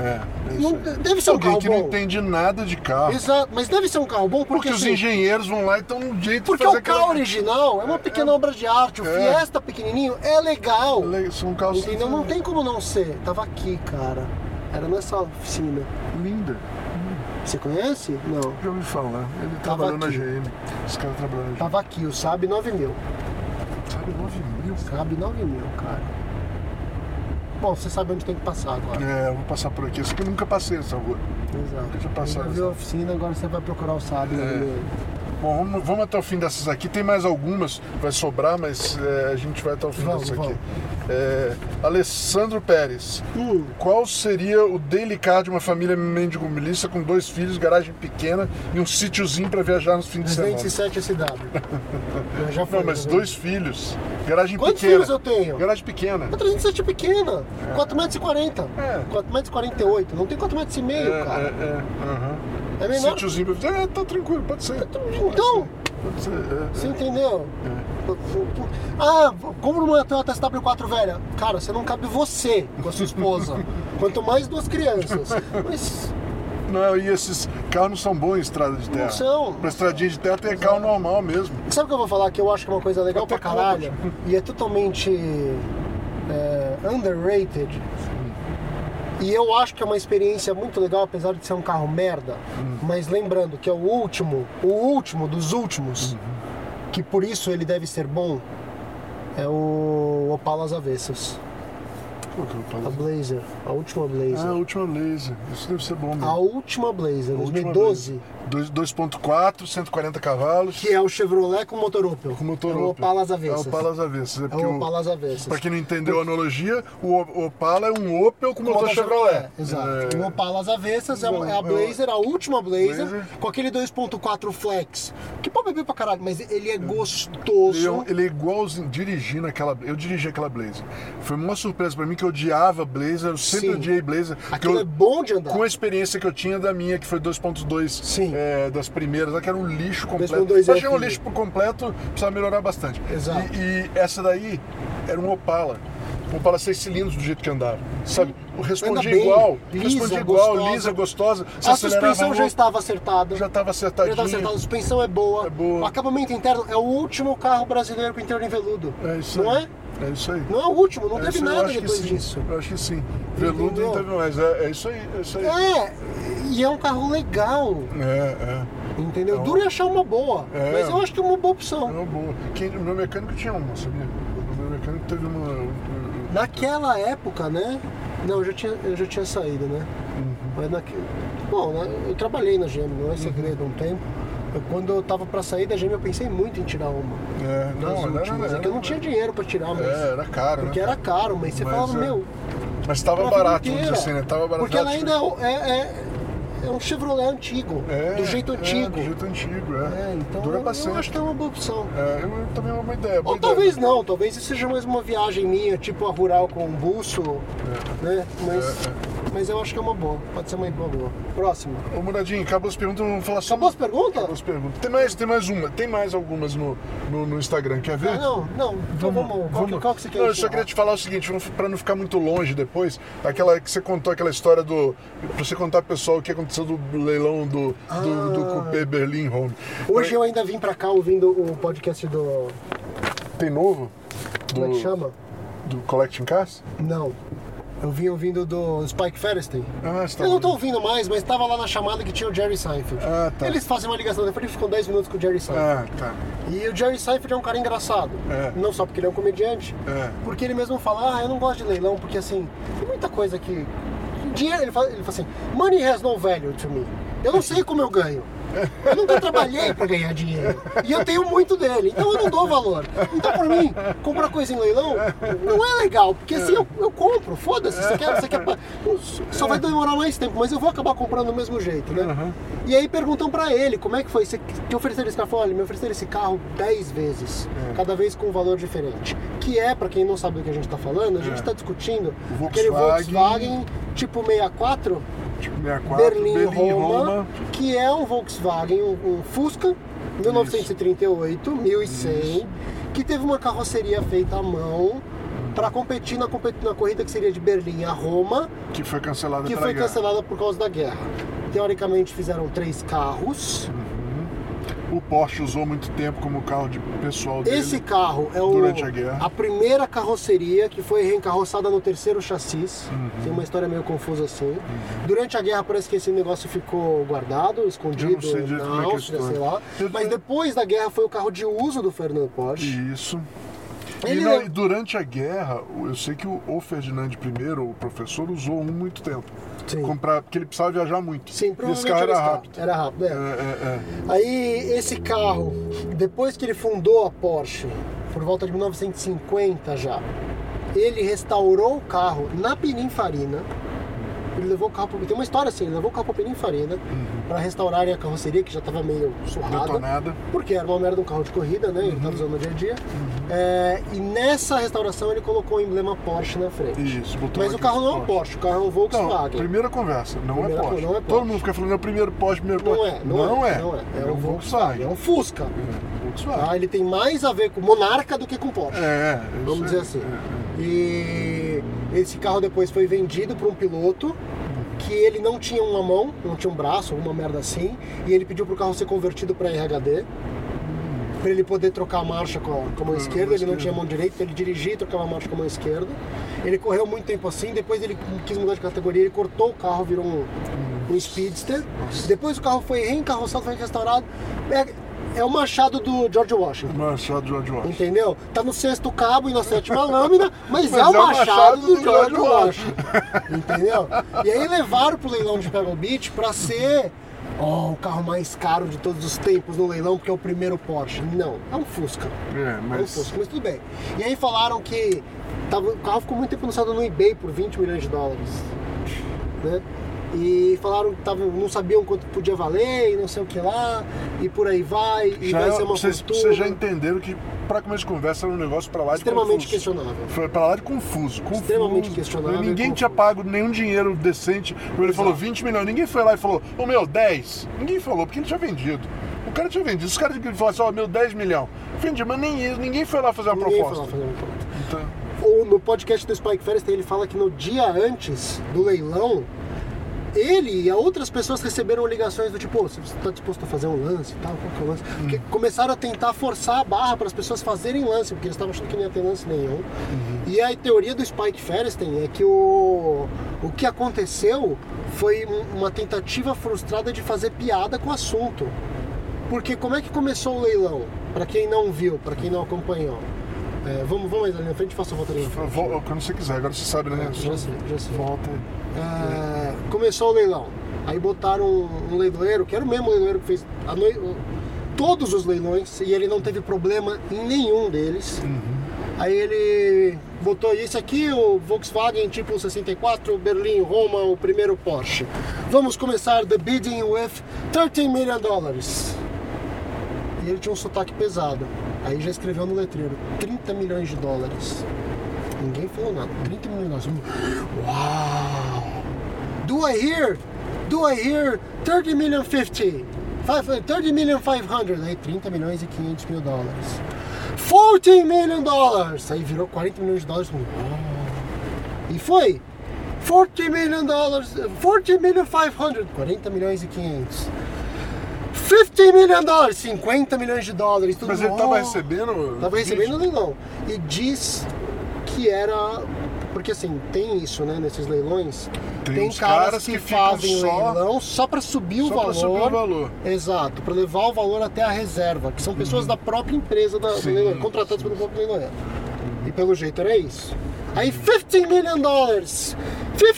é isso Não- aí. deve ser um Alguém carro que bom. não entende nada de carro. Exato, mas deve ser um carro bom porque, Porque os assim, engenheiros vão lá e dão um jeito porque de fazer o carro aquela- original é uma pequena obra de arte, o É. Fiesta pequenininho é legal. Le- São carros Entendeu? Não tem como não ser. Tava aqui, cara. Era nessa oficina. linda. Você conhece? Não. Já ouvi falar. Ele Tava trabalhou na aqui. GM. Esse cara trabalhou na GM. Tava aqui, o Saab 9000. Sabe, 9 mil? Saab 9000, cara. Bom, você sabe onde tem que passar agora. É, eu vou passar por aqui. Esse aqui eu nunca passei essa rua. Exato. É. Deixa eu passar É. Você já viu a oficina, agora você vai procurar o Saab 9000. Bom, vamos, vamos até o fim dessas aqui. Tem mais algumas, vai sobrar, mas é, a gente vai até o fim Vamos, dessas aqui. vamos. É, Alessandro Pérez. Hum. Qual seria o delicar de uma família mendigo milícia com dois filhos, garagem pequena e um sítiozinho pra viajar nos fins de semana? (laughs) 207 SW. Eu já fui, é Não, mas né? dois filhos, garagem Quantos pequena. filhos eu tenho? Garagem pequena. A 307 é pequena. 4,40 É. 4,48 Não tem 4,5 meio, É, cara. é, é. aham. É, menor. Sítiozinho pra viajar. É, tá tranquilo, pode ser. Então, Pode ser. é, você entendeu? Ah, compra uma Toyota SW4 velha. Cara, você não cabe você com a sua esposa. Quanto mais duas crianças. Mas Não, e esses carros não são bons em estrada de terra. são. Pra estradinha de terra tem carro normal mesmo. sabe o que eu vou falar que eu acho que é uma coisa legal Até pra caralho? E é totalmente é, underrated. E eu acho que é uma experiência muito legal, apesar de ser um carro merda. Mas lembrando que é o último, o último dos últimos, que por isso ele deve ser bom, é o Opala às avessas. Qual que eu falei? A Blazer, a última Blazer. Ah, a última laser. Isso deve ser bom mesmo. A última Blazer, A última 2012, Blazer. Dois- 2.4, 140 cavalos. que é o Chevrolet com o motor Opel. Com motor é o Opel. Opala às É avessas. o Opala às avessas. É É porque o o Opala às avessas. Pra quem não entendeu a analogia, o O- Opala é um Opel com motor Motor Chevrolet. Exato. Um É, O Opala às avessas é, uma- é a Bom, eu- Blazer, a última Blazer, Blazer. com aquele 2.4 flex. Que pode beber pra caralho, mas ele é gostoso. Ele é, um- ele é igualzinho, dirigindo aquela. Eu dirigi aquela Blazer. Foi uma surpresa pra mim que eu odiava Blazer, eu sempre Sim. odiei Blazer. porque Aquilo eu- é bom de andar. Com a experiência que eu tinha da minha, que foi 2.2 Sim. é, das primeiras, lá que era um lixo completo. 2.2 Pra chegar um F. lixo por completo, precisava melhorar bastante. é Exato. E, e essa daí era um Opala. Um Opala seis cilindros do jeito que andava. Sabe? Eu respondia bem, igual. lisa, respondia igual, gostosa. lisa, gostosa. se A acelerava suspensão já muito, estava acertada. já estava Já tava acertadinho. acertado, a suspensão é boa. É boa. O acabamento interno é o último carro brasileiro com interno em veludo. É isso não aí. é? É isso aí. Não é o último, não É teve isso aí, eu nada acho que depois sim, disso. Eu acho que sim. Veludo não Entendeu? teve mais. É, é isso aí, é isso aí. É, É, e é um carro legal, é. entendeu? Duro é achar uma boa, É. mas eu acho que é uma boa É opção. uma boa. Quem, o meu mecânico tinha uma, sabia? O meu mecânico teve uma. um- Naquela época, né? Não, eu já tinha, eu já tinha saído, né? Uhum. Mas naque... Bom, né, eu trabalhei na GM, não é segredo, há um tempo. Eu- quando eu tava pra sair da GM, eu pensei muito em tirar uma. um- É, das não, era, últimas. era, é que eu não tinha dinheiro pra tirar, mas... É, era caro, Porque né? era caro, mas você Mas, falava, é, meu, Mas pra tava vida barato, vamos inteira. dizer assim, né? Tava barato. Porque ela ainda é, é- é um Chevrolet antigo, É, do jeito é, antigo. do jeito antigo, é. É, então Dura eu- bastante. eu acho que é uma boa opção. É, eu, eu também é uma boa ideia. boa Ou ideia. talvez não, talvez isso seja mais uma viagem minha, tipo a rural com um buço, né? Mas, É, mas eu acho que é uma boa, pode ser uma boa. boa. Próximo. Ô, Muradinho, acabou as perguntas, vamos falar só. Acabou as perguntas? Acabou as perguntas. Tem mais, tem mais uma, tem mais algumas no, no, no Instagram, quer ver? Ah, não, não, então vamos. qual, Que, qual que você quer Não, eu só encerrar? queria te falar o seguinte, para não ficar muito longe depois, aquela que você contou aquela história do. Pra você contar pro pessoal o que aconteceu do leilão do, do, do Ah. Coupé Berlin Home. Hoje eu ainda vim pra cá ouvindo o podcast do. Tem novo? Como é que Do, chama? do Collecting Cars? Não. Eu vim ouvindo do Spike Ferrestein. Ah, você tá Eu não tô ouvindo mais, mas tava lá na chamada que tinha o Jerry Seinfeld. Ah, tá. Eles fazem uma ligação, depois eles ficam 10 minutos com o Jerry Seinfeld. Ah, tá. E o Jerry Seinfeld é um cara engraçado. É. Não só porque ele é um comediante, É. porque ele mesmo fala, ah, eu não gosto de leilão, porque assim, tem muita coisa que. Dinheiro, ele fala, ele fala assim, money has no value to me. Eu não sei como eu ganho. Eu nunca trabalhei para ganhar dinheiro. E eu tenho muito dele, então eu não dou valor. Então, pra mim, comprar coisa em leilão não é legal, porque assim eu, eu compro, foda-se, você quer, você quer. pa- Só vai demorar mais tempo, mas eu vou acabar comprando do mesmo jeito, né? E aí perguntam pra ele, como é que foi? Você te ofereceram esse carro? Eu falei, Olha, me ofereceram esse carro 10 vezes, É. cada vez com um valor diferente. Que é, pra quem não sabe do que a gente tá falando, a gente tá discutindo É. O aquele Volkswagen. Volkswagen tipo 64, Tipo 64, Berlim, Roma, Roma. que é um Volkswagen, um, um Fusca 1938, 1100, que teve uma carroceria feita à mão para competir na, compet- na corrida que seria de Berlim a Roma, Que foi cancelado que pela foi guerra. cancelada por causa da guerra. Teoricamente fizeram três carros. O Porsche usou muito tempo como carro de pessoal dele. Esse carro é o, Durante a guerra. a primeira carroceria que foi reencarroçada no terceiro chassis. Uhum. Tem uma história meio confusa assim. Durante a guerra parece que esse negócio ficou guardado, escondido Eu não sei direito na como é que é a Áustria, história. sei lá. Eu- Mas depois da guerra foi o carro de uso do Fernando Porsche. Isso. Ele é e, não, não- e durante a guerra, eu sei que o, o Ferdinand I, o professor, usou um muito tempo. Sim. Comprar, porque ele precisava viajar muito. Sim, e esse provavelmente carro era era esse carro. rápido. Era rápido, é. É, é, Aí esse carro, depois que ele fundou a Porsche, por volta de 1950 já, ele restaurou o carro na Pininfarina. Ele levou o carro para tem uma história assim, ele levou o carro para Pininfarina para restaurarem a carroceria que já estava meio é. surrada. Detonada. Porque era uma merda um carro de corrida, né? Ele estava usando no dia a dia. É, e nessa restauração ele colocou o emblema Porsche na frente. Isso, botou Mas o aqui carro não é um Porsche. Porsche, o carro é um Não, Volkswagen. primeira conversa, não, é Primeira Porsche. não é Porsche. Todo mundo fica falando, é o primeiro Porsche, primeiro Não Porsche. é, não, é. não é. É, um um Volkswagen, é um Fusca. Volkswagen. Tá? Ele tem mais a ver com Monarca do que com Porsche. É, é, vamos isso dizer aí. assim. E esse carro depois foi vendido para um piloto que ele não tinha uma mão, não tinha um braço, alguma merda assim, e ele pediu para o carro ser convertido para RHD. Para ele poder trocar a marcha com a, com a Ah, mão esquerda, ele não tinha mão direita, então ele dirigia e trocava a marcha com a mão esquerda. Ele correu muito tempo assim, depois ele quis mudar de categoria, ele cortou o carro, virou um, um speedster. Depois o carro foi reencarroçado, foi restaurado. É, é o machado do George Washington. Machado George Washington. Entendeu? Tá no sexto cabo e (laughs) na sétima lâmina, mas, um é o machado, do, George Washington. Entendeu? E aí levaram pro leilão de Pebble Beach pra ser ó, o carro mais caro de todos os tempos no leilão, porque é o primeiro Porsche. Não, é um Fusca. É, É um mas. Fusca, mas tudo bem. E aí falaram que tava- o carro ficou muito tempo anunciado no eBay por 20 milhões de dólares. Né? E falaram que tavam, não sabiam quanto podia valer e não sei o que lá, e por aí vai, e Já, é vai ser uma vocês, fortuna. vocês já entenderam que, é um pra começo de conversa, era um negócio pra lá de Extremamente confuso. questionável. Foi pra lá de confuso. confuso. Extremamente questionável Ninguém e tinha pago nenhum dinheiro decente. Ele falou 20 milhões. Ninguém foi lá e falou, ô meu, 10. Ninguém falou, porque ele tinha vendido. O cara tinha vendido. Os caras falaram assim, ó, meu, 10 milhão. Vendi, mas nem isso. Ninguém foi lá fazer uma Ninguém foi lá proposta. fazer uma proposta. Então, Ou no podcast do Spike Ferris, ele fala que no dia antes do leilão, ele e a outras pessoas receberam ligações do tipo, "Ô, você está disposto a fazer um lance e tal, qual que é o lance? Porque começaram a tentar forçar a barra para as pessoas fazerem lance, porque eles estavam achando que não ia ter lance nenhum. E a teoria do Spike Ferristein é que o, o que aconteceu foi um- uma tentativa frustrada de fazer piada com o assunto. Porque como é que começou o leilão? Para quem não viu, para quem não acompanhou. É, vamos, vamos mais ali na frente, faça a volta ali na frente. eu vou- quando você quiser, agora você sabe, né? É, Já sei, já sei. Volta. É, começou o leilão. Aí botaram um, um leiloeiro, que era o mesmo leiloeiro que fez a noi- o- todos os leilões, e ele não teve problema em nenhum deles. Aí ele botou isso aqui, é o Volkswagen tipo 64, Berlim, Roma, o primeiro Porsche. Vamos começar the bidding with 13 million dollars. E ele tinha um sotaque pesado. Aí já escreveu no letreiro, 30 milhões de dólares. Ninguém falou nada. 30 milhões de dólares. Uau! Do I hear? Do I hear 30 million 50? Five- 30 million 500. Aí 30 milhões e 500 mil dólares. 14 million dólares. Aí virou 40 milhões de dólares. Uau! E foi. 40 million dólares. 40 million 500. 40 milhões e 500. 50 million dólares. 50 milhões de dólares. Tudo Mas ele tava "Uau!" recebendo... Tava recebendo o leilão. E diz que era. Porque assim, tem isso, né, nesses leilões. Tem uns caras que, que ficam fazem só- leilão só pra subir o Só pra valor. subir o valor. Exato, pra levar o valor até a reserva, que são pessoas da própria empresa da, do Sim, leiloeiro, contratadas pelo próprio leiloeiro. E pelo jeito era isso. Aí 15 million dollars,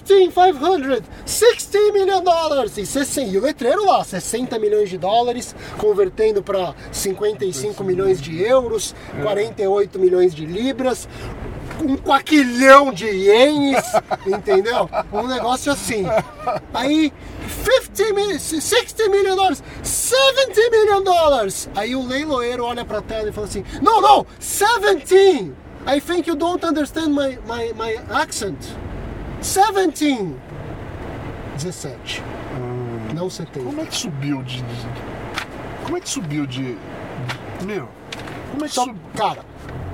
15,500, 60 million dollars e 60, e o letreiro lá, 60 milhões de dólares, convertendo para 55 milhões de euros, 48 milhões de libras, um quaquilhão de ienes, entendeu? Um negócio assim. Aí 50 mil, 60 million dollars, 70 million dollars. Aí o leiloeiro olha pra tela e fala assim: "Não, não, 17. I think you don't understand my my my accent. 17. 17. Não 70. Como é que subiu de. de- Como é que subiu de. de- Meu. Como é que Só, subiu? Então, cara,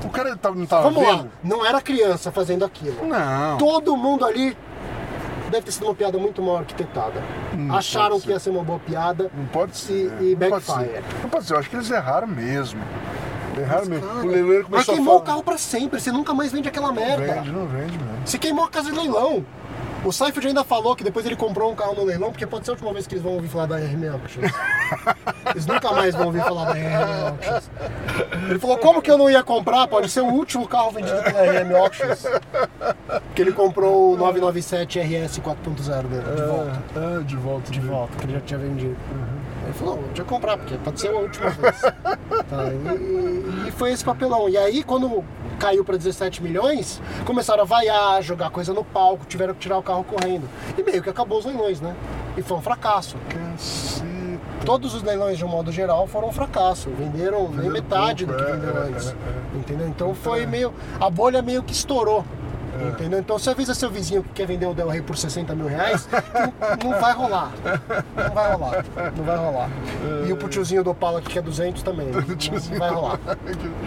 O cara tava- não tava vamos lá. vendo? Não era criança fazendo aquilo. Não. todo mundo ali deve ter sido uma piada muito mal arquitetada. Acharam Hum, pode que ia ser uma boa piada. Não pode ser. E- e Não pode É. backfire. ser. Não pode ser. Eu acho que eles erraram mesmo. Erraram mesmo. Cara, o leiloeiro mas é começou a queimou falar. o carro pra sempre, você nunca mais vende aquela Não merda. vende, não vende mesmo. Você queimou a casa de leilão. O Seifert ainda falou que depois ele comprou um carro no leilão, porque pode ser a última vez que eles vão ouvir falar da RM (laughs) Auctions. Eles nunca mais vão ouvir falar da RM Auctions. Ele falou, como que eu não ia comprar? Pode ser o último carro vendido pela RM Auctions. Porque ele comprou o 997 RS 4.0 dele, né? de volta. Ah, de volta. de volta, que ele já tinha vendido. Ele falou, "Não, deixa eu comprar, porque pode ser a última vez. Tá, e, e foi esse papelão. E aí, quando caiu para 17 milhões, começaram a vaiar, jogar coisa no palco, tiveram que tirar o carro correndo. E meio que acabou os leilões, né? E foi um fracasso. Caceta. Todos os leilões, de um modo geral, foram um fracasso. Venderam nem Venderam metade pouco, do que é, vendeu é, antes. é, é. Entendeu? Então foi meio. A bolha meio que estourou. É. Entendeu? Então você avisa seu vizinho que quer vender o Del Rey por 60 mil reais, que não, não vai rolar. Não vai rolar. Não vai rolar. É. E o pro tiozinho do Opala que quer (laughs) 200 também. Não, não vai rolar.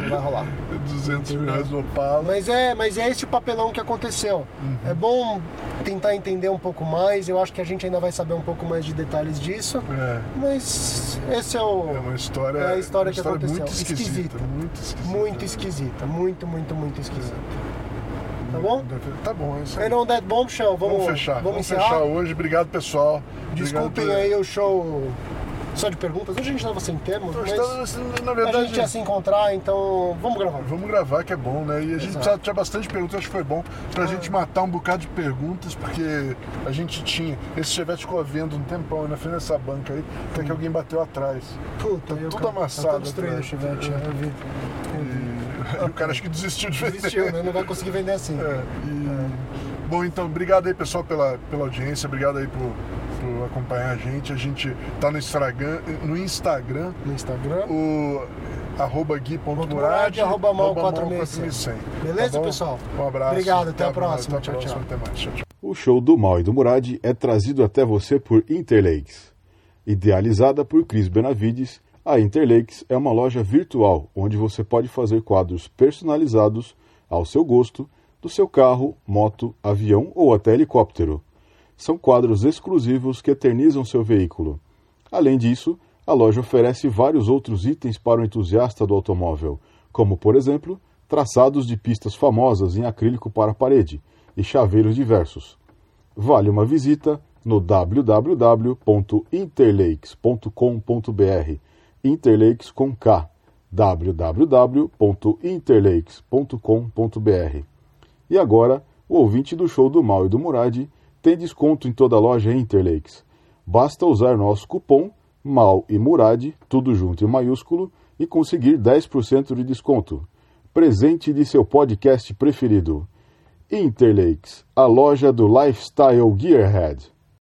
Não vai rolar. 200 milhões no Opala. Mas é, mas é esse o papelão que aconteceu. Uhum. É bom tentar entender um pouco mais. Eu acho que a gente ainda vai saber um pouco mais de detalhes disso. É. Mas esse é o. É uma história. É a história uma que aconteceu. Muito esquisita. Esquisita. Muito esquisita. Muito esquisita, muito, muito, muito esquisita. Tá bom? Tá bom, é isso aí. And on that bombshell, vamos, Vamos fechar. Vamos, Vamos encerrar. fechar hoje. Obrigado, pessoal. Obrigado Desculpem por- aí o show só de perguntas. Hoje a gente estava sem termo, Nós mas estamos, na a verdade, gente ia se encontrar, então vamos gravar. vamos gravar que é bom, né? E a gente Exato. É. precisava tinha bastante perguntas, acho que foi bom pra gente matar um bocado de perguntas, porque a gente tinha. Esse Chevette ficou à venda um tempão aí na frente dessa banca aí, até Hum. que alguém bateu (laughs) atrás. Puta, Tá eu, tudo cara, amassado É, Tá todo destruído o atrás. Chevette, eu vi. E o cara acho que desistiu de vender. Desistiu, né? Não vai conseguir vender assim. É, e- Bom, então, obrigado aí, pessoal, pela, pela audiência, obrigado aí por, por acompanhar a gente. A gente tá no Instagram, no Instagram No Instagram. o arroba gui.murad, Murad, arroba mal arroba 4600. Beleza, bom? pessoal? Um abraço. Obrigado, até a próxima. Até a Tchau, próxima, até mais. Tchau, tchau. O show do Mal e do Murad é trazido até você por Interlakes. Idealizada por Cris Benavides, a Interlakes é uma loja virtual onde você pode fazer quadros personalizados ao seu gosto do seu carro, moto, avião ou até helicóptero. São quadros exclusivos que eternizam seu veículo. Além disso, a loja oferece vários outros itens para o entusiasta do automóvel, como, por exemplo, traçados de pistas famosas em acrílico para a parede e chaveiros diversos. Vale uma visita no www.interlakes.com.br Interlakes com K www.interlakes.com.br e agora, o ouvinte do show do Mal e do Murad tem desconto em toda a loja Interlakes. Basta usar nosso cupom MAL e Murad, tudo junto em maiúsculo, e conseguir 10% de desconto. Presente de seu podcast preferido. Interlakes, a loja do Lifestyle Gearhead.